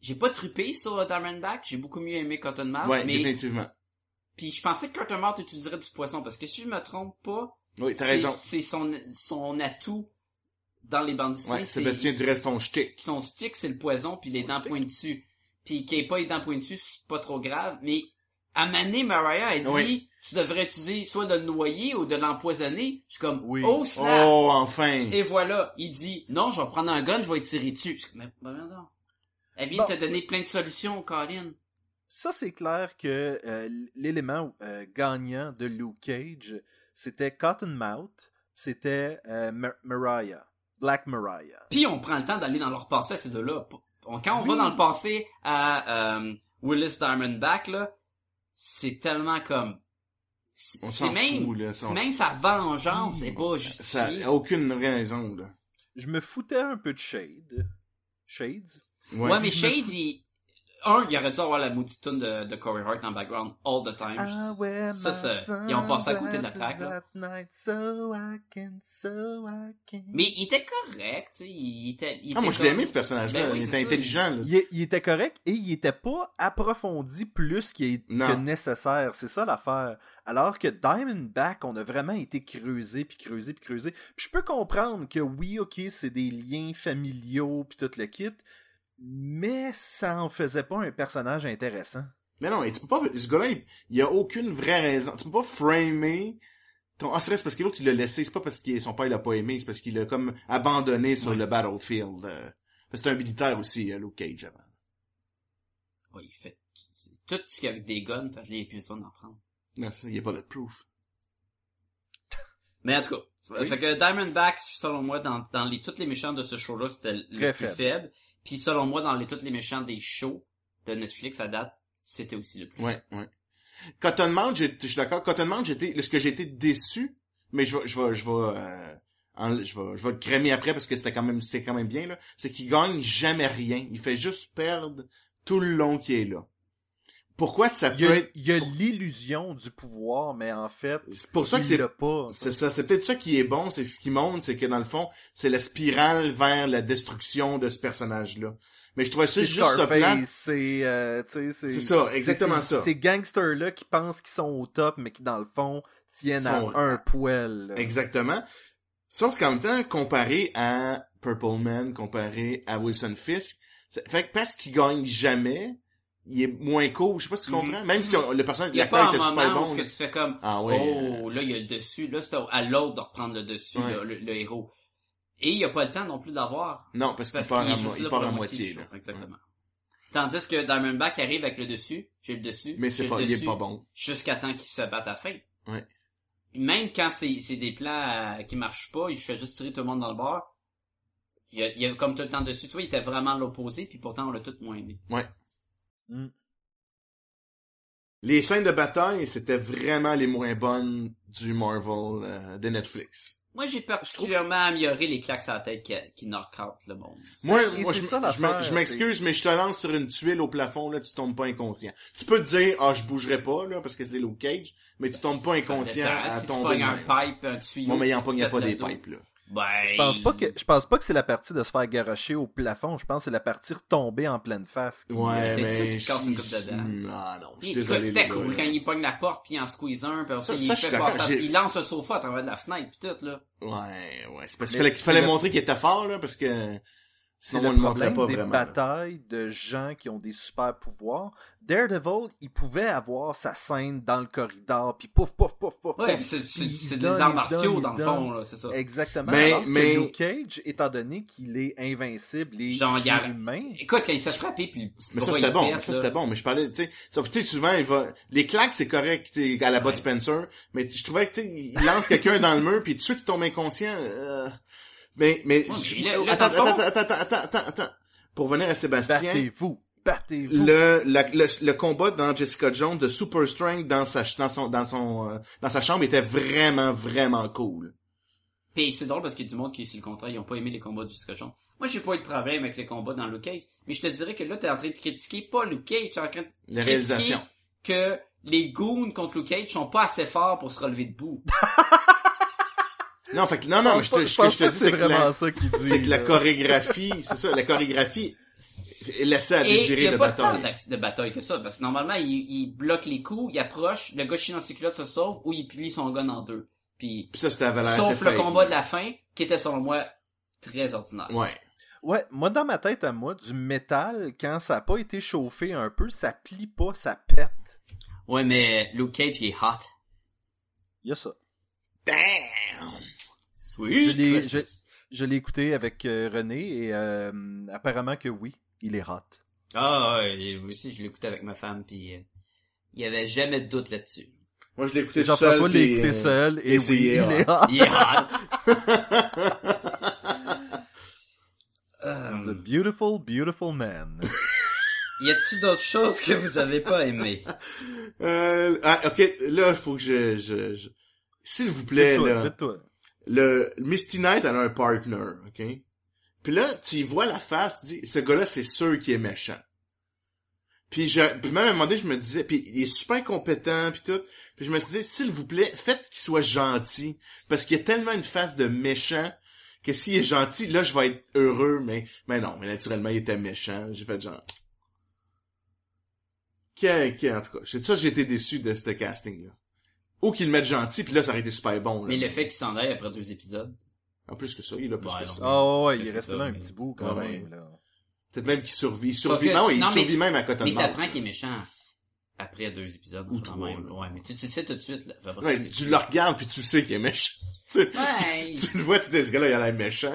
[SPEAKER 4] j'ai pas tripé sur euh, Diamondback, j'ai beaucoup mieux aimé Cotton Mouth,
[SPEAKER 5] ouais,
[SPEAKER 4] mais
[SPEAKER 5] définitivement.
[SPEAKER 4] puis je pensais que Cotton Mouth utiliserait du poisson parce que si je me trompe pas,
[SPEAKER 5] Oui, t'as
[SPEAKER 4] c'est
[SPEAKER 5] raison.
[SPEAKER 4] c'est son son atout dans les bandes dessinées.
[SPEAKER 5] Ouais,
[SPEAKER 4] c'est-
[SPEAKER 5] Sébastien dirait son shtick.
[SPEAKER 4] Son stick, c'est le poison, puis les dents pointues. Puis qu'il n'y ait pas les dents pointues, c'est pas trop grave. Mais à Mané, Mariah a dit,
[SPEAKER 5] Oui.
[SPEAKER 4] tu devrais utiliser soit de le noyer ou de l'empoisonner. Je suis comme,
[SPEAKER 3] Oui.
[SPEAKER 4] oh snap!
[SPEAKER 5] Oh, enfin!
[SPEAKER 4] Et voilà, il dit, non, je vais prendre un gun, je vais tirer dessus. Je suis comme, Mais, ben, ben, non. Elle vient
[SPEAKER 3] Bon.
[SPEAKER 4] de te donner plein de solutions, Colin.
[SPEAKER 3] ça, c'est clair que euh, l'élément euh, gagnant de Luke Cage, c'était Cottonmouth, c'était euh, Mar- Mariah, Black Mariah.
[SPEAKER 4] Puis on prend le temps d'aller dans leur passé, ces deux-là. On- Quand on
[SPEAKER 3] Oui.
[SPEAKER 4] va dans le passé à euh, Willis Diamondback, là, c'est tellement comme...
[SPEAKER 5] On
[SPEAKER 4] C'est c'est
[SPEAKER 5] s'en
[SPEAKER 4] même,
[SPEAKER 5] fout, là. ça,
[SPEAKER 4] c'est
[SPEAKER 5] on-
[SPEAKER 4] même sa vengeance
[SPEAKER 5] Mmh.
[SPEAKER 4] est pas
[SPEAKER 5] Ça oh,
[SPEAKER 4] justifiée.
[SPEAKER 5] a aucune raison, là.
[SPEAKER 3] Je me foutais un peu de Shade. Shades?
[SPEAKER 4] Ouais, mais Shade, il... Un, il aurait dû avoir la maudite toune de, de Corey Hart en background all the time.
[SPEAKER 3] I wear
[SPEAKER 4] ça,
[SPEAKER 3] my
[SPEAKER 4] ça, ils ont passé à côté de la
[SPEAKER 3] sunglasses
[SPEAKER 4] plaque, là.
[SPEAKER 3] at night so I can, so I can.
[SPEAKER 4] Mais il était correct, tu sais, il était... il
[SPEAKER 5] Ah, moi,
[SPEAKER 4] était
[SPEAKER 5] je l'ai aimé,
[SPEAKER 4] correct.
[SPEAKER 5] ce personnage-là.
[SPEAKER 4] Ben oui,
[SPEAKER 5] il
[SPEAKER 4] c'est
[SPEAKER 5] était
[SPEAKER 4] ça.
[SPEAKER 5] intelligent, là.
[SPEAKER 3] Il, il était correct et il était pas approfondi plus qu'il est-
[SPEAKER 5] Non.
[SPEAKER 3] que nécessaire. C'est ça l'affaire. Alors que Diamondback, on a vraiment été creusé, puis creusé, puis creusé. Puis je peux comprendre que oui, ok, c'est des liens familiaux, puis tout le kit, mais ça en faisait pas un personnage intéressant.
[SPEAKER 5] Mais non, et tu peux pas, ce gars-là, il, il a aucune vraie raison. Tu peux pas framer ton, ah, c'est vrai, c'est parce que l'autre, il l'a laissé, c'est pas parce que son père l'a pas aimé, c'est parce qu'il l'a comme abandonné sur le battlefield. euh. Parce que c'est un militaire aussi, euh, Luke Cage, avant.
[SPEAKER 4] Ouais, il fait tout ce qu'il y a avec des guns, fait que là, il n'y a plus besoin d'en prendre.
[SPEAKER 5] Non, ça, il y a pas de proof.
[SPEAKER 4] Mais en tout cas,
[SPEAKER 5] Oui.
[SPEAKER 4] fait que Diamondbacks, selon moi, dans, dans les, toutes les méchants de ce show-là, c'était le
[SPEAKER 3] Très
[SPEAKER 4] plus
[SPEAKER 3] faible.
[SPEAKER 4] faible. Puis selon moi, dans les toutes les méchants des shows de Netflix à date, c'était aussi le plus faible.
[SPEAKER 5] Ouais, ouais. Cotton Mount, j'ai- je suis d'accord. Cotton Mount, j'étais, ce que j'ai été déçu, mais je vais, je vais, je vais, euh, en- je vais, je vais le crémer après parce que c'était quand même, c'était quand même bien, là. C'est qu'il gagne jamais rien. Il fait juste perdre tout le long qu'il est là. Pourquoi ça
[SPEAKER 3] Il y
[SPEAKER 5] peut
[SPEAKER 3] a-
[SPEAKER 5] être...
[SPEAKER 3] il y a l'illusion du pouvoir, mais en fait,
[SPEAKER 5] C'est pour ça que
[SPEAKER 3] il
[SPEAKER 5] c'est
[SPEAKER 3] l'a pas.
[SPEAKER 5] C'est ça, c'est peut-être ça qui est bon, c'est ce qui montre, c'est que dans le fond, c'est la spirale vers la destruction de ce personnage-là. Mais je trouvais ça
[SPEAKER 3] C'est
[SPEAKER 5] juste ça plate.
[SPEAKER 3] Scarface, c'est... euh, tu sais,
[SPEAKER 5] C'est ça, exactement
[SPEAKER 3] c'est-
[SPEAKER 5] ça.
[SPEAKER 3] Ces gangsters-là qui pensent qu'ils sont au top, mais qui, dans le fond, tiennent
[SPEAKER 5] Sont-
[SPEAKER 3] à un poil. là.
[SPEAKER 5] Exactement. Sauf qu'en même temps, comparé à Purple Man, comparé à Wilson Fisk, c'est- fait que parce qu'il gagne jamais, il est moins cool, je sais pas si tu
[SPEAKER 4] Mhm.
[SPEAKER 5] comprends. Même si on- le personnage,
[SPEAKER 4] Il y a
[SPEAKER 5] l'acteur
[SPEAKER 4] pas un
[SPEAKER 5] était super
[SPEAKER 4] moment
[SPEAKER 5] bon.
[SPEAKER 4] où ce que tu fais comme
[SPEAKER 5] Ah ouais.
[SPEAKER 4] Oh, là, il y a le dessus. Là, c'est à l'autre de reprendre le dessus,
[SPEAKER 5] Ouais.
[SPEAKER 4] là, le, le héros. Et il n'y a pas le temps non plus d'avoir.
[SPEAKER 5] Non, parce qu'il
[SPEAKER 4] Parce
[SPEAKER 5] part,
[SPEAKER 4] qu'il
[SPEAKER 5] à,
[SPEAKER 4] est
[SPEAKER 5] mo-
[SPEAKER 4] juste
[SPEAKER 5] il
[SPEAKER 4] là
[SPEAKER 5] part
[SPEAKER 4] pour
[SPEAKER 5] à
[SPEAKER 4] la
[SPEAKER 5] moitié,
[SPEAKER 4] du
[SPEAKER 5] là.
[SPEAKER 4] show. Exactement. Tandis que Diamondback arrive avec le dessus, j'ai le dessus.
[SPEAKER 5] Mais c'est
[SPEAKER 4] j'ai
[SPEAKER 5] pas,
[SPEAKER 4] le
[SPEAKER 5] il est
[SPEAKER 4] dessus
[SPEAKER 5] pas bon.
[SPEAKER 4] Jusqu'à temps qu'il se batte à la fin.
[SPEAKER 5] Ouais.
[SPEAKER 4] Même quand c'est c'est des plans euh, qui marchent pas, il fait juste tirer tout le monde dans le bord. Il y a, il y a comme tout le temps dessus. Tu vois, il était vraiment l'opposé, puis pourtant on l'a tout moins aimé.
[SPEAKER 5] Les scènes de bataille, c'était vraiment les moins bonnes du Marvel euh, de Netflix.
[SPEAKER 4] Moi, j'ai particulièrement amélioré les claques à la tête qui, qui knock out le monde.
[SPEAKER 5] Moi,
[SPEAKER 3] et
[SPEAKER 5] moi
[SPEAKER 3] c'est
[SPEAKER 5] je,
[SPEAKER 3] ça,
[SPEAKER 5] je me-
[SPEAKER 3] l'affaire,
[SPEAKER 5] je m'excuse, mais je te lance sur une tuile au plafond, là, tu tombes pas inconscient. Tu peux te dire, ah, je bougerai pas, là, parce que c'est Luke Cage, mais tu tombes pas inconscient
[SPEAKER 4] Ça dépend.
[SPEAKER 5] à
[SPEAKER 4] si tu
[SPEAKER 5] tomber.
[SPEAKER 4] pognes
[SPEAKER 5] de
[SPEAKER 4] un
[SPEAKER 5] même.
[SPEAKER 4] pipe, un tuyau.
[SPEAKER 5] Bon, mais il en
[SPEAKER 4] tu te
[SPEAKER 5] pognait
[SPEAKER 4] pètes
[SPEAKER 5] pas
[SPEAKER 4] le
[SPEAKER 5] des
[SPEAKER 4] dos.
[SPEAKER 5] pipes, là.
[SPEAKER 4] Ben,
[SPEAKER 3] Je pense pas que je pense pas que c'est la partie de se faire garocher au plafond. Je pense que c'est la partie retombée en pleine face. qui- euh,
[SPEAKER 5] Ouais,
[SPEAKER 4] J'étais sûr
[SPEAKER 5] mais...
[SPEAKER 4] qu'il
[SPEAKER 5] je-
[SPEAKER 4] casse une coupe de dents.
[SPEAKER 5] Hmm, Ah, non, je suis
[SPEAKER 4] Il-
[SPEAKER 5] désolé.
[SPEAKER 4] C'était
[SPEAKER 5] les gars,
[SPEAKER 4] cool
[SPEAKER 5] là.
[SPEAKER 4] quand il pogne la porte puis il en squeeze un puis
[SPEAKER 5] Ça-
[SPEAKER 4] après,
[SPEAKER 5] ça,
[SPEAKER 4] il,
[SPEAKER 5] je
[SPEAKER 4] fait
[SPEAKER 5] suis d'accord,
[SPEAKER 4] passer-
[SPEAKER 5] j'ai-
[SPEAKER 4] il lance le sofa à travers de la fenêtre puis tout là.
[SPEAKER 5] Ouais, ouais. C'est parce
[SPEAKER 3] Mais
[SPEAKER 5] qu'il fallait, qu'il
[SPEAKER 3] c'est
[SPEAKER 5] fallait
[SPEAKER 3] le-
[SPEAKER 5] montrer qu'il était fort, là, parce que...
[SPEAKER 3] C'est
[SPEAKER 5] Sinon, on
[SPEAKER 3] le
[SPEAKER 5] le
[SPEAKER 3] problème
[SPEAKER 5] montrait pas
[SPEAKER 3] des
[SPEAKER 5] vraiment. là.
[SPEAKER 3] batailles de gens qui ont des super pouvoirs. Daredevil, il pouvait avoir sa scène dans le corridor, puis pouf, pouf, pouf, pouf.
[SPEAKER 4] Ouais,
[SPEAKER 3] pouf,
[SPEAKER 4] puis c'est c'est-
[SPEAKER 3] puis il
[SPEAKER 4] c'est
[SPEAKER 3] se
[SPEAKER 4] des
[SPEAKER 3] donne,
[SPEAKER 4] arts
[SPEAKER 3] il se donne,
[SPEAKER 4] martiaux
[SPEAKER 3] il se
[SPEAKER 4] dans le
[SPEAKER 3] donne.
[SPEAKER 4] fond là, c'est ça.
[SPEAKER 3] Exactement.
[SPEAKER 5] Mais-
[SPEAKER 3] alors que
[SPEAKER 5] mais-
[SPEAKER 3] Luke Cage, étant donné qu'il est invincible et
[SPEAKER 4] Genre, il y a-
[SPEAKER 3] humain,
[SPEAKER 4] Écoute, quand il se fait frapper puis
[SPEAKER 5] Mais ça, c'était bon. ça, c'était bon. Mais je parlais, tu sais, sauf que, tu sais, souvent, il va, les claques, c'est correct, tu sais, à la Bud Spencer. Mais je trouvais que, tu sais, il lance quelqu'un dans le mur, puis tout de suite, il tombe inconscient, euh, mais, mais,
[SPEAKER 4] mais
[SPEAKER 5] je-
[SPEAKER 4] il est- il est
[SPEAKER 5] attends,
[SPEAKER 4] dans le
[SPEAKER 5] attends, attends, attends, attends, attends, attends. Pour venir à Sébastien,
[SPEAKER 3] battez-vous, battez-vous.
[SPEAKER 5] le, la- le, le combat dans Jessica Jones de Super Strength dans sa, ch- dans son, dans son, euh, dans sa chambre était vraiment, vraiment cool.
[SPEAKER 4] Puis c'est drôle parce qu'il y a du monde qui, c'est le contraire, ils ont pas aimé les combats du Jessica Jones. Moi, j'ai pas eu de problème avec les combats dans Luke Cage, mais je te dirais que là, t'es en train de critiquer pas Luke Cage, t'es en train de
[SPEAKER 5] La
[SPEAKER 4] critiquer
[SPEAKER 5] réalisation.
[SPEAKER 4] que les goons contre Luke Cage sont pas assez forts pour se relever debout.
[SPEAKER 5] Non, fait que, non, non, mais je te, ce que je te dis, c'est que
[SPEAKER 3] vraiment
[SPEAKER 5] la,
[SPEAKER 3] ça qu'il dit.
[SPEAKER 5] c'est que la
[SPEAKER 3] là.
[SPEAKER 5] chorégraphie, c'est ça, la chorégraphie, laissait à
[SPEAKER 4] Et il y
[SPEAKER 5] désirer
[SPEAKER 4] a
[SPEAKER 5] de
[SPEAKER 4] pas tant
[SPEAKER 5] bataille.
[SPEAKER 4] de, de bataille que ça, parce que normalement, il, il bloque les coups, il approche, le gars chine dans ses culottes se sauve, ou il plie son gun en deux. Puis,
[SPEAKER 5] Puis ça, c'était à Valère,
[SPEAKER 4] sauf
[SPEAKER 5] c'est
[SPEAKER 4] le
[SPEAKER 5] fake.
[SPEAKER 4] combat de la fin, qui était selon moi très ordinaire.
[SPEAKER 5] Ouais.
[SPEAKER 3] Ouais, moi dans ma tête à moi, du métal, quand ça a pas été chauffé un peu, ça plie pas, ça pète.
[SPEAKER 4] Ouais, mais Luke Cage, il est hot.
[SPEAKER 3] Il y a ça.
[SPEAKER 5] Damn!
[SPEAKER 4] Sweet
[SPEAKER 3] Je l'ai-
[SPEAKER 4] Christmas.
[SPEAKER 3] Je l'ai écouté avec euh, René et euh, apparemment que oui, il est hot.
[SPEAKER 4] Ah, ouais, moi aussi, je l'écoutais avec ma femme, puis euh, il y avait jamais de doute là-dessus.
[SPEAKER 5] Moi, je l'ai écouté tout seul.
[SPEAKER 3] Jean-François l'a
[SPEAKER 5] puis,
[SPEAKER 3] écouté
[SPEAKER 5] euh,
[SPEAKER 3] seul et,
[SPEAKER 5] et c'est-
[SPEAKER 3] oui, il est hot.
[SPEAKER 4] Il est hot. Euh,
[SPEAKER 3] He's a beautiful, beautiful man.
[SPEAKER 4] y a-tu d'autres choses que vous avez pas aimées?
[SPEAKER 5] euh, ah, ok, là, il faut que je... je, je- S'il vous plaît,
[SPEAKER 3] Vite-toi,
[SPEAKER 5] là.
[SPEAKER 3] vite-toi.
[SPEAKER 5] Le Misty Knight, elle a un partner, ok? Puis là, tu y vois la face, tu dis, ce gars-là, c'est sûr qu'il est méchant. Puis, je, puis même à un moment donné, je me disais, puis il est super compétent, puis tout. Puis je me suis dit, s'il vous plaît, faites qu'il soit gentil. Parce qu'il y a tellement une face de méchant que s'il est gentil, là, je vais être heureux. Mais, mais non, mais naturellement, il était méchant. J'ai fait genre... Quel, quel- en tout cas, c'est ça, j'ai été déçu de ce casting-là. Ou qu'il le mette gentil, puis là, ça aurait été super bon. Là.
[SPEAKER 4] Mais le fait qu'il s'en aille après deux épisodes.
[SPEAKER 5] En plus que ça, il a plus
[SPEAKER 4] Ouais,
[SPEAKER 5] que
[SPEAKER 4] Bah, non.
[SPEAKER 5] ça.
[SPEAKER 3] Ah ouais,
[SPEAKER 4] Qu'est-ce
[SPEAKER 3] il
[SPEAKER 4] que
[SPEAKER 3] reste
[SPEAKER 4] ça,
[SPEAKER 3] là un
[SPEAKER 4] mais-
[SPEAKER 3] petit bout quand
[SPEAKER 5] Ah, Ouais,
[SPEAKER 3] même. Là.
[SPEAKER 5] Peut-être même qu'il survit. Il
[SPEAKER 4] Sauf
[SPEAKER 5] survit,
[SPEAKER 4] que-
[SPEAKER 5] non, il
[SPEAKER 4] non, mais
[SPEAKER 5] survit
[SPEAKER 4] tu-
[SPEAKER 5] même à Cotton
[SPEAKER 4] Mais
[SPEAKER 5] Mouth.
[SPEAKER 4] t'apprends qu'il est méchant après deux épisodes.
[SPEAKER 5] Ou
[SPEAKER 4] quand même.
[SPEAKER 5] trois,
[SPEAKER 4] Ouais, mais tu, tu le sais tout de suite. Là. Après ça,
[SPEAKER 5] Ouais,
[SPEAKER 4] c'est-
[SPEAKER 5] tu le regardes puis tu sais qu'il est méchant. Tu,
[SPEAKER 4] Ouais.
[SPEAKER 5] tu le vois, tu te dis, ce gars-là, il a l'air méchant.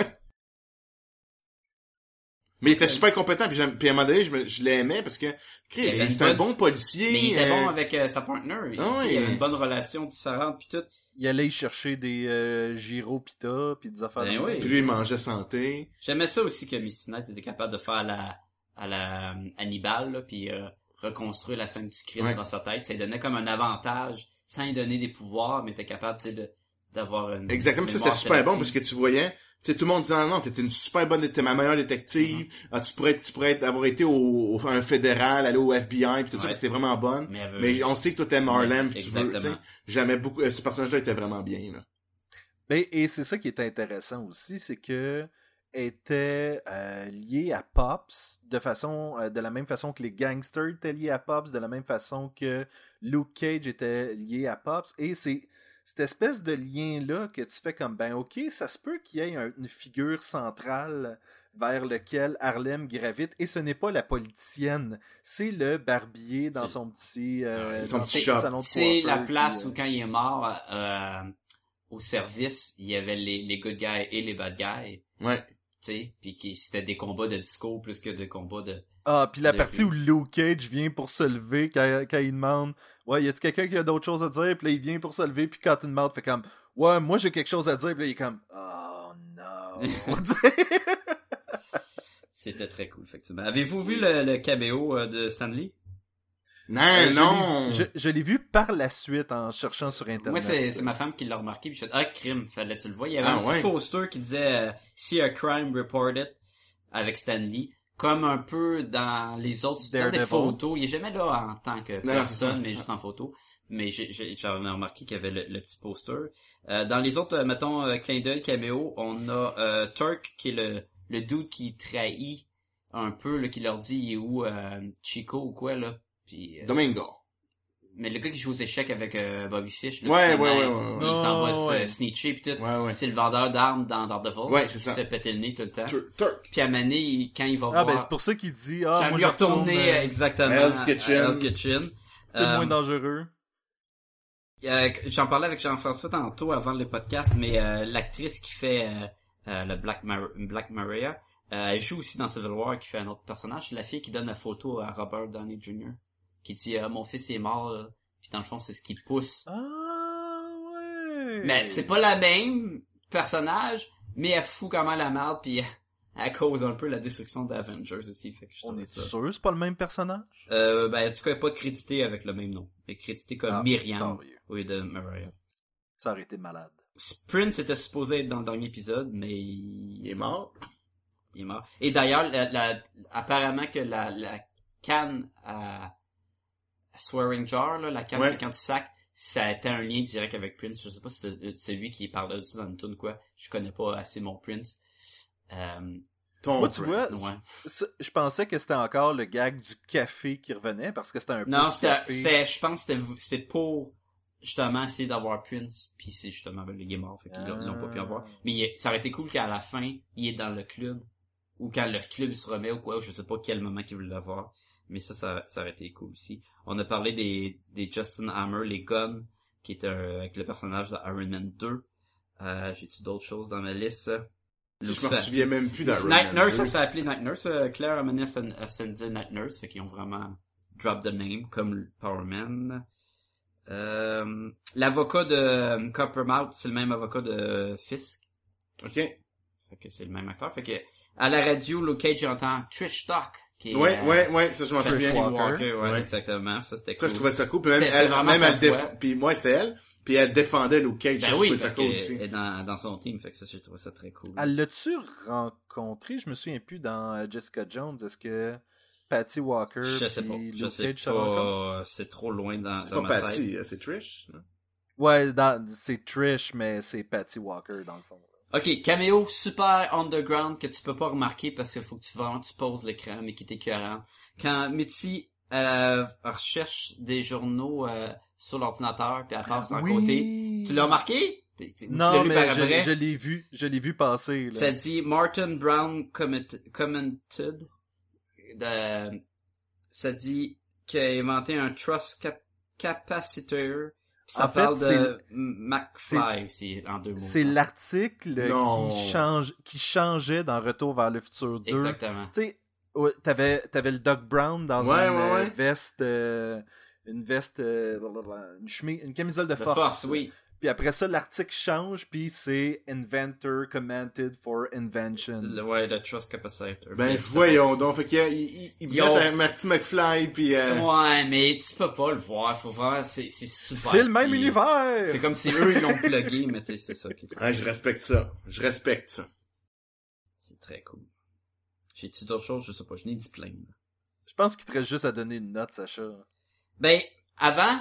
[SPEAKER 5] Mais il était super compétent, puis, j'aime- puis à un moment donné, je, me- je l'aimais parce que
[SPEAKER 4] Euh, Il avait une
[SPEAKER 5] c'était un
[SPEAKER 4] bonne-
[SPEAKER 5] bon policier.
[SPEAKER 4] Mais il était
[SPEAKER 5] euh,
[SPEAKER 4] bon avec euh, sa partner. Il, tu
[SPEAKER 5] Ah
[SPEAKER 4] sais,
[SPEAKER 5] ouais.
[SPEAKER 4] il avait une bonne relation différente puis tout.
[SPEAKER 3] Il allait y chercher des euh, gyros pita puis des affaires.
[SPEAKER 4] Ben
[SPEAKER 3] de-
[SPEAKER 4] oui.
[SPEAKER 5] Puis lui, il mangeait santé.
[SPEAKER 4] J'aimais ça aussi que Misty Knight était capable de faire la, à la euh, Hannibal, là, puis euh, reconstruire la scène du crime
[SPEAKER 5] Ouais.
[SPEAKER 4] dans sa tête. Ça lui donnait comme un avantage sans lui donner des pouvoirs, mais était capable tu sais, de- d'avoir une.
[SPEAKER 5] Exactement, ça
[SPEAKER 4] mémoire
[SPEAKER 5] c'était super bon parce
[SPEAKER 4] sélective.
[SPEAKER 5] que tu voyais, tu sais, tout le monde disait ah non, t'étais une super bonne, t'étais ma meilleure détective,
[SPEAKER 4] Mm-hmm.
[SPEAKER 5] ah, tu pourrais, tu pourrais être- avoir été au, au- à un fédéral, aller au FBI, puis tout ça,
[SPEAKER 4] Ouais.
[SPEAKER 5] puis c'était vraiment bonne.
[SPEAKER 4] Mais, elle veut-
[SPEAKER 5] Mais on sait que toi t'aimes Harlem, puis tu veux, tu
[SPEAKER 4] Euh,
[SPEAKER 5] sais,
[SPEAKER 4] Exactement.
[SPEAKER 5] j'aimais beaucoup, euh, ce personnage-là était vraiment bien, là.
[SPEAKER 3] Ben, et c'est ça qui est intéressant aussi, c'est que était euh, lié à Pops de façon euh, de la même façon que les gangsters étaient liés à Pops, de la même façon que Luke Cage était lié à Pops. Et c'est cette espèce de lien-là que tu fais comme ben ok, ça se peut qu'il y ait un- une figure centrale vers lequel Harlem gravite, et ce n'est pas la politicienne, c'est le barbier dans
[SPEAKER 4] C'est-
[SPEAKER 3] son petit, euh,
[SPEAKER 5] Son
[SPEAKER 3] dans
[SPEAKER 5] petit shop.
[SPEAKER 3] salon de
[SPEAKER 4] C'est
[SPEAKER 3] coiffeur,
[SPEAKER 4] la place
[SPEAKER 3] puis, euh,
[SPEAKER 4] où quand il est mort euh, au service, il y avait les, les good guys et les bad guys,
[SPEAKER 5] Ouais.
[SPEAKER 4] tu sais, puis qui c'était des combats de disco plus que des combats de
[SPEAKER 3] Ah, puis la
[SPEAKER 4] J'ai
[SPEAKER 3] partie
[SPEAKER 4] vu.
[SPEAKER 3] où Luke Cage vient pour se lever quand, quand il demande Ouais, y a-tu quelqu'un qui a d'autres choses à dire Puis là, il vient pour se lever, puis Cottonmouth fait comme Ouais, moi j'ai quelque chose à dire, puis là, il est comme Oh non Tu sais?
[SPEAKER 4] c'était très cool effectivement. Avez-vous vu le, le caméo euh, de Stanley
[SPEAKER 5] Non,
[SPEAKER 4] Eh
[SPEAKER 3] Euh, je
[SPEAKER 5] non!
[SPEAKER 3] l'ai- Je je l'ai vu par la suite en cherchant sur Internet.
[SPEAKER 4] Moi c'est c'est ma femme qui l'a remarqué puis je fais ah crime, fallait tu le vois, il y avait
[SPEAKER 5] Ah,
[SPEAKER 4] un petit
[SPEAKER 5] ouais.
[SPEAKER 4] poster qui disait euh, see a crime reported avec Stanley comme un peu dans les autres dans des
[SPEAKER 3] Daredevil.
[SPEAKER 4] photos, il est jamais là en tant que
[SPEAKER 5] non, c'est ça,
[SPEAKER 4] personne
[SPEAKER 5] c'est
[SPEAKER 4] mais
[SPEAKER 5] ça.
[SPEAKER 4] juste en photo. mais j'ai- j'ai- j'avais remarqué qu'il y avait le, le petit poster. Euh, dans les autres, euh, mettons, euh, clin d'œil, caméo, on a euh, Turk, qui est le, le dude qui trahit un peu, là, qui leur dit il est où euh, Chico ou quoi, là. Puis, euh,
[SPEAKER 5] Domingo.
[SPEAKER 4] mais le gars qui joue aux échecs avec euh, Bobby Fish, là,
[SPEAKER 5] Ouais,
[SPEAKER 4] qui
[SPEAKER 5] ouais,
[SPEAKER 4] s'en
[SPEAKER 5] ouais,
[SPEAKER 4] aille,
[SPEAKER 5] ouais,
[SPEAKER 4] il s'en va
[SPEAKER 3] Oh,
[SPEAKER 4] se
[SPEAKER 3] ouais.
[SPEAKER 4] snitcher pis tout.
[SPEAKER 5] Ouais, ouais.
[SPEAKER 4] C'est le vendeur d'armes dans Daredevil
[SPEAKER 5] Ouais, c'est
[SPEAKER 4] qui
[SPEAKER 5] ça.
[SPEAKER 4] se fait péter le nez tout le temps.
[SPEAKER 5] Tur- Turk.
[SPEAKER 4] Puis à Mané, il- quand il va
[SPEAKER 3] Ah,
[SPEAKER 4] voir...
[SPEAKER 3] ben c'est pour ça qu'il dit Ah,
[SPEAKER 4] J'aime
[SPEAKER 3] moi,
[SPEAKER 4] mieux
[SPEAKER 3] je retourne,
[SPEAKER 4] retourner
[SPEAKER 3] euh,
[SPEAKER 4] exactement
[SPEAKER 5] à Hell's
[SPEAKER 4] à
[SPEAKER 5] Kitchen.
[SPEAKER 4] Hell's Kitchen.
[SPEAKER 3] c'est
[SPEAKER 4] Euh,
[SPEAKER 3] moins dangereux.
[SPEAKER 4] Euh, J'en parlais avec Jean-François tantôt avant le podcast, mais euh, l'actrice qui fait euh, euh, le Black, Mar- Black Maria, euh, elle joue aussi dans Civil War qui fait un autre personnage. C'est la fille qui donne la photo à Robert Downey Jr. qui dit euh, mon fils est mort, là. puis dans le fond c'est ce qui pousse.
[SPEAKER 3] Ah, ouais.
[SPEAKER 4] Mais c'est pas la même personnage, mais elle fout quand même la merde puis elle cause un peu la destruction d'Avengers aussi. Fait que je
[SPEAKER 3] On
[SPEAKER 4] trouvais
[SPEAKER 3] est
[SPEAKER 4] ça.
[SPEAKER 3] sûr, c'est pas le même personnage
[SPEAKER 4] Euh, ben en tout cas elle est pas créditée avec le même nom, mais créditée comme
[SPEAKER 3] Ah,
[SPEAKER 4] Myriam
[SPEAKER 3] glorieux.
[SPEAKER 4] au lieu de Maria.
[SPEAKER 3] Ça aurait été malade.
[SPEAKER 4] Prince était supposé être dans le dernier épisode, mais il
[SPEAKER 5] Il est mort.
[SPEAKER 4] Il est mort. Et d'ailleurs, la- la- apparemment que la, la canne à Swearing Jar, là, la canne
[SPEAKER 5] Ouais.
[SPEAKER 4] que quand tu sacs, ça a été un lien direct avec Prince. Je sais pas si c'est c'est lui qui parlait de ça dans une tune quoi. Je connais pas assez mon Prince. Euh,
[SPEAKER 5] Ton
[SPEAKER 3] Moi, tu
[SPEAKER 5] Prince.
[SPEAKER 3] vois,
[SPEAKER 4] ouais.
[SPEAKER 3] Ça, Je pensais que c'était encore le gag du café qui revenait parce que c'était un peu
[SPEAKER 4] Non,
[SPEAKER 3] de
[SPEAKER 4] c'était,
[SPEAKER 3] café.
[SPEAKER 4] c'était- je pense que c'était- c'était pour justement essayer d'avoir Prince, puis c'est justement ben, le game mort, fait qu'ils l'ont- ils l'ont pas pu avoir.
[SPEAKER 3] Ah.
[SPEAKER 4] Mais il est- ça aurait été cool qu'à la fin, il est dans le club, ou quand le club se remet ou quoi, je sais pas quel moment qu'ils veulent l'avoir, mais ça, ça, ça aurait été cool aussi. On a parlé des, des Justin Hammer, les Guns, qui est un- avec le personnage de Iron Man 2. Euh, j'ai-tu d'autres choses dans ma liste?
[SPEAKER 5] Je me souviens même plus d'Iron
[SPEAKER 4] Night
[SPEAKER 5] Man
[SPEAKER 4] Nurse, ça
[SPEAKER 5] 2.
[SPEAKER 4] s'est appelé Night Nurse. Euh, Claire Amené Ascended Night Nurse, fait qu'ils ont vraiment drop the name comme le Power Man. Euh, L'avocat de euh, Coppermouth, c'est le même avocat de Fisk.
[SPEAKER 5] Ok.
[SPEAKER 4] Fait que c'est le même acteur. Fait que à la radio, Luke Cage entend Trish Talk, qui est
[SPEAKER 5] Ouais,
[SPEAKER 4] euh,
[SPEAKER 5] ouais, ouais, ça je m'en
[SPEAKER 4] Tracy
[SPEAKER 5] souviens.
[SPEAKER 4] Walker.
[SPEAKER 3] Walker.
[SPEAKER 4] ouais,
[SPEAKER 5] Ouais.
[SPEAKER 4] exactement. Ça c'était
[SPEAKER 5] Ça,
[SPEAKER 4] cool.
[SPEAKER 5] je trouvais ça cool. Puis même,
[SPEAKER 4] C'était-
[SPEAKER 5] elle,
[SPEAKER 4] c'était vraiment
[SPEAKER 5] même
[SPEAKER 4] sa
[SPEAKER 5] elle déf-
[SPEAKER 4] voix.
[SPEAKER 5] Puis moi, c'est elle. Puis elle défendait Luke Cage. ça,
[SPEAKER 4] ben
[SPEAKER 5] je
[SPEAKER 4] oui,
[SPEAKER 5] trouvais ça
[SPEAKER 4] parce
[SPEAKER 5] cool
[SPEAKER 4] que
[SPEAKER 5] aussi.
[SPEAKER 4] elle est dans, dans son team, fait que ça j'ai trouvé ça très cool.
[SPEAKER 3] Elle l'a-tu rencontré Je me souviens plus dans euh, Jessica Jones. Est-ce que Patty Walker
[SPEAKER 4] je sais
[SPEAKER 3] puis
[SPEAKER 4] pas, je
[SPEAKER 3] Luke
[SPEAKER 4] sais
[SPEAKER 3] Cage se rencontrent?
[SPEAKER 4] pas, euh, c'est trop loin dans,
[SPEAKER 5] C'est
[SPEAKER 4] dans
[SPEAKER 5] pas
[SPEAKER 4] ma tête.
[SPEAKER 5] Patty, euh, c'est Trish. non?
[SPEAKER 3] Ouais, dans- c'est Trish, mais c'est Patty Walker dans le fond.
[SPEAKER 4] Ok, caméo super underground que tu peux pas remarquer parce qu'il faut que tu vends, tu poses l'écran, mais qui est écœurant. Quand Mitty euh, recherche des journaux euh, sur l'ordinateur, puis elle passe en côté. Tu l'as remarqué? T'es- t'es- tu l'as
[SPEAKER 3] Ah Non,
[SPEAKER 4] lu
[SPEAKER 3] mais
[SPEAKER 4] par après?
[SPEAKER 3] je, je l'ai vu, je l'ai vu passer. Là.
[SPEAKER 4] Ça dit Martin Brown commit- commented. de- ça dit qu'il a inventé un trust cap- capacitor. Puis ça
[SPEAKER 3] En fait,
[SPEAKER 4] parle
[SPEAKER 3] c'est
[SPEAKER 4] de
[SPEAKER 3] le-
[SPEAKER 4] McFly aussi, en deux mots.
[SPEAKER 3] C'est l'article
[SPEAKER 5] Non.
[SPEAKER 3] qui change, qui changeait dans Retour vers le futur 2.
[SPEAKER 4] Exactement.
[SPEAKER 3] Tu sais, ouais, t'avais, t'avais le Doc Brown dans
[SPEAKER 5] Ouais,
[SPEAKER 3] une
[SPEAKER 5] ouais,
[SPEAKER 3] euh,
[SPEAKER 5] ouais.
[SPEAKER 3] veste, euh, une veste, euh, blablabla, une chemise, une camisole de
[SPEAKER 4] De
[SPEAKER 3] force.
[SPEAKER 4] force, oui.
[SPEAKER 3] Puis après ça, l'article change, puis c'est Inventor Commented for Invention.
[SPEAKER 4] Le- ouais, le Trust Capacitor.
[SPEAKER 5] Ben
[SPEAKER 4] Mais ça-
[SPEAKER 5] voyons donc, fait qu'il y a- il- il- il
[SPEAKER 4] Yo.
[SPEAKER 5] mettent un Marty McFly puis euh,
[SPEAKER 4] Ouais, mais tu peux pas le voir. Faut vraiment, c'est, c'est super.
[SPEAKER 3] C'est le même
[SPEAKER 4] petit.
[SPEAKER 3] univers!
[SPEAKER 4] C'est comme si eux, ils l'ont plugué, mais tu sais, c'est ça qui est
[SPEAKER 5] ouais, je respecte ça. Je respecte ça.
[SPEAKER 4] C'est très cool. J'ai-tu d'autres choses? Je sais pas, je n'ai dit plein. là.
[SPEAKER 3] Je pense qu'il te reste juste à donner une note, Sacha.
[SPEAKER 4] Ben, avant,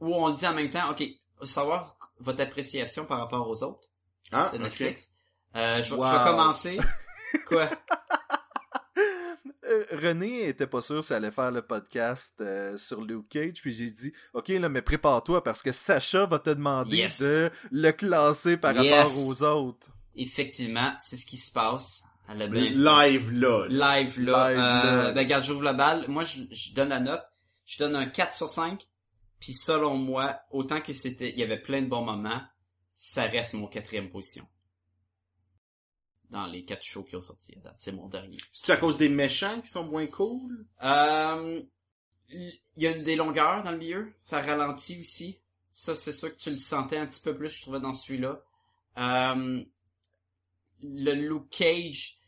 [SPEAKER 4] ou on le dit en même temps, ok, savoir votre appréciation par rapport aux autres
[SPEAKER 5] Ah,
[SPEAKER 4] de
[SPEAKER 5] ok.
[SPEAKER 4] Netflix. Euh, je, vais-
[SPEAKER 3] Wow.
[SPEAKER 4] je vais commencer. Quoi?
[SPEAKER 3] Euh, René était pas sûr si elle allait faire le podcast euh, sur Luke Cage, puis j'ai dit OK là mais prépare-toi parce que Sacha va te demander
[SPEAKER 4] Yes.
[SPEAKER 3] de le classer par
[SPEAKER 4] Yes.
[SPEAKER 3] rapport aux autres.
[SPEAKER 4] Effectivement, c'est ce qui se passe. Elle a bien-
[SPEAKER 5] Live là.
[SPEAKER 4] Live là.
[SPEAKER 3] Live,
[SPEAKER 4] euh,
[SPEAKER 3] là.
[SPEAKER 4] Ben, regarde, j'ouvre la balle. Moi, je, je donne la note. Je donne un 4 sur 5. Puis selon moi, autant que c'était, il y avait plein de bons moments, ça reste mon quatrième position. Dans les quatre shows qui ont sorti à date, c'est mon dernier.
[SPEAKER 5] C'est-tu à cause des méchants qui sont moins cool?
[SPEAKER 4] Euh, il y a une- des longueurs dans le milieu, ça ralentit aussi. Ça, c'est sûr que tu le sentais un petit peu plus, je trouvais, dans celui-là. Euh, le Luke Cage,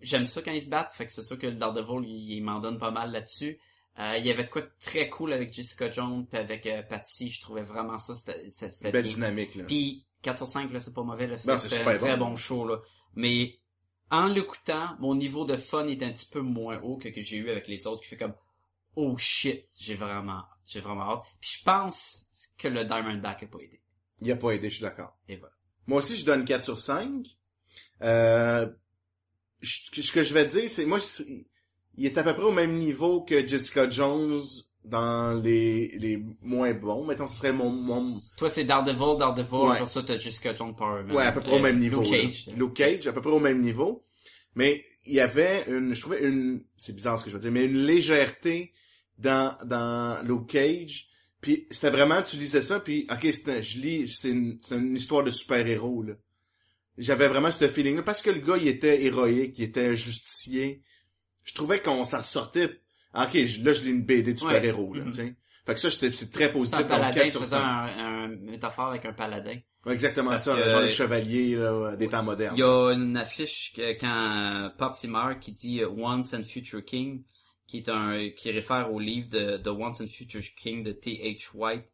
[SPEAKER 4] j'aime ça quand ils se battent, fait que c'est sûr que le Daredevil, il, il m'en donne pas mal là-dessus. Euh, il y avait de quoi de très cool avec Jessica Jones puis avec euh, Patty, je trouvais vraiment ça, c'était- c'était c'était
[SPEAKER 5] Belle
[SPEAKER 4] bien.
[SPEAKER 5] dynamique là.
[SPEAKER 4] Puis 4 sur 5, là, c'est pas mauvais, là,
[SPEAKER 5] Non,
[SPEAKER 4] c'est
[SPEAKER 5] c'est
[SPEAKER 4] c'est
[SPEAKER 5] super
[SPEAKER 4] un très
[SPEAKER 5] bon.
[SPEAKER 4] bon show, là. Mais en l'écoutant, mon niveau de fun est un petit peu moins haut que que j'ai eu avec les autres, qui fait comme oh shit, j'ai vraiment, j'ai vraiment hâte. Puis je pense que le Diamondback a pas aidé.
[SPEAKER 5] Il a pas aidé, je suis d'accord.
[SPEAKER 4] Et voilà.
[SPEAKER 5] Moi aussi, je donne 4 sur 5. Euh, je- ce que je vais dire, c'est moi, c'est- il est à peu près au même niveau que Jessica Jones dans les, les moins bons. Mettons, ce serait mon... mon
[SPEAKER 4] Toi, c'est Daredevil, Daredevil,
[SPEAKER 5] Ouais.
[SPEAKER 4] pour ça, t'as Jessica Jones Power Man.
[SPEAKER 5] ouais, à peu près
[SPEAKER 4] Euh,
[SPEAKER 5] au même niveau.
[SPEAKER 4] Luke
[SPEAKER 5] là.
[SPEAKER 4] Cage.
[SPEAKER 5] Luke Cage, à peu près au même niveau. Mais il y avait une... Je trouvais une... C'est bizarre ce que je veux dire, mais une légèreté dans, dans Luke Cage. Puis c'était vraiment, tu lisais ça, puis ok, c'est un- je lis, c'est une, c'est une histoire de super-héros, là. j'avais vraiment ce feeling-là parce que le gars, il était héroïque, il était justicier. Je trouvais qu'on s'en ressortait. Ah, Ok, je- là, je lis une BD de super-héros, là,
[SPEAKER 4] Mhm.
[SPEAKER 5] tu sais. Fait que ça, j'étais- c'est très
[SPEAKER 4] C'est un
[SPEAKER 5] positif. Donc,
[SPEAKER 4] paladin,
[SPEAKER 5] 4
[SPEAKER 4] tu
[SPEAKER 5] sur
[SPEAKER 4] faisais
[SPEAKER 5] 5.
[SPEAKER 4] un, un métaphore avec un paladin.
[SPEAKER 5] Ouais, Exactement
[SPEAKER 4] Parce
[SPEAKER 5] ça,
[SPEAKER 4] que-
[SPEAKER 5] le genre de chevalier là, des temps modernes.
[SPEAKER 4] Il y a une affiche que, quand euh, Pops il meurt qui dit euh, Once and Future King, qui est un qui réfère au livre de, de Once and Future King de T.H. White,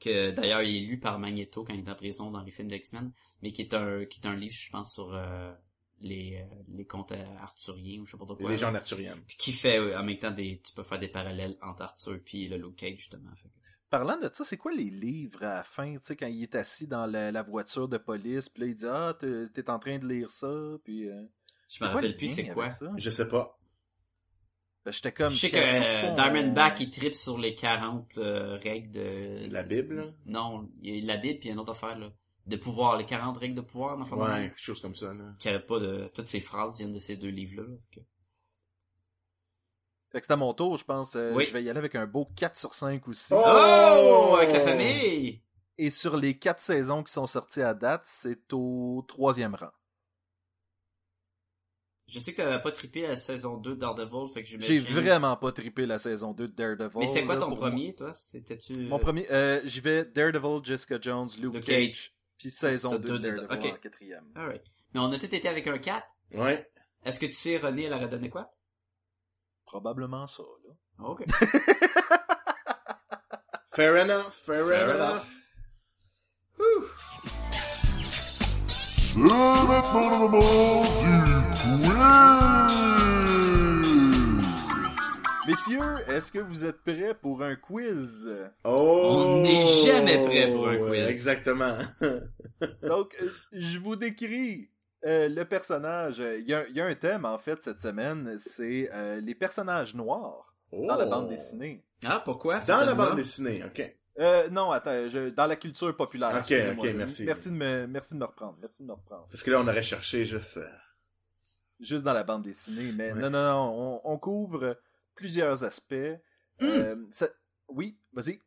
[SPEAKER 4] que d'ailleurs il est lu par Magneto quand il est en prison dans les films d'X-Men, mais qui est un qui est un livre, je pense, sur euh, les, euh, les contes euh, arthuriens ou je sais pas trop
[SPEAKER 5] Les
[SPEAKER 4] quoi.
[SPEAKER 5] légendes arthuriennes.
[SPEAKER 4] Puis qui fait euh, en même temps des. Tu peux faire des parallèles entre Arthur puis le Luke Cage, justement. Fait que-
[SPEAKER 3] Parlant de ça, c'est quoi les livres à la fin, tu sais quand il est assis dans la, la voiture de police, puis là il dit ah t'es t'es en train de lire ça, puis euh,
[SPEAKER 4] Je me
[SPEAKER 3] quoi le
[SPEAKER 4] rappelle plus
[SPEAKER 3] lien
[SPEAKER 4] c'est
[SPEAKER 3] avec
[SPEAKER 4] quoi.
[SPEAKER 3] ça?
[SPEAKER 5] Je sais pas.
[SPEAKER 3] Ben, J'étais comme
[SPEAKER 4] Je sais que
[SPEAKER 3] j'étais-
[SPEAKER 4] euh, Diamondback, il tripe sur les 40 euh, règles de...
[SPEAKER 5] La Bible, là?
[SPEAKER 4] Non, il y a la Bible, puis il y a une autre affaire, là. De pouvoir, les 40 règles de pouvoir, dans le fond.
[SPEAKER 5] Ouais, quelque chose comme ça. Là.
[SPEAKER 4] Qui arrête pas de... Toutes ces phrases viennent de ces deux livres-là. là. Ok.
[SPEAKER 3] Fait que c'est à mon tour, je pense. euh,
[SPEAKER 4] Oui.
[SPEAKER 3] Je vais y aller avec un beau 4 sur 5 aussi.
[SPEAKER 5] Oh!
[SPEAKER 4] Oh! Avec la famille!
[SPEAKER 3] Et sur les 4 saisons qui sont sorties à date, c'est au troisième rang.
[SPEAKER 4] Je sais que t'avais pas trippé à la saison 2 de Daredevil, fait que
[SPEAKER 3] J'ai
[SPEAKER 4] j'imagine...
[SPEAKER 3] vraiment pas trippé la saison 2 de Daredevil.
[SPEAKER 4] Mais c'est quoi
[SPEAKER 3] là,
[SPEAKER 4] ton
[SPEAKER 3] pour moi.
[SPEAKER 4] premier, toi? C'était-tu...
[SPEAKER 3] Mon premier, euh, j'y vais Daredevil, Jessica Jones, Luke
[SPEAKER 4] Luke
[SPEAKER 3] Cage,
[SPEAKER 4] Cage.
[SPEAKER 3] puis saison
[SPEAKER 4] Ça,
[SPEAKER 3] 2
[SPEAKER 4] deux
[SPEAKER 3] de
[SPEAKER 4] de-
[SPEAKER 3] Daredevil
[SPEAKER 4] ok.
[SPEAKER 3] en quatrième.
[SPEAKER 4] Alright. Mais on a tous été avec un 4.
[SPEAKER 5] Ouais.
[SPEAKER 4] Est-ce que tu sais, René, elle aurait donné quoi?
[SPEAKER 3] Probablement ça, là.
[SPEAKER 4] Ok.
[SPEAKER 5] Fair enough, fair, enough.
[SPEAKER 3] Messieurs, est-ce que vous êtes prêts pour un quiz?
[SPEAKER 5] Oh!
[SPEAKER 4] On n'est jamais prêt pour un quiz.
[SPEAKER 5] Exactement.
[SPEAKER 3] Donc, euh, je vous décris euh, le personnage. Il y, a, il y a un thème, en fait, cette semaine, c'est euh, les personnages noirs dans la
[SPEAKER 5] Oh.
[SPEAKER 3] bande dessinée.
[SPEAKER 4] Ah, pourquoi?
[SPEAKER 5] Dans la
[SPEAKER 4] certainement?
[SPEAKER 5] bande dessinée, ok.
[SPEAKER 3] Euh, non, attends, je- dans la culture populaire.
[SPEAKER 5] Ok,
[SPEAKER 3] excusez-moi.
[SPEAKER 5] ok, merci.
[SPEAKER 3] Merci de, me, merci de me reprendre, merci de me reprendre.
[SPEAKER 5] Parce que là, on aurait cherché juste... euh,
[SPEAKER 3] Juste dans la bande dessinée, mais
[SPEAKER 5] Ouais.
[SPEAKER 3] non, non, non, on, on couvre plusieurs aspects.
[SPEAKER 4] Hmm.
[SPEAKER 3] Euh, ça- oui, vas-y.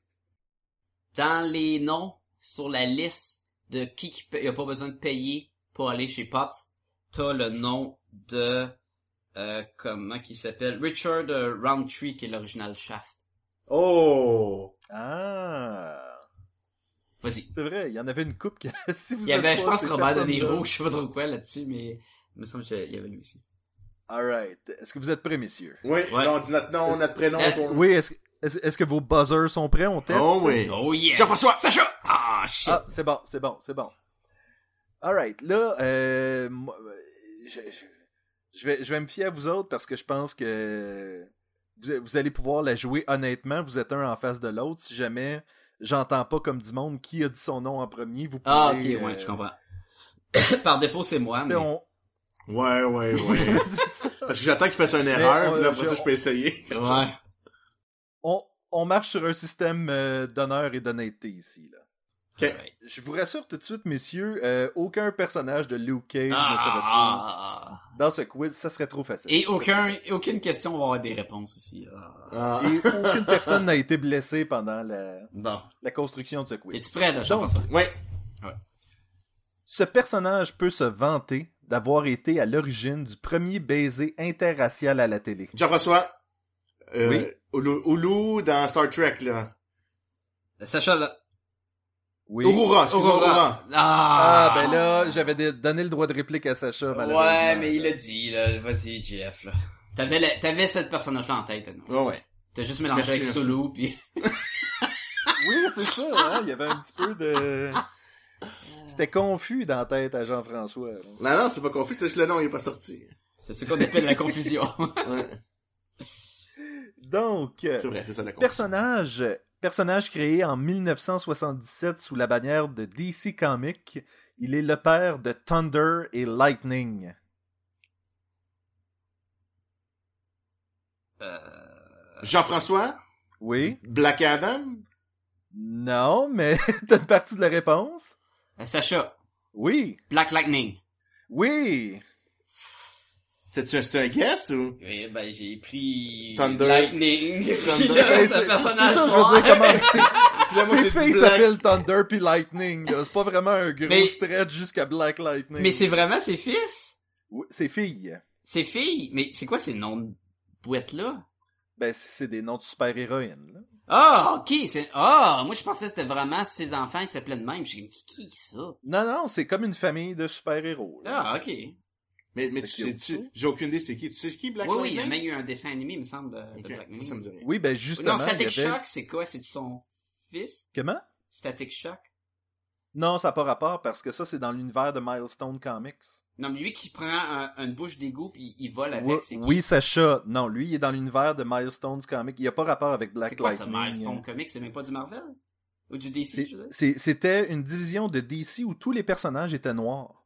[SPEAKER 4] dans les noms sur la liste de qui qui paye- y a pas besoin de payer pour aller chez Pops, t'as le nom de euh, comment qui s'appelle Richard euh, Roundtree qui est l'original Shaft.
[SPEAKER 5] Oh!
[SPEAKER 3] Ah.
[SPEAKER 4] Vas-y.
[SPEAKER 3] C'est vrai, il y en avait une coupe qui. si vous
[SPEAKER 4] Il y avait,
[SPEAKER 3] êtes
[SPEAKER 4] je
[SPEAKER 3] pas
[SPEAKER 4] pense,
[SPEAKER 3] ces
[SPEAKER 4] Robert De
[SPEAKER 3] personnes-là-
[SPEAKER 4] Niro, je sais pas trop quoi là-dessus, mais il me semble qu'il y avait lui aussi.
[SPEAKER 3] Alright. Est-ce que vous êtes prêts, messieurs?
[SPEAKER 5] Oui,
[SPEAKER 4] Ouais.
[SPEAKER 5] là, on dit notre nom, notre prénom.
[SPEAKER 4] Est-ce-
[SPEAKER 5] son-
[SPEAKER 3] Oui, est-ce est-ce- est-ce que vos buzzers sont prêts? On teste?
[SPEAKER 5] Oh oui.
[SPEAKER 4] Oh yes!
[SPEAKER 5] Jean-François,
[SPEAKER 4] Sacha! Ah, shit!
[SPEAKER 3] Ah, c'est bon, c'est bon, c'est bon. Alright, là, euh, moi, euh, je, je- je vais, je vais me fier à vous autres parce que je pense que vous, vous allez pouvoir la jouer honnêtement. Vous êtes un en face de l'autre. Si jamais j'entends pas comme du monde qui a dit son nom en premier, vous pouvez.
[SPEAKER 4] Ah, ok, ouais,
[SPEAKER 3] euh,
[SPEAKER 4] je comprends. Par défaut, c'est moi,
[SPEAKER 3] tu
[SPEAKER 4] mais...
[SPEAKER 3] sais, on-
[SPEAKER 5] Ouais, ouais, ouais.
[SPEAKER 3] C'est ça.
[SPEAKER 5] Parce que j'attends qu'il fasse une erreur,
[SPEAKER 3] on-
[SPEAKER 5] puis là, après
[SPEAKER 3] je-
[SPEAKER 5] ça, je peux essayer.
[SPEAKER 4] Ouais.
[SPEAKER 3] on, on marche sur un système euh, d'honneur et d'honnêteté ici. Là.
[SPEAKER 5] Ok.
[SPEAKER 4] Alright.
[SPEAKER 3] Je vous rassure tout de suite, messieurs, euh, aucun personnage de Luke Cage ne se retrouve
[SPEAKER 4] Ah, ah, ah.
[SPEAKER 3] dans ce quiz. Ça serait trop facile.
[SPEAKER 4] Et
[SPEAKER 3] Ça serait trop
[SPEAKER 4] aucun,
[SPEAKER 3] facile.
[SPEAKER 4] aucune question va avoir des réponses aussi. Ah.
[SPEAKER 5] Ah.
[SPEAKER 3] Et aucune personne n'a été blessée pendant la,
[SPEAKER 4] Bon.
[SPEAKER 3] la construction de ce quiz.
[SPEAKER 4] Es-tu prêt, là, Jean-François?
[SPEAKER 5] Ouais.
[SPEAKER 3] Ce personnage peut se vanter d'avoir été à l'origine du premier baiser interracial à la télé.
[SPEAKER 5] Jean-François. Euh,
[SPEAKER 3] Oui.
[SPEAKER 5] Oulu, Oulu dans Star Trek, là.
[SPEAKER 4] Sacha, là...
[SPEAKER 3] Oui.
[SPEAKER 4] Oh!
[SPEAKER 5] Aurora, excuse-moi,
[SPEAKER 4] Aurora.
[SPEAKER 5] Aurora.
[SPEAKER 4] Ah!
[SPEAKER 3] Ah, ben là, j'avais dé- donné le droit de réplique à Sacha, malheureusement.
[SPEAKER 4] Ouais, mais il a dit, là. Vas-y, GF, là. T'avais, la- t'avais cette personnage-là en tête, non?
[SPEAKER 5] Ouais, ouais.
[SPEAKER 4] T'as juste mélangé
[SPEAKER 5] Merci,
[SPEAKER 4] avec
[SPEAKER 5] merci.
[SPEAKER 4] Solo, puis...
[SPEAKER 3] Oui, c'est ça, hein, il y avait un petit peu de... C'était confus dans la tête à Jean-François. là.
[SPEAKER 5] Non, non, c'est pas confus, c'est juste le nom, il est pas sorti.
[SPEAKER 4] C'est ce qu'on appelle la confusion.
[SPEAKER 5] Ouais.
[SPEAKER 3] Donc, euh,
[SPEAKER 5] C'est vrai, c'est ça la confusion.
[SPEAKER 3] personnage, personnage créé en 1977 sous la bannière de DC Comics, il est le père de Thunder et Lightning.
[SPEAKER 4] Euh,
[SPEAKER 5] Jean-François,
[SPEAKER 3] Oui.
[SPEAKER 5] Black Adam,
[SPEAKER 3] Non, mais t'as une partie de la réponse.
[SPEAKER 4] Sacha,
[SPEAKER 3] Oui.
[SPEAKER 4] Black Lightning.
[SPEAKER 3] Oui.
[SPEAKER 5] c'est-tu un, c'est un guess ou?
[SPEAKER 4] Oui, ben j'ai pris
[SPEAKER 5] Thunder.
[SPEAKER 4] Lightning. Puis
[SPEAKER 3] Ben,
[SPEAKER 4] là,
[SPEAKER 3] c'est
[SPEAKER 4] ce personnage.
[SPEAKER 3] c'est ça, je veux dire, comment Ah, c'est-
[SPEAKER 5] Puis là, moi, j'ai
[SPEAKER 3] ces
[SPEAKER 5] dit
[SPEAKER 3] filles
[SPEAKER 5] Black.
[SPEAKER 3] s'appellent Thunder puis Lightning. là. C'est pas vraiment un gros
[SPEAKER 4] Mais-
[SPEAKER 3] stretch jusqu'à Black Lightning.
[SPEAKER 4] Mais c'est vraiment ses fils?
[SPEAKER 3] Oui, c'est filles.
[SPEAKER 4] Ses filles? Mais c'est quoi ces noms de boîtes là?
[SPEAKER 3] Ben, c'est c'est des noms de super-héroïnes. là.
[SPEAKER 4] Ah, ok, c'est. Ah, moi je pensais que c'était vraiment ses enfants, ils s'appelaient de même. Je suis qui ça?
[SPEAKER 3] Non, non, c'est comme une famille de super-héros. là.
[SPEAKER 4] Ah, ok. Oui,
[SPEAKER 5] Mais, mais tu
[SPEAKER 3] Fait qu'il y a
[SPEAKER 5] sais-tu, j'ai aucune idée c'est qui. Tu sais c'est qui, Black
[SPEAKER 4] oui, il y a
[SPEAKER 5] Lightning?
[SPEAKER 4] même eu un dessin animé, il me semble, de, de
[SPEAKER 5] Ok,
[SPEAKER 4] Black
[SPEAKER 5] moi, ça me dit
[SPEAKER 4] Lightning.
[SPEAKER 5] rien.
[SPEAKER 3] Oui, ben
[SPEAKER 4] non,
[SPEAKER 3] justement, il y
[SPEAKER 4] Static
[SPEAKER 3] avait...
[SPEAKER 4] Shock, c'est quoi? C'est son fils?
[SPEAKER 3] Comment?
[SPEAKER 4] Static Shock?
[SPEAKER 3] Non, ça n'a pas rapport parce que ça, c'est dans l'univers de Milestone Comics.
[SPEAKER 4] Non, mais lui qui prend un- une bouche d'égout puis il vole avec, c'est
[SPEAKER 3] Oui,
[SPEAKER 4] qui?
[SPEAKER 3] oui, Sacha. Non, lui, il est dans l'univers de Milestone Comics. Il n'y a pas rapport avec
[SPEAKER 4] C'est
[SPEAKER 3] Black
[SPEAKER 4] quoi ça,
[SPEAKER 3] Lightning. euh,
[SPEAKER 4] Milestone Comics? C'est même pas du Marvel? Ou du DC,
[SPEAKER 3] C'est-
[SPEAKER 4] je veux dire?
[SPEAKER 3] c'est- C'était une division de DC où tous les personnages étaient noirs.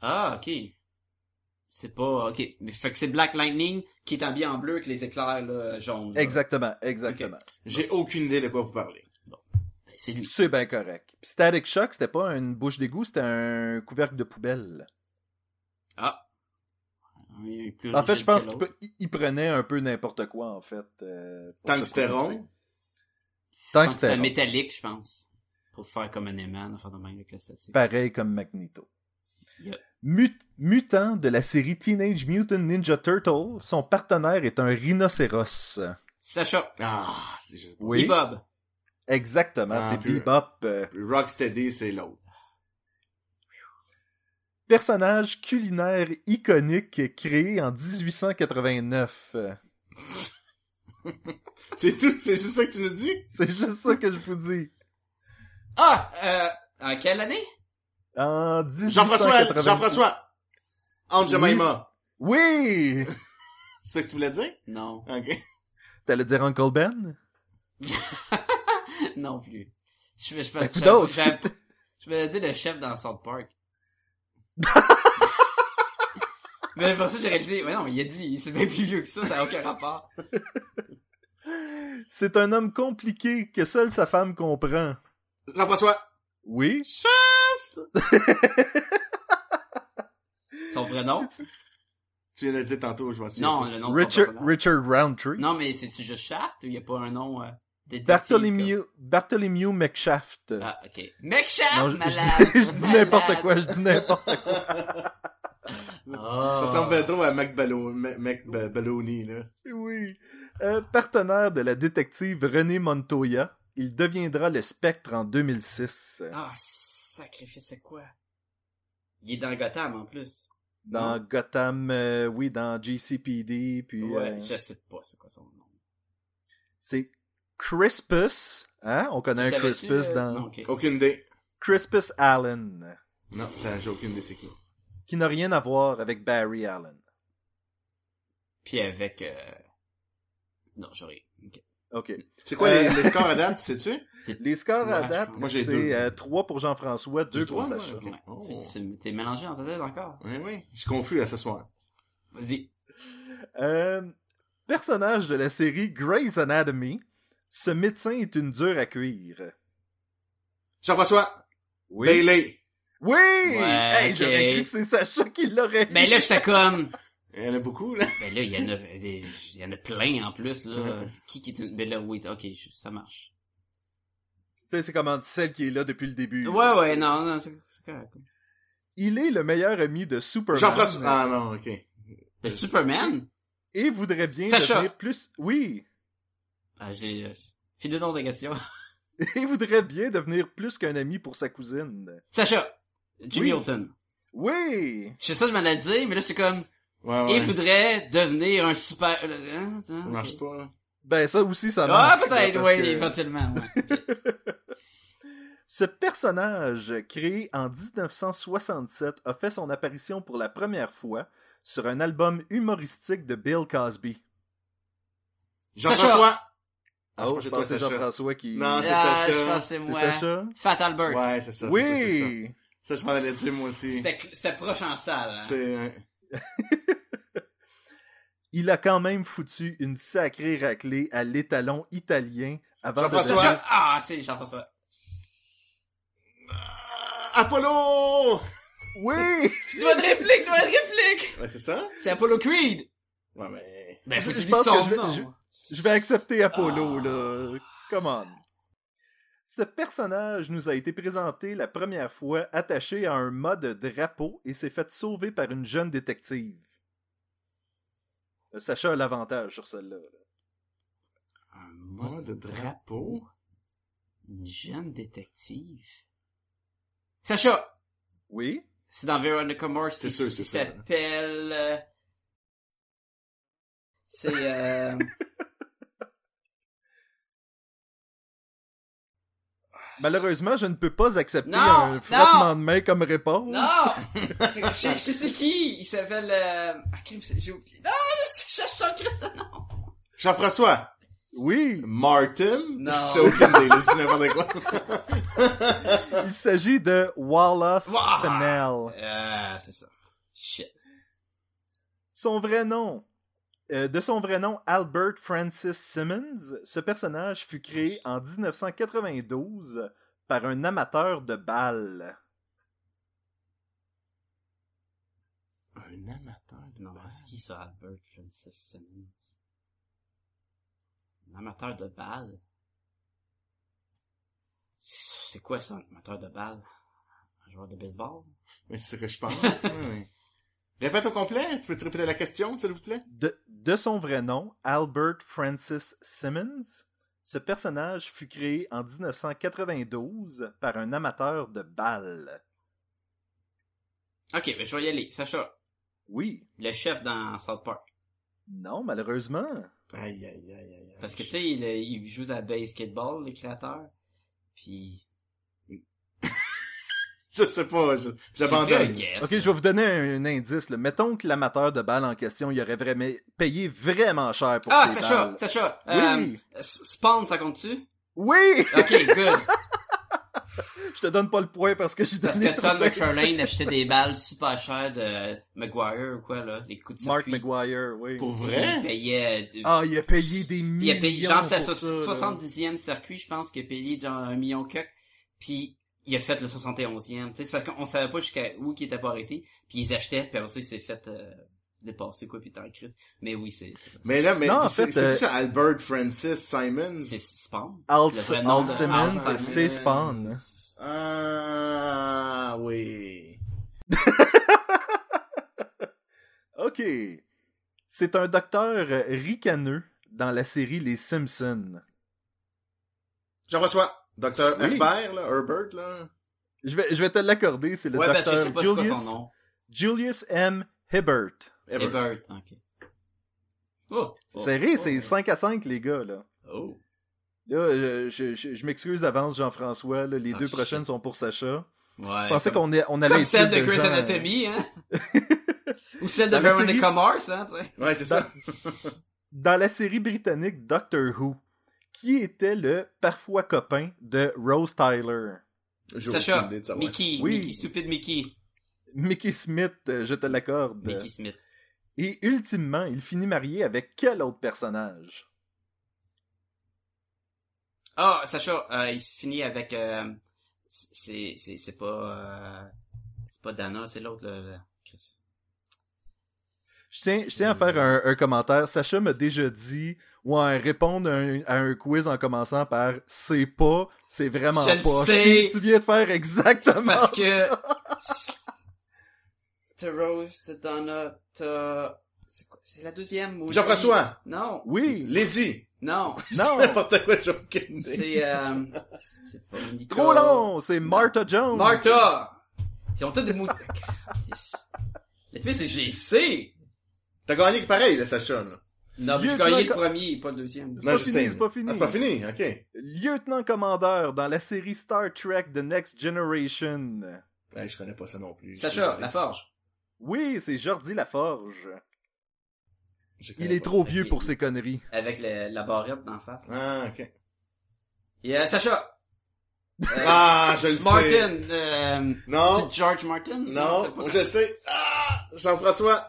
[SPEAKER 4] Ah, ok. C'est pas, ok. Mais fait que c'est Black Lightning qui est habillé en bleu avec les éclairs, là, jaunes. là.
[SPEAKER 3] Exactement, exactement.
[SPEAKER 5] J'ai aucune idée de quoi vous parlez.
[SPEAKER 4] Ben, c'est lui.
[SPEAKER 3] C'est bien correct. Puis Static Shock, c'était pas une bouche d'égout, c'était un couvercle de poubelle.
[SPEAKER 4] Ah. Il est plus
[SPEAKER 3] En fait,
[SPEAKER 4] rigide
[SPEAKER 3] je pense
[SPEAKER 4] que
[SPEAKER 3] qu'il
[SPEAKER 4] l'autre.
[SPEAKER 3] pe- il- il prenait un peu n'importe quoi, en fait. euh, pour se prononcer.
[SPEAKER 5] Tangsteron.
[SPEAKER 4] Je pense que c'est
[SPEAKER 3] Tungstérone.
[SPEAKER 4] métallique, je pense. Pour faire comme un aimant, faire de même avec la statique.
[SPEAKER 3] pareil comme Magneto.
[SPEAKER 4] Yep.
[SPEAKER 3] Mut- mutant de la série Teenage Mutant Ninja Turtle, son partenaire est un rhinocéros.
[SPEAKER 4] Sacha.
[SPEAKER 5] Ah, c'est juste...
[SPEAKER 4] Oui. Bob.
[SPEAKER 3] Exactement,
[SPEAKER 5] Ah,
[SPEAKER 3] c'est
[SPEAKER 5] pur.
[SPEAKER 3] Bebop. euh,
[SPEAKER 5] Rocksteady, c'est l'autre.
[SPEAKER 3] personnage culinaire iconique créé en 1889. Euh,
[SPEAKER 5] C'est tout, c'est juste ça que tu nous dis?
[SPEAKER 3] C'est juste ça que je vous dis.
[SPEAKER 4] Ah, euh, en quelle année?
[SPEAKER 3] En 1889.
[SPEAKER 5] Jean-François, Jean-François! Aunt Jemima.
[SPEAKER 3] Oui!
[SPEAKER 5] C'est ça que tu voulais dire?
[SPEAKER 4] Non.
[SPEAKER 5] Ok.
[SPEAKER 3] T'allais dire Uncle Ben?
[SPEAKER 4] non plus. Je, je, je,
[SPEAKER 3] Ben,
[SPEAKER 4] je,
[SPEAKER 3] donc,
[SPEAKER 4] j'avais- je me l'ai dit le chef dans South Park. mais après ça, j'ai réalisé, ouais non, il a dit, c'est bien plus vieux que ça, ça n'a aucun rapport.
[SPEAKER 3] C'est un homme compliqué que seule sa femme comprend.
[SPEAKER 5] Jean-François.
[SPEAKER 3] Oui?
[SPEAKER 4] Son vrai nom?
[SPEAKER 5] Tu viens de le dire tantôt, je vois sûr.
[SPEAKER 4] Non, le nom de son
[SPEAKER 3] Richard,
[SPEAKER 4] personnage.
[SPEAKER 3] Richard Roundtree.
[SPEAKER 4] Non, mais c'est-tu juste Shaft ou il n'y a pas un nom euh, détective,
[SPEAKER 3] Bartholomew, Bartholomew McShaft.
[SPEAKER 4] comme- Ah, ok. Mec Shaft,
[SPEAKER 3] Non, je,
[SPEAKER 4] malade!
[SPEAKER 3] je- je dis
[SPEAKER 4] malade.
[SPEAKER 3] n'importe quoi, je dis n'importe quoi.
[SPEAKER 4] Ah.
[SPEAKER 5] Ça ressemble bien trop à Mac Ballo- Mac- Mac Ba- Balloni, là.
[SPEAKER 3] Oui. Euh, partenaire de la détective René Montoya. Il deviendra le Spectre en 2006.
[SPEAKER 4] Ah, sacrifice, c'est quoi? Il est dans Gotham, en plus.
[SPEAKER 3] Dans Gotham, euh, oui, dans GCPD, puis...
[SPEAKER 4] Ouais,
[SPEAKER 3] euh,
[SPEAKER 4] je sais pas c'est quoi son nom.
[SPEAKER 3] C'est Crispus, hein? On connaît
[SPEAKER 4] Tu
[SPEAKER 3] un
[SPEAKER 4] savais-tu,
[SPEAKER 3] Crispus
[SPEAKER 4] euh,
[SPEAKER 3] dans...
[SPEAKER 4] Non, ok.
[SPEAKER 5] Aucune idée.
[SPEAKER 3] Crispus Allen,
[SPEAKER 5] Non, ça, j'ai aucune idée c'est qui.
[SPEAKER 3] qui n'a rien à voir avec Barry Allen.
[SPEAKER 4] Puis avec... euh, Non, j'aurais... ok.
[SPEAKER 3] OK.
[SPEAKER 5] C'est quoi les, les scores à date, tu sais-tu?
[SPEAKER 4] C'est-
[SPEAKER 3] Les scores à
[SPEAKER 4] Ouais,
[SPEAKER 3] date,
[SPEAKER 5] Moi, j'ai deux.
[SPEAKER 3] c'est 3 pour Jean-François, 2
[SPEAKER 5] J'ai
[SPEAKER 3] pour
[SPEAKER 5] trois, moi,
[SPEAKER 3] Sacha.
[SPEAKER 5] ok.
[SPEAKER 4] Ouais.
[SPEAKER 5] Oh.
[SPEAKER 4] Tu- tu- T'es mélangé dans ta tête encore.
[SPEAKER 5] Oui, oui. Je suis confus à ce soir.
[SPEAKER 4] Vas-y.
[SPEAKER 3] Euh, personnage de la série Grey's Anatomy, ce médecin est une dure à cuire.
[SPEAKER 5] Jean-François,
[SPEAKER 3] Oui!
[SPEAKER 5] Bailey.
[SPEAKER 3] Oui! hey,
[SPEAKER 4] ok.
[SPEAKER 3] j'aurais cru que c'est Sacha qui l'aurait
[SPEAKER 4] Ben là, j'étais comme...
[SPEAKER 5] Il y en a beaucoup, là.
[SPEAKER 4] Ben là, il y en a, il y en a plein en plus, là. qui qui est une... Ben là, oui, ok, je- ça marche.
[SPEAKER 3] Tu sais, c'est comme celle qui est là depuis le début.
[SPEAKER 4] Ouais, ouais, non, non, c'est c'est correct.
[SPEAKER 3] Il est le meilleur ami de Superman.
[SPEAKER 5] Jean-François. Ah non, ok.
[SPEAKER 4] C'est Superman?
[SPEAKER 3] Et voudrait bien
[SPEAKER 4] Sacha.
[SPEAKER 3] devenir plus... Oui!
[SPEAKER 4] Ah, j'ai... euh, Fini dans ta question.
[SPEAKER 3] Et voudrait bien devenir plus qu'un ami pour sa cousine.
[SPEAKER 4] Sacha! Jimmy
[SPEAKER 3] Oui.
[SPEAKER 4] Olsen.
[SPEAKER 3] Oui!
[SPEAKER 4] Je sais ça, je m'en allais dire, mais là, j'étais comme...
[SPEAKER 5] Ouais, ouais.
[SPEAKER 4] Il voudrait devenir un super... euh, hein, hein,
[SPEAKER 5] Ça
[SPEAKER 4] ok.
[SPEAKER 5] marche pas, là.
[SPEAKER 3] Ben ça aussi, ça
[SPEAKER 4] Ah,
[SPEAKER 3] marche.
[SPEAKER 4] peut-être,
[SPEAKER 3] parce
[SPEAKER 4] oui,
[SPEAKER 3] que
[SPEAKER 4] éventuellement, ouais.
[SPEAKER 3] Ce personnage, créé en 1967, a fait son apparition pour la première fois sur un album humoristique de Bill Cosby.
[SPEAKER 5] Jean-François.
[SPEAKER 3] Ah,
[SPEAKER 5] Oh,
[SPEAKER 3] je pense
[SPEAKER 5] c'est toi,
[SPEAKER 3] que c'est
[SPEAKER 5] Sacha.
[SPEAKER 3] Jean-François qui...
[SPEAKER 5] Non, c'est
[SPEAKER 4] Ah,
[SPEAKER 5] Sacha.
[SPEAKER 4] je pense que c'est
[SPEAKER 3] c'est
[SPEAKER 4] moi.
[SPEAKER 3] Sacha?
[SPEAKER 4] Fat Albert.
[SPEAKER 5] Ouais, c'est ça. c'est ça, c'est ça.
[SPEAKER 3] Oui!
[SPEAKER 5] Ça, je m'en allais dire, moi aussi.
[SPEAKER 4] C'était cl- C'était proche en salle. hein.
[SPEAKER 5] C'est... euh,
[SPEAKER 3] Il a quand même foutu une sacrée raclée à l'étalon italien avant de...
[SPEAKER 5] Jean-François.
[SPEAKER 3] devenir-
[SPEAKER 4] Sacha! Ah, c'est Jean-François.
[SPEAKER 5] Apollo!
[SPEAKER 3] Oui!
[SPEAKER 4] Tu dois une réplique, tu dois une réplique!
[SPEAKER 5] Ouais, c'est ça?
[SPEAKER 4] C'est Apollo Creed!
[SPEAKER 5] Ouais, mais...
[SPEAKER 4] Ben, faut que
[SPEAKER 3] Je
[SPEAKER 4] tu dis
[SPEAKER 3] pense que
[SPEAKER 4] son
[SPEAKER 3] je vais-
[SPEAKER 4] nom.
[SPEAKER 3] je- Je vais accepter Apollo,
[SPEAKER 4] Ah.
[SPEAKER 3] là. Come on. Ce personnage nous a été présenté la première fois attaché à un mât de drapeau et s'est fait sauver par une jeune détective. Euh, Sacha a l'avantage sur celle-là.
[SPEAKER 4] Un
[SPEAKER 5] Moi, de drapeau?
[SPEAKER 4] Une jeune détective. Sacha!
[SPEAKER 3] Oui?
[SPEAKER 4] C'est dans Veronica Mars.
[SPEAKER 5] C'est
[SPEAKER 4] il-
[SPEAKER 5] sûr, c'est
[SPEAKER 4] il
[SPEAKER 5] ça.
[SPEAKER 4] s'appelle... euh, C'est... Euh...
[SPEAKER 3] Malheureusement, je ne peux pas accepter
[SPEAKER 4] Non!
[SPEAKER 3] un
[SPEAKER 4] Non!
[SPEAKER 3] frottement de main comme réponse.
[SPEAKER 4] non! C'est- Je je sais qui! Il s'appelle... Euh... Ah, crime, c'est- j'ai oublié. Non, je cherche son Christ, non!
[SPEAKER 5] Jean-François!
[SPEAKER 3] Oui,
[SPEAKER 5] Martin?
[SPEAKER 4] Non.
[SPEAKER 5] C'est aucune idée, là, je dis n'importe quoi.
[SPEAKER 3] il s'agit de Wallace
[SPEAKER 4] Wah!
[SPEAKER 3] Fennell.
[SPEAKER 4] Ah, c'est ça. Shit.
[SPEAKER 3] Son vrai nom. Euh, de son vrai nom, Albert Francis Simmons, ce personnage fut créé en 1992 par un amateur de balles.
[SPEAKER 5] Un amateur de
[SPEAKER 4] Non, c'est qui ça, Albert Francis Simmons? Un amateur de balle? C'est c'est quoi ça, un amateur de balle? Un joueur de baseball?
[SPEAKER 5] Mais c'est ce que je pense. hein, mais- Répète au complet. Tu peux-tu répéter la question, s'il vous plaît?
[SPEAKER 3] De, de son vrai nom, Albert Francis Simmons, ce personnage fut créé en 1992 par un amateur de balles.
[SPEAKER 4] Ok, mais je vais y aller. Sacha,
[SPEAKER 3] Oui,
[SPEAKER 4] le chef dans South Park.
[SPEAKER 3] non, malheureusement.
[SPEAKER 5] Aïe, aïe, aïe, aïe. aïe.
[SPEAKER 4] Parce que, tu sais, il, il joue à basketball, les créateurs. Puis...
[SPEAKER 5] Je sais pas, je-
[SPEAKER 4] C'est
[SPEAKER 5] j'abandonne.
[SPEAKER 4] plus un guess.
[SPEAKER 3] Ok, je vais vous donner un, un indice. là. Mettons que l'amateur de balles en question, il aurait vraiment payé vraiment cher pour
[SPEAKER 4] Ah,
[SPEAKER 3] ses
[SPEAKER 4] Sacha,
[SPEAKER 3] balles.
[SPEAKER 4] Sacha,
[SPEAKER 3] Oui.
[SPEAKER 4] euh, S- Spawn, ça compte-tu?
[SPEAKER 3] Oui!
[SPEAKER 4] Ok, good.
[SPEAKER 3] Je te donne pas le point parce que j'ai
[SPEAKER 4] Parce
[SPEAKER 3] donné
[SPEAKER 4] que
[SPEAKER 3] trop
[SPEAKER 4] Tom
[SPEAKER 3] d'indices.
[SPEAKER 4] McFarlane achetait des balles super chères de McGuire ou quoi, là, les coups de
[SPEAKER 3] Mark
[SPEAKER 4] circuit.
[SPEAKER 3] McGuire, oui.
[SPEAKER 5] Pour vrai?
[SPEAKER 4] Il payait... euh,
[SPEAKER 3] Ah, il a payé des millions
[SPEAKER 4] il a payé, genre, c'est
[SPEAKER 3] pour
[SPEAKER 4] le
[SPEAKER 3] ça, là.
[SPEAKER 4] 70e circuit, je pense, qu'il a payé, genre, un million coq. Puis, il a fait le 71e. Tu sais, c'est parce qu'on savait pas jusqu'à où qu'il était pas arrêté. Puis, ils achetaient, puis après ça, il s'est fait euh, dépasser, quoi, puis il était en crise. Mais oui, c'est c'est ça.
[SPEAKER 5] Mais là, mais
[SPEAKER 3] Non, en
[SPEAKER 5] puis c'est
[SPEAKER 3] fait,
[SPEAKER 5] c'est
[SPEAKER 3] euh,
[SPEAKER 5] qui ça, Albert Francis Simons?
[SPEAKER 4] C'est Ah, Spawn.
[SPEAKER 3] Al,
[SPEAKER 4] Le vrai
[SPEAKER 3] Al
[SPEAKER 4] nom de Al
[SPEAKER 3] Simmons,
[SPEAKER 4] Simmons.
[SPEAKER 3] c'est Spawn.
[SPEAKER 5] Ah, oui.
[SPEAKER 3] Ok. C'est un docteur ricaneux dans la série Les Simpsons.
[SPEAKER 5] Jean-François, docteur
[SPEAKER 3] Oui.
[SPEAKER 5] Herbert, là, Herbert, là.
[SPEAKER 3] Je vais, je vais te l'accorder, c'est le
[SPEAKER 4] ouais, parce que je
[SPEAKER 3] docteur
[SPEAKER 4] sais pas c'est quoi
[SPEAKER 3] Julius,
[SPEAKER 4] son nom.
[SPEAKER 3] Julius M. Hibbert.
[SPEAKER 5] Herbert.
[SPEAKER 4] Ebert, ok. Oh!
[SPEAKER 3] C'est
[SPEAKER 4] oh,
[SPEAKER 3] serré,
[SPEAKER 4] oh,
[SPEAKER 3] c'est 5 à 5, les gars, là.
[SPEAKER 4] Oh!
[SPEAKER 3] Là, euh, je, je, je m'excuse d'avance, Jean-François. là, Les
[SPEAKER 4] Ah,
[SPEAKER 3] deux
[SPEAKER 4] shit.
[SPEAKER 3] prochaines sont pour Sacha.
[SPEAKER 4] Ouais.
[SPEAKER 3] Je pensais
[SPEAKER 4] comme-
[SPEAKER 3] qu'on est- on allait
[SPEAKER 4] Comme
[SPEAKER 3] être
[SPEAKER 4] celle
[SPEAKER 3] plus
[SPEAKER 4] de Grey's
[SPEAKER 3] gens, euh,
[SPEAKER 4] Anatomy, hein? Ou celle de
[SPEAKER 3] Dans la
[SPEAKER 4] Veronica
[SPEAKER 3] série-
[SPEAKER 4] Mars, hein, tu sais.
[SPEAKER 5] Ouais, c'est ça.
[SPEAKER 3] dans la série britannique Doctor Who, qui était le parfois copain de Rose Tyler.
[SPEAKER 5] J'ai
[SPEAKER 4] Sacha,
[SPEAKER 5] aucune idée de savoir
[SPEAKER 4] Mickey,
[SPEAKER 3] Oui.
[SPEAKER 4] Mickey, stupide Mickey.
[SPEAKER 3] Mickey Smith, euh, je te l'accorde.
[SPEAKER 4] Mickey Smith.
[SPEAKER 3] Et ultimement, il finit marié avec quel autre personnage
[SPEAKER 4] Ah, Sacha, euh, il se finit avec, euh, c'est, c'est, c'est pas, euh, c'est pas Dana, c'est l'autre, là, là. Chris.
[SPEAKER 3] je tiens, je tiens à faire un, un commentaire. Sacha m'a déjà dit, ouais, répondre à un, à un quiz en commençant par c'est pas, c'est vraiment
[SPEAKER 4] Je le
[SPEAKER 3] pas.
[SPEAKER 4] sais.
[SPEAKER 3] Puis Tu viens de faire
[SPEAKER 4] C'est
[SPEAKER 3] exactement.
[SPEAKER 4] parce que, t'as Rose, t'as Donna, t'as, c'est quoi, c'est la deuxième ou...
[SPEAKER 5] Jean-François.
[SPEAKER 4] Non,
[SPEAKER 3] Oui.
[SPEAKER 5] Lazy.
[SPEAKER 4] non,
[SPEAKER 3] Non.
[SPEAKER 5] N'importe quoi, j'ai aucune idée.
[SPEAKER 4] Oh. c'est, euh, c'est pas Nico.
[SPEAKER 3] Trop long. C'est Martha Jones.
[SPEAKER 4] Martha! Ils ont tous des mots. Le pire, c'est que je les sais!
[SPEAKER 5] T'as gagné pareil, là, Sacha, là.
[SPEAKER 4] Non, mais j'ai
[SPEAKER 3] Lieutenant
[SPEAKER 4] gagné le
[SPEAKER 3] Co-
[SPEAKER 4] premier, pas le deuxième.
[SPEAKER 3] C'est pas fini, c'est pas fini.
[SPEAKER 5] Ah, c'est pas fini, ok.
[SPEAKER 3] Lieutenant-commandeur dans la série Star Trek The Next Generation.
[SPEAKER 5] Ouais, je connais pas ça non plus.
[SPEAKER 4] Sacha,
[SPEAKER 5] Désolé.
[SPEAKER 4] la forge.
[SPEAKER 3] Oui, c'est Jordi Laforge.
[SPEAKER 5] Je connais
[SPEAKER 3] Il est
[SPEAKER 5] pas.
[SPEAKER 3] trop
[SPEAKER 4] pas.
[SPEAKER 3] vieux
[SPEAKER 4] Ok.
[SPEAKER 3] pour ses conneries.
[SPEAKER 4] Avec le- la barrette d'en face.
[SPEAKER 5] Ah, ok.
[SPEAKER 4] Euh, Et euh, Sacha! Euh,
[SPEAKER 5] Ah, je le sais.
[SPEAKER 4] Martin! Euh,
[SPEAKER 5] Non.
[SPEAKER 4] c'est George Martin?
[SPEAKER 5] Non,
[SPEAKER 4] c'est pas
[SPEAKER 5] je sais. Ah, Jean-François.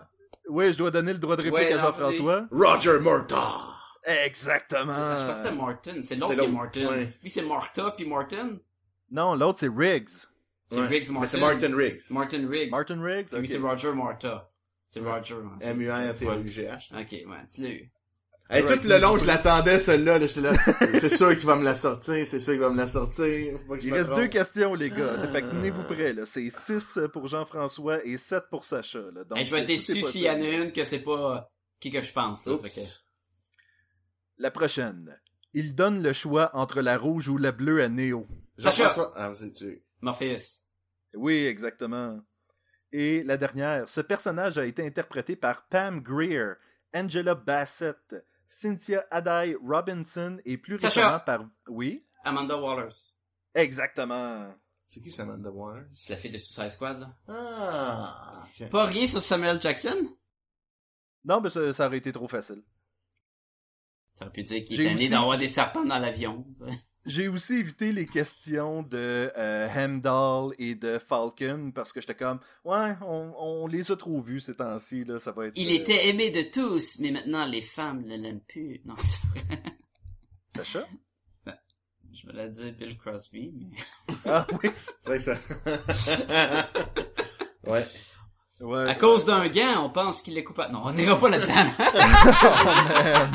[SPEAKER 3] Oui, je dois donner le droit de réplique
[SPEAKER 4] Ouais,
[SPEAKER 3] à
[SPEAKER 4] non,
[SPEAKER 3] Jean-François.
[SPEAKER 5] Roger Murtaugh.
[SPEAKER 3] Exactement.
[SPEAKER 4] C'est- Je pensais que c'était Martin, c'est l'autre
[SPEAKER 5] C'est
[SPEAKER 4] qui est
[SPEAKER 5] l'autre,
[SPEAKER 4] Martin.
[SPEAKER 5] ouais.
[SPEAKER 4] Lui c'est Martha puis Martin.
[SPEAKER 3] Non, l'autre c'est Riggs.
[SPEAKER 4] C'est
[SPEAKER 5] Ouais.
[SPEAKER 4] Riggs
[SPEAKER 5] Mais
[SPEAKER 4] Martin.
[SPEAKER 5] c'est Martin Riggs.
[SPEAKER 4] Martin Riggs.
[SPEAKER 3] Martin Riggs.
[SPEAKER 4] Puis lui
[SPEAKER 3] ok.
[SPEAKER 4] c'est Roger Martha. C'est Roger. hein.
[SPEAKER 5] M-U-R-T-U-G-H.
[SPEAKER 4] Ok, ouais, tu l'as eu.
[SPEAKER 5] Hey, tout le long, je l'attendais, celle-là. là, j'étais là, c'est sûr qu'il va me la sortir, c'est sûr qu'il va me la sortir. Faut pas que je
[SPEAKER 3] Il
[SPEAKER 5] me
[SPEAKER 3] reste
[SPEAKER 5] trompe.
[SPEAKER 3] deux questions, les gars. Fait que tenez-vous prêts, là. C'est 6 pour Jean-François et 7 pour Sacha, là. Donc,
[SPEAKER 4] Hey, je vais être
[SPEAKER 3] tout est
[SPEAKER 4] déçu s'il y en a
[SPEAKER 3] possible.
[SPEAKER 4] une que c'est pas euh, qui que je pense. Là, fait
[SPEAKER 5] Oups.
[SPEAKER 3] La prochaine. Il donne le choix entre la rouge ou la bleue à Néo.
[SPEAKER 5] Jean-François. Ah, c'est tu.
[SPEAKER 4] que- Morpheus.
[SPEAKER 3] Oui, exactement. Et la dernière, ce personnage a été interprété par Pam Greer, Angela Bassett, Cynthia Adai Robinson et plus
[SPEAKER 4] Sacha.
[SPEAKER 3] récemment par... Oui,
[SPEAKER 4] Amanda Wallers.
[SPEAKER 3] exactement.
[SPEAKER 5] C'est qui Samantha Warner?
[SPEAKER 4] C'est la fille de Suicide Squad, là.
[SPEAKER 5] Ah, ok.
[SPEAKER 4] Pas rien sur Samuel Jackson?
[SPEAKER 3] Non, mais ça, ça aurait été trop facile.
[SPEAKER 4] Ça aurait pu dire qu'il
[SPEAKER 3] J'ai
[SPEAKER 4] est tanné
[SPEAKER 3] aussi-
[SPEAKER 4] d'avoir des serpents dans l'avion. ça.
[SPEAKER 3] J'ai aussi évité les questions de euh, Heimdall et de Falcon parce que j'étais comme, ouais, on, on les a trop vus ces temps-ci, là, ça va être...
[SPEAKER 4] Il
[SPEAKER 3] euh,
[SPEAKER 4] était aimé de tous, mais maintenant les femmes ne l'aiment plus. Non, c'est vrai.
[SPEAKER 3] Sacha?
[SPEAKER 4] Je vais la dire Bill Crosby, mais...
[SPEAKER 3] Ah oui,
[SPEAKER 5] C'est vrai que ça. ouais.
[SPEAKER 3] ouais.
[SPEAKER 4] À cause d'un gant, on pense qu'il est coupable. Non, on n'ira pas là-dedans.
[SPEAKER 3] Oh, man.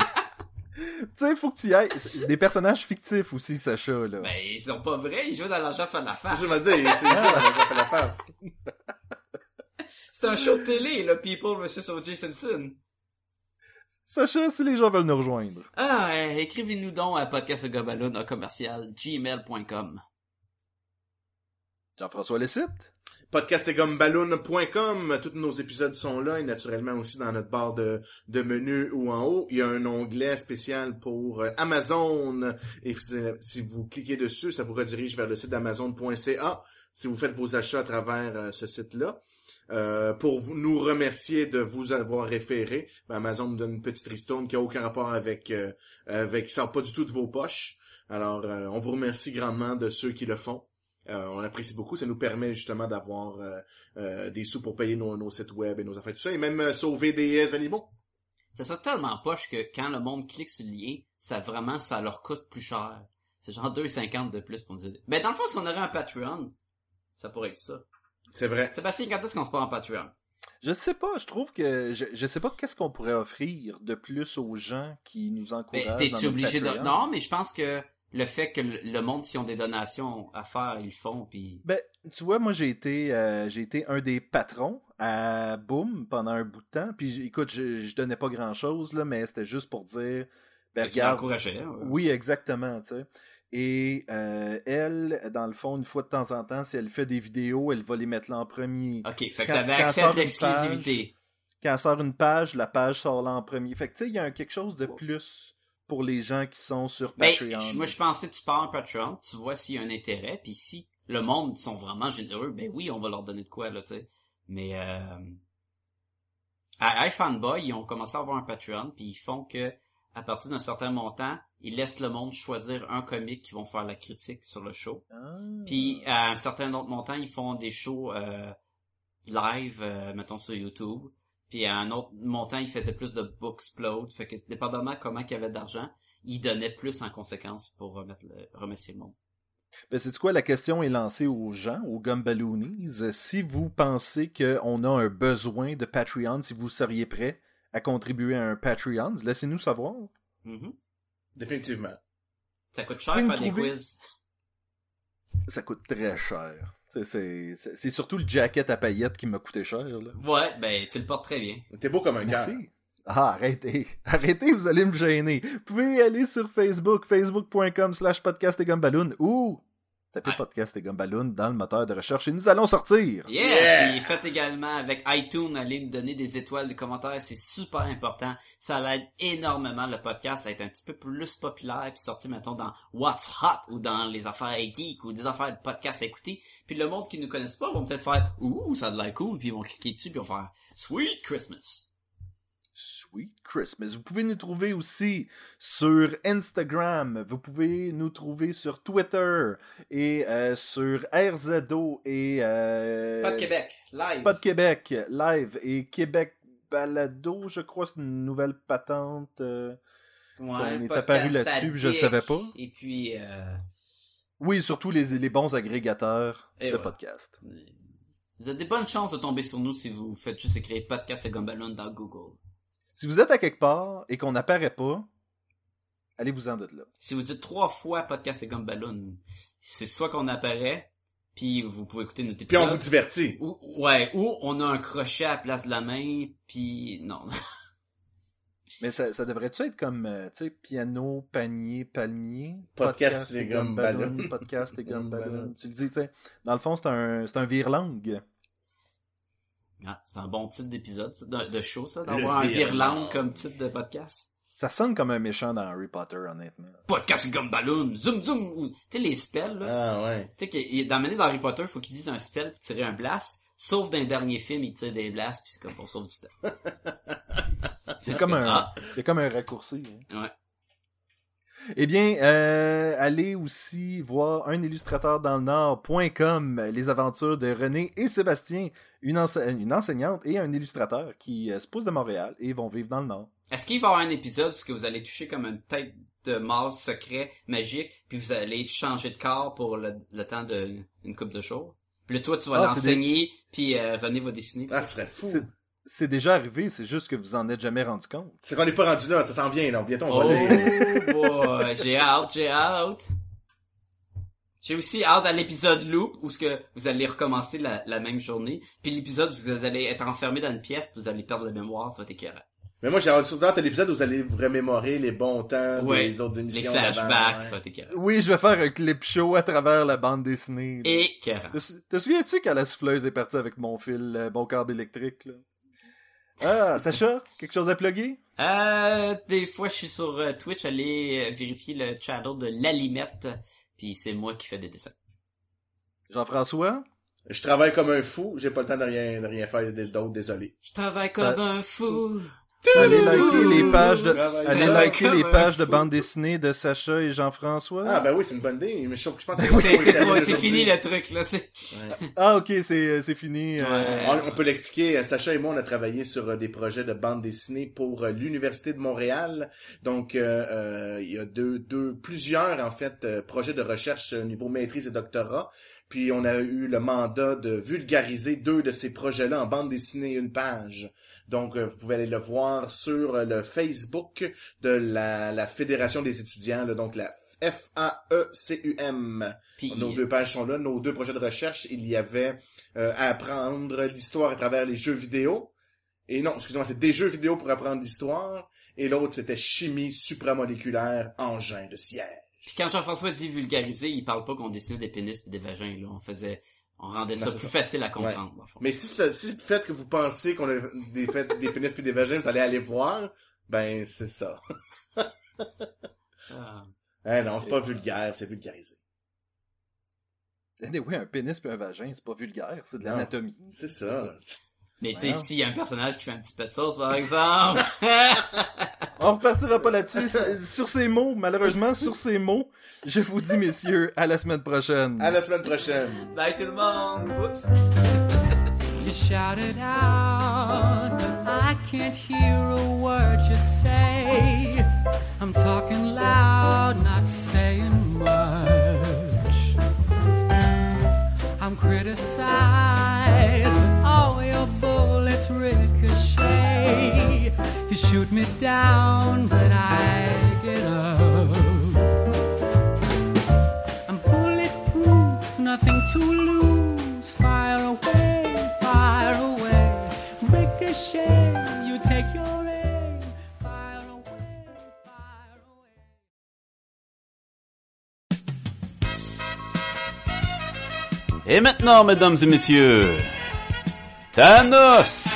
[SPEAKER 3] tu sais, faut que tu y ailles. C'est Des personnages fictifs aussi, Sacha, là.
[SPEAKER 4] ben, ils sont pas vrais, ils jouent dans l'argent à la
[SPEAKER 5] C'est
[SPEAKER 4] face.
[SPEAKER 5] ça, je me dis, c'est juste la fait la face.
[SPEAKER 4] C'est un show de télé, là, People vs. O.J. Simpson.
[SPEAKER 3] Sacha, si les gens veulent nous rejoindre.
[SPEAKER 4] Ah, euh, écrivez-nous donc à podcastgobaloon à commercial gmail.com.
[SPEAKER 3] Jean-François le site.
[SPEAKER 5] podcastegumballoon.com. Tous nos épisodes sont là et naturellement aussi dans notre barre de, de menu ou en haut. Il y a un onglet spécial pour euh, Amazon et si, si vous cliquez dessus, ça vous redirige vers le site d'amazon.ca si vous faites vos achats à travers euh, ce site-là. Euh, pour vous- nous remercier de vous avoir référé, ben, Amazon nous donne une petite ristourne qui a aucun rapport avec euh, avec qui sort pas du tout de vos poches. Alors, euh, on vous remercie grandement de ceux qui le font. Euh, on apprécie beaucoup. Ça nous permet justement d'avoir euh, euh, des sous pour payer nos, nos sites web et nos affaires, tout ça. Et même euh, sauver des animaux.
[SPEAKER 4] Ça serait tellement poche que quand le monde clique sur le lien, ça vraiment, ça leur coûte plus cher. C'est genre 2,50 de plus pour nous aider. Mais dans le fond, si on aurait un Patreon, ça pourrait être ça.
[SPEAKER 5] C'est vrai.
[SPEAKER 4] Sébastien, quand est-ce qu'on se part en Patreon?
[SPEAKER 3] Je sais pas, je trouve que je, je sais pas qu'est-ce qu'on pourrait offrir de plus aux gens qui nous encouragent.
[SPEAKER 4] Ben,
[SPEAKER 3] dans
[SPEAKER 4] t'es-tu
[SPEAKER 3] notre
[SPEAKER 4] obligé de...
[SPEAKER 3] Patreon.
[SPEAKER 4] Non, mais je pense que le fait que le le monde, s'ils ont des donations à faire, ils le font, puis...
[SPEAKER 3] Ben, tu vois, moi j'ai été euh, j'ai été un des patrons à Boom pendant un bout de temps. Puis j- écoute, je, je donnais pas grand chose là, mais c'était juste pour dire, ben
[SPEAKER 4] tu
[SPEAKER 3] regarde,
[SPEAKER 4] l'encourageais, hein, ouais.
[SPEAKER 3] Oui, exactement, tu sais. Et euh, elle, dans le fond, une fois de temps en temps, si elle fait des vidéos, elle va les mettre là en premier.
[SPEAKER 4] Ok, fait que
[SPEAKER 3] Quand-
[SPEAKER 4] t'avais
[SPEAKER 3] quand
[SPEAKER 4] accès
[SPEAKER 3] sort
[SPEAKER 4] à
[SPEAKER 3] une
[SPEAKER 4] l'exclusivité.
[SPEAKER 3] Quand elle sort une page, la page sort là en premier. Fait que tu sais, il y a un- quelque chose de plus pour les gens qui sont sur
[SPEAKER 4] Ben,
[SPEAKER 3] Patreon.
[SPEAKER 4] je- moi, je pensais que tu parles à Patreon, tu vois s'il y a un intérêt, puis si le monde sont vraiment généreux, ben oui, on va leur donner de quoi, là, tu sais. Mais, euh, à iFanboy, ils ont commencé à avoir un Patreon, puis ils font que, à partir d'un certain montant, ils laissent le monde choisir un comique qui vont faire la critique sur le show.
[SPEAKER 3] Ah.
[SPEAKER 4] Puis euh, à un certain autre montant, ils font des shows euh, live, euh, mettons sur YouTube. Puis à un autre montant, ils faisaient plus de bookspload. Fait que dépendamment comment qu'il y avait d'argent, ils donnaient plus en conséquence pour remettre le, remercier le monde.
[SPEAKER 3] Ben, c'est quoi, la question est lancée aux gens, aux Gumballoonies. Euh, Si vous pensez qu'on a un besoin de Patreon, si vous seriez prêt à contribuer à un Patreon, laissez-nous savoir.
[SPEAKER 4] Mhm.
[SPEAKER 5] Définitivement.
[SPEAKER 4] Ça coûte cher
[SPEAKER 3] Faut me
[SPEAKER 4] faire des
[SPEAKER 3] trouver-
[SPEAKER 4] quiz.
[SPEAKER 3] Ça coûte très cher. C'est- C'est c'est- c'est surtout le jacket à paillettes qui m'a coûté cher. Là.
[SPEAKER 4] Ouais, ben tu le portes très bien.
[SPEAKER 5] T'es beau comme un gars.
[SPEAKER 3] Merci. Ah, arrêtez. Arrêtez, vous allez me gêner. Vous pouvez aller sur Facebook, facebook.com slash podcast et gumballoon ou tapez
[SPEAKER 4] Ah.
[SPEAKER 3] podcast et gumballoon dans le moteur de recherche et nous allons sortir.
[SPEAKER 4] Yeah!
[SPEAKER 5] Yeah!
[SPEAKER 4] Puis faites également avec iTunes, allez nous donner des étoiles, des commentaires, c'est super important. Ça aide énormément le podcast à être un petit peu plus populaire, puis sortir, mettons, dans What's Hot ou dans les affaires geek ou des affaires de podcast à écouter. Puis le monde qui nous connaissent pas vont peut-être faire Ouh, ça a de l'air cool, puis ils vont cliquer dessus, puis ils vont faire Sweet Christmas.
[SPEAKER 3] Sweet Christmas. Vous pouvez nous trouver aussi sur Instagram, vous pouvez nous trouver sur Twitter et euh, sur RZO et euh,
[SPEAKER 4] Pas de Québec, live.
[SPEAKER 3] Pas de Québec, live et Québec Balado, je crois, c'est une nouvelle patente. euh. On est
[SPEAKER 4] podcast
[SPEAKER 3] apparu là-dessus,
[SPEAKER 4] à
[SPEAKER 3] puis je le
[SPEAKER 4] Dick.
[SPEAKER 3] savais pas.
[SPEAKER 4] Et puis, euh,
[SPEAKER 3] Oui, surtout les, les bons agrégateurs
[SPEAKER 4] Et
[SPEAKER 3] de
[SPEAKER 4] ouais.
[SPEAKER 3] podcasts.
[SPEAKER 4] vous avez des bonnes chances de tomber sur nous si vous faites juste écrire podcast et Gumballoon dans Google.
[SPEAKER 3] Si vous êtes à quelque part et qu'on n'apparaît pas, allez-vous-en de là.
[SPEAKER 4] Si vous dites trois fois podcast et gomme ballon, c'est soit qu'on apparaît, puis vous pouvez écouter notre
[SPEAKER 5] Puis
[SPEAKER 4] épisode.
[SPEAKER 5] on vous divertit.
[SPEAKER 4] ou, ouais, ou on a un crochet à la place de la main, puis non.
[SPEAKER 3] Mais ça, ça devrait-tu être comme, euh, tu sais, piano, panier, palmier?
[SPEAKER 5] Podcast et gomme
[SPEAKER 3] ballon,
[SPEAKER 5] ballon.
[SPEAKER 3] Podcast et gomme
[SPEAKER 5] Gomme
[SPEAKER 3] ballon.
[SPEAKER 5] ballon.
[SPEAKER 3] Tu le dis, tu sais, dans le fond, c'est un, c'est un virelangue.
[SPEAKER 4] Ah, c'est un bon titre d'épisode, ça, de, de show, ça,
[SPEAKER 5] Le
[SPEAKER 4] d'avoir un
[SPEAKER 5] virement.
[SPEAKER 4] virlande comme titre de podcast.
[SPEAKER 3] Ça sonne comme un méchant dans Harry Potter, honnêtement.
[SPEAKER 4] Podcast et gomme ballon, zoom zoom, ou, tu sais, les spells, là.
[SPEAKER 5] Ah ouais.
[SPEAKER 4] Tu sais, qu'il- il- dans Mané dans Harry Potter, faut qu'ils disent un spell pour tirer un blast. Sauf dans les derniers films, ils tirent des blasts, puis c'est comme pour sauver du temps.
[SPEAKER 3] Il y a comme un,
[SPEAKER 4] Ah.
[SPEAKER 3] il y a comme un raccourci. hein.
[SPEAKER 4] Ouais.
[SPEAKER 3] Eh bien, euh, allez aussi voir un illustrateur dans le Nord.com, les aventures de René et Sébastien, une, ense- une enseignante et un illustrateur qui euh, se poussent de Montréal et vont vivre dans le Nord.
[SPEAKER 4] Est-ce qu'il va y avoir un épisode où ce que vous allez toucher comme une tête de mort secret, magique, puis vous allez changer de corps pour le, le temps d'une coupe de jours? Puis là, toi, tu vas
[SPEAKER 3] Ah, c'est
[SPEAKER 4] l'enseigner, puis euh, René va dessiner.
[SPEAKER 5] Ah, ce serait fou.
[SPEAKER 3] C'est- C'est déjà arrivé, c'est juste que vous en êtes jamais rendu compte.
[SPEAKER 5] C'est qu'on n'est pas rendu là, ça s'en vient, là. Bientôt, on
[SPEAKER 4] Oh
[SPEAKER 5] va dire.
[SPEAKER 4] boy, j'ai hâte, j'ai hâte. J'ai aussi hâte à l'épisode loop où ce que vous allez recommencer la, la même journée, puis l'épisode où vous allez être enfermé dans une pièce, puis vous allez perdre la mémoire, ça va être écœurant.
[SPEAKER 5] Mais moi, j'ai hâte surtout à l'épisode où vous allez vous remémorer les bons temps
[SPEAKER 4] Ouais.
[SPEAKER 5] des autres
[SPEAKER 4] Les
[SPEAKER 5] émissions. d'avant,
[SPEAKER 4] flashbacks,
[SPEAKER 5] ouais.
[SPEAKER 4] ça va être écœurant.
[SPEAKER 3] Oui, je vais faire un clip show à travers la bande dessinée. là.
[SPEAKER 4] Écœurant.
[SPEAKER 3] Te, sou- te souviens-tu quand la souffleuse est partie avec mon fil, euh, bon câble électrique? Là? Ah, Sacha, quelque chose à plugger?
[SPEAKER 4] Euh, des fois, je suis sur euh, Twitch, aller euh, vérifier le channel de l'Alimette, puis c'est moi qui fais des dessins.
[SPEAKER 3] Jean-François?
[SPEAKER 5] Je travaille comme un fou, j'ai pas le temps de rien, de rien faire d'autre, désolé.
[SPEAKER 4] Je travaille comme un fou.
[SPEAKER 3] Allez liker les pages de,
[SPEAKER 5] Travaille
[SPEAKER 3] allez
[SPEAKER 5] comme-
[SPEAKER 4] là-
[SPEAKER 3] liker les
[SPEAKER 4] comme
[SPEAKER 3] pages
[SPEAKER 4] un
[SPEAKER 3] de
[SPEAKER 4] fou.
[SPEAKER 3] bande dessinée de Sacha et Jean-François.
[SPEAKER 5] Ah, ben oui, c'est une bonne idée, mais je trouve que je pense que
[SPEAKER 4] C'est Ben c'est trop-
[SPEAKER 5] terminé
[SPEAKER 4] c'est fini
[SPEAKER 5] aujourd'hui.
[SPEAKER 4] le truc, là. c'est-
[SPEAKER 3] Ah, ok, c'est c'est fini. euh,
[SPEAKER 4] Ouais.
[SPEAKER 5] On, on peut l'expliquer. euh, Sacha et moi, on a travaillé sur euh, des projets de bande dessinée pour euh, l'université de Montréal. Donc, euh, euh, il y a deux, deux, plusieurs en fait euh, projets de recherche euh, niveau maîtrise et doctorat. Puis, on a eu le mandat de vulgariser deux de ces projets-là en bande dessinée une page. Donc, euh, vous pouvez aller le voir sur euh, le Facebook de la, la Fédération des étudiants, là, donc la E F-A-E-C-U-M.
[SPEAKER 4] Puis,
[SPEAKER 5] Nos deux pages sont là. Nos deux projets de recherche, il y avait euh, à apprendre l'histoire à travers les jeux vidéo. Et non, excusez-moi, c'est des jeux vidéo pour apprendre l'histoire. Et l'autre, c'était chimie supramoléculaire, engin de siège.
[SPEAKER 4] Puis quand Jean-François dit vulgariser, il parle pas qu'on dessinait des pénis et des vagins. Là. On faisait, on rendait ça
[SPEAKER 5] Ben,
[SPEAKER 4] plus
[SPEAKER 5] c'est
[SPEAKER 4] facile à comprendre. dans le fond.
[SPEAKER 5] Mais si, ça, si le fait que vous pensez qu'on a des, fait, des pénis et des vagins, vous allez aller voir, ben, c'est ça.
[SPEAKER 4] Ah.
[SPEAKER 5] Eh non, c'est pas vulgaire, c'est vulgarisé.
[SPEAKER 3] Anyway, un pénis puis un vagin, c'est pas vulgaire, c'est de
[SPEAKER 5] Non.
[SPEAKER 3] l'anatomie.
[SPEAKER 5] C'est ça.
[SPEAKER 4] Mais tu sais,
[SPEAKER 3] Voyons.
[SPEAKER 4] s'il y a un personnage qui fait un petit peu de sauce, par exemple.
[SPEAKER 3] On repartira pas là-dessus. C'est- sur ces mots, malheureusement, sur ces mots, je vous dis, messieurs, à la semaine prochaine.
[SPEAKER 5] À la semaine prochaine.
[SPEAKER 4] Bye tout le monde. Oups.
[SPEAKER 2] You shouted out, but I can't hear a word you say. I'm talking loud, not saying much. I'm criticized, but all your bullets ricochet. You shoot me down, but I get up. I'm bulletproof, nothing to lose. Fire away, fire away. Ricochet, you take your aim. Fire away, fire away.
[SPEAKER 6] Et maintenant, mesdames et messieurs, Thanos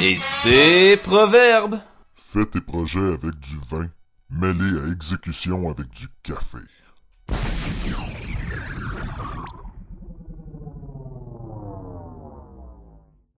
[SPEAKER 6] et ses proverbes.
[SPEAKER 8] Fais tes projets avec du vin, mêlés à exécution avec du café.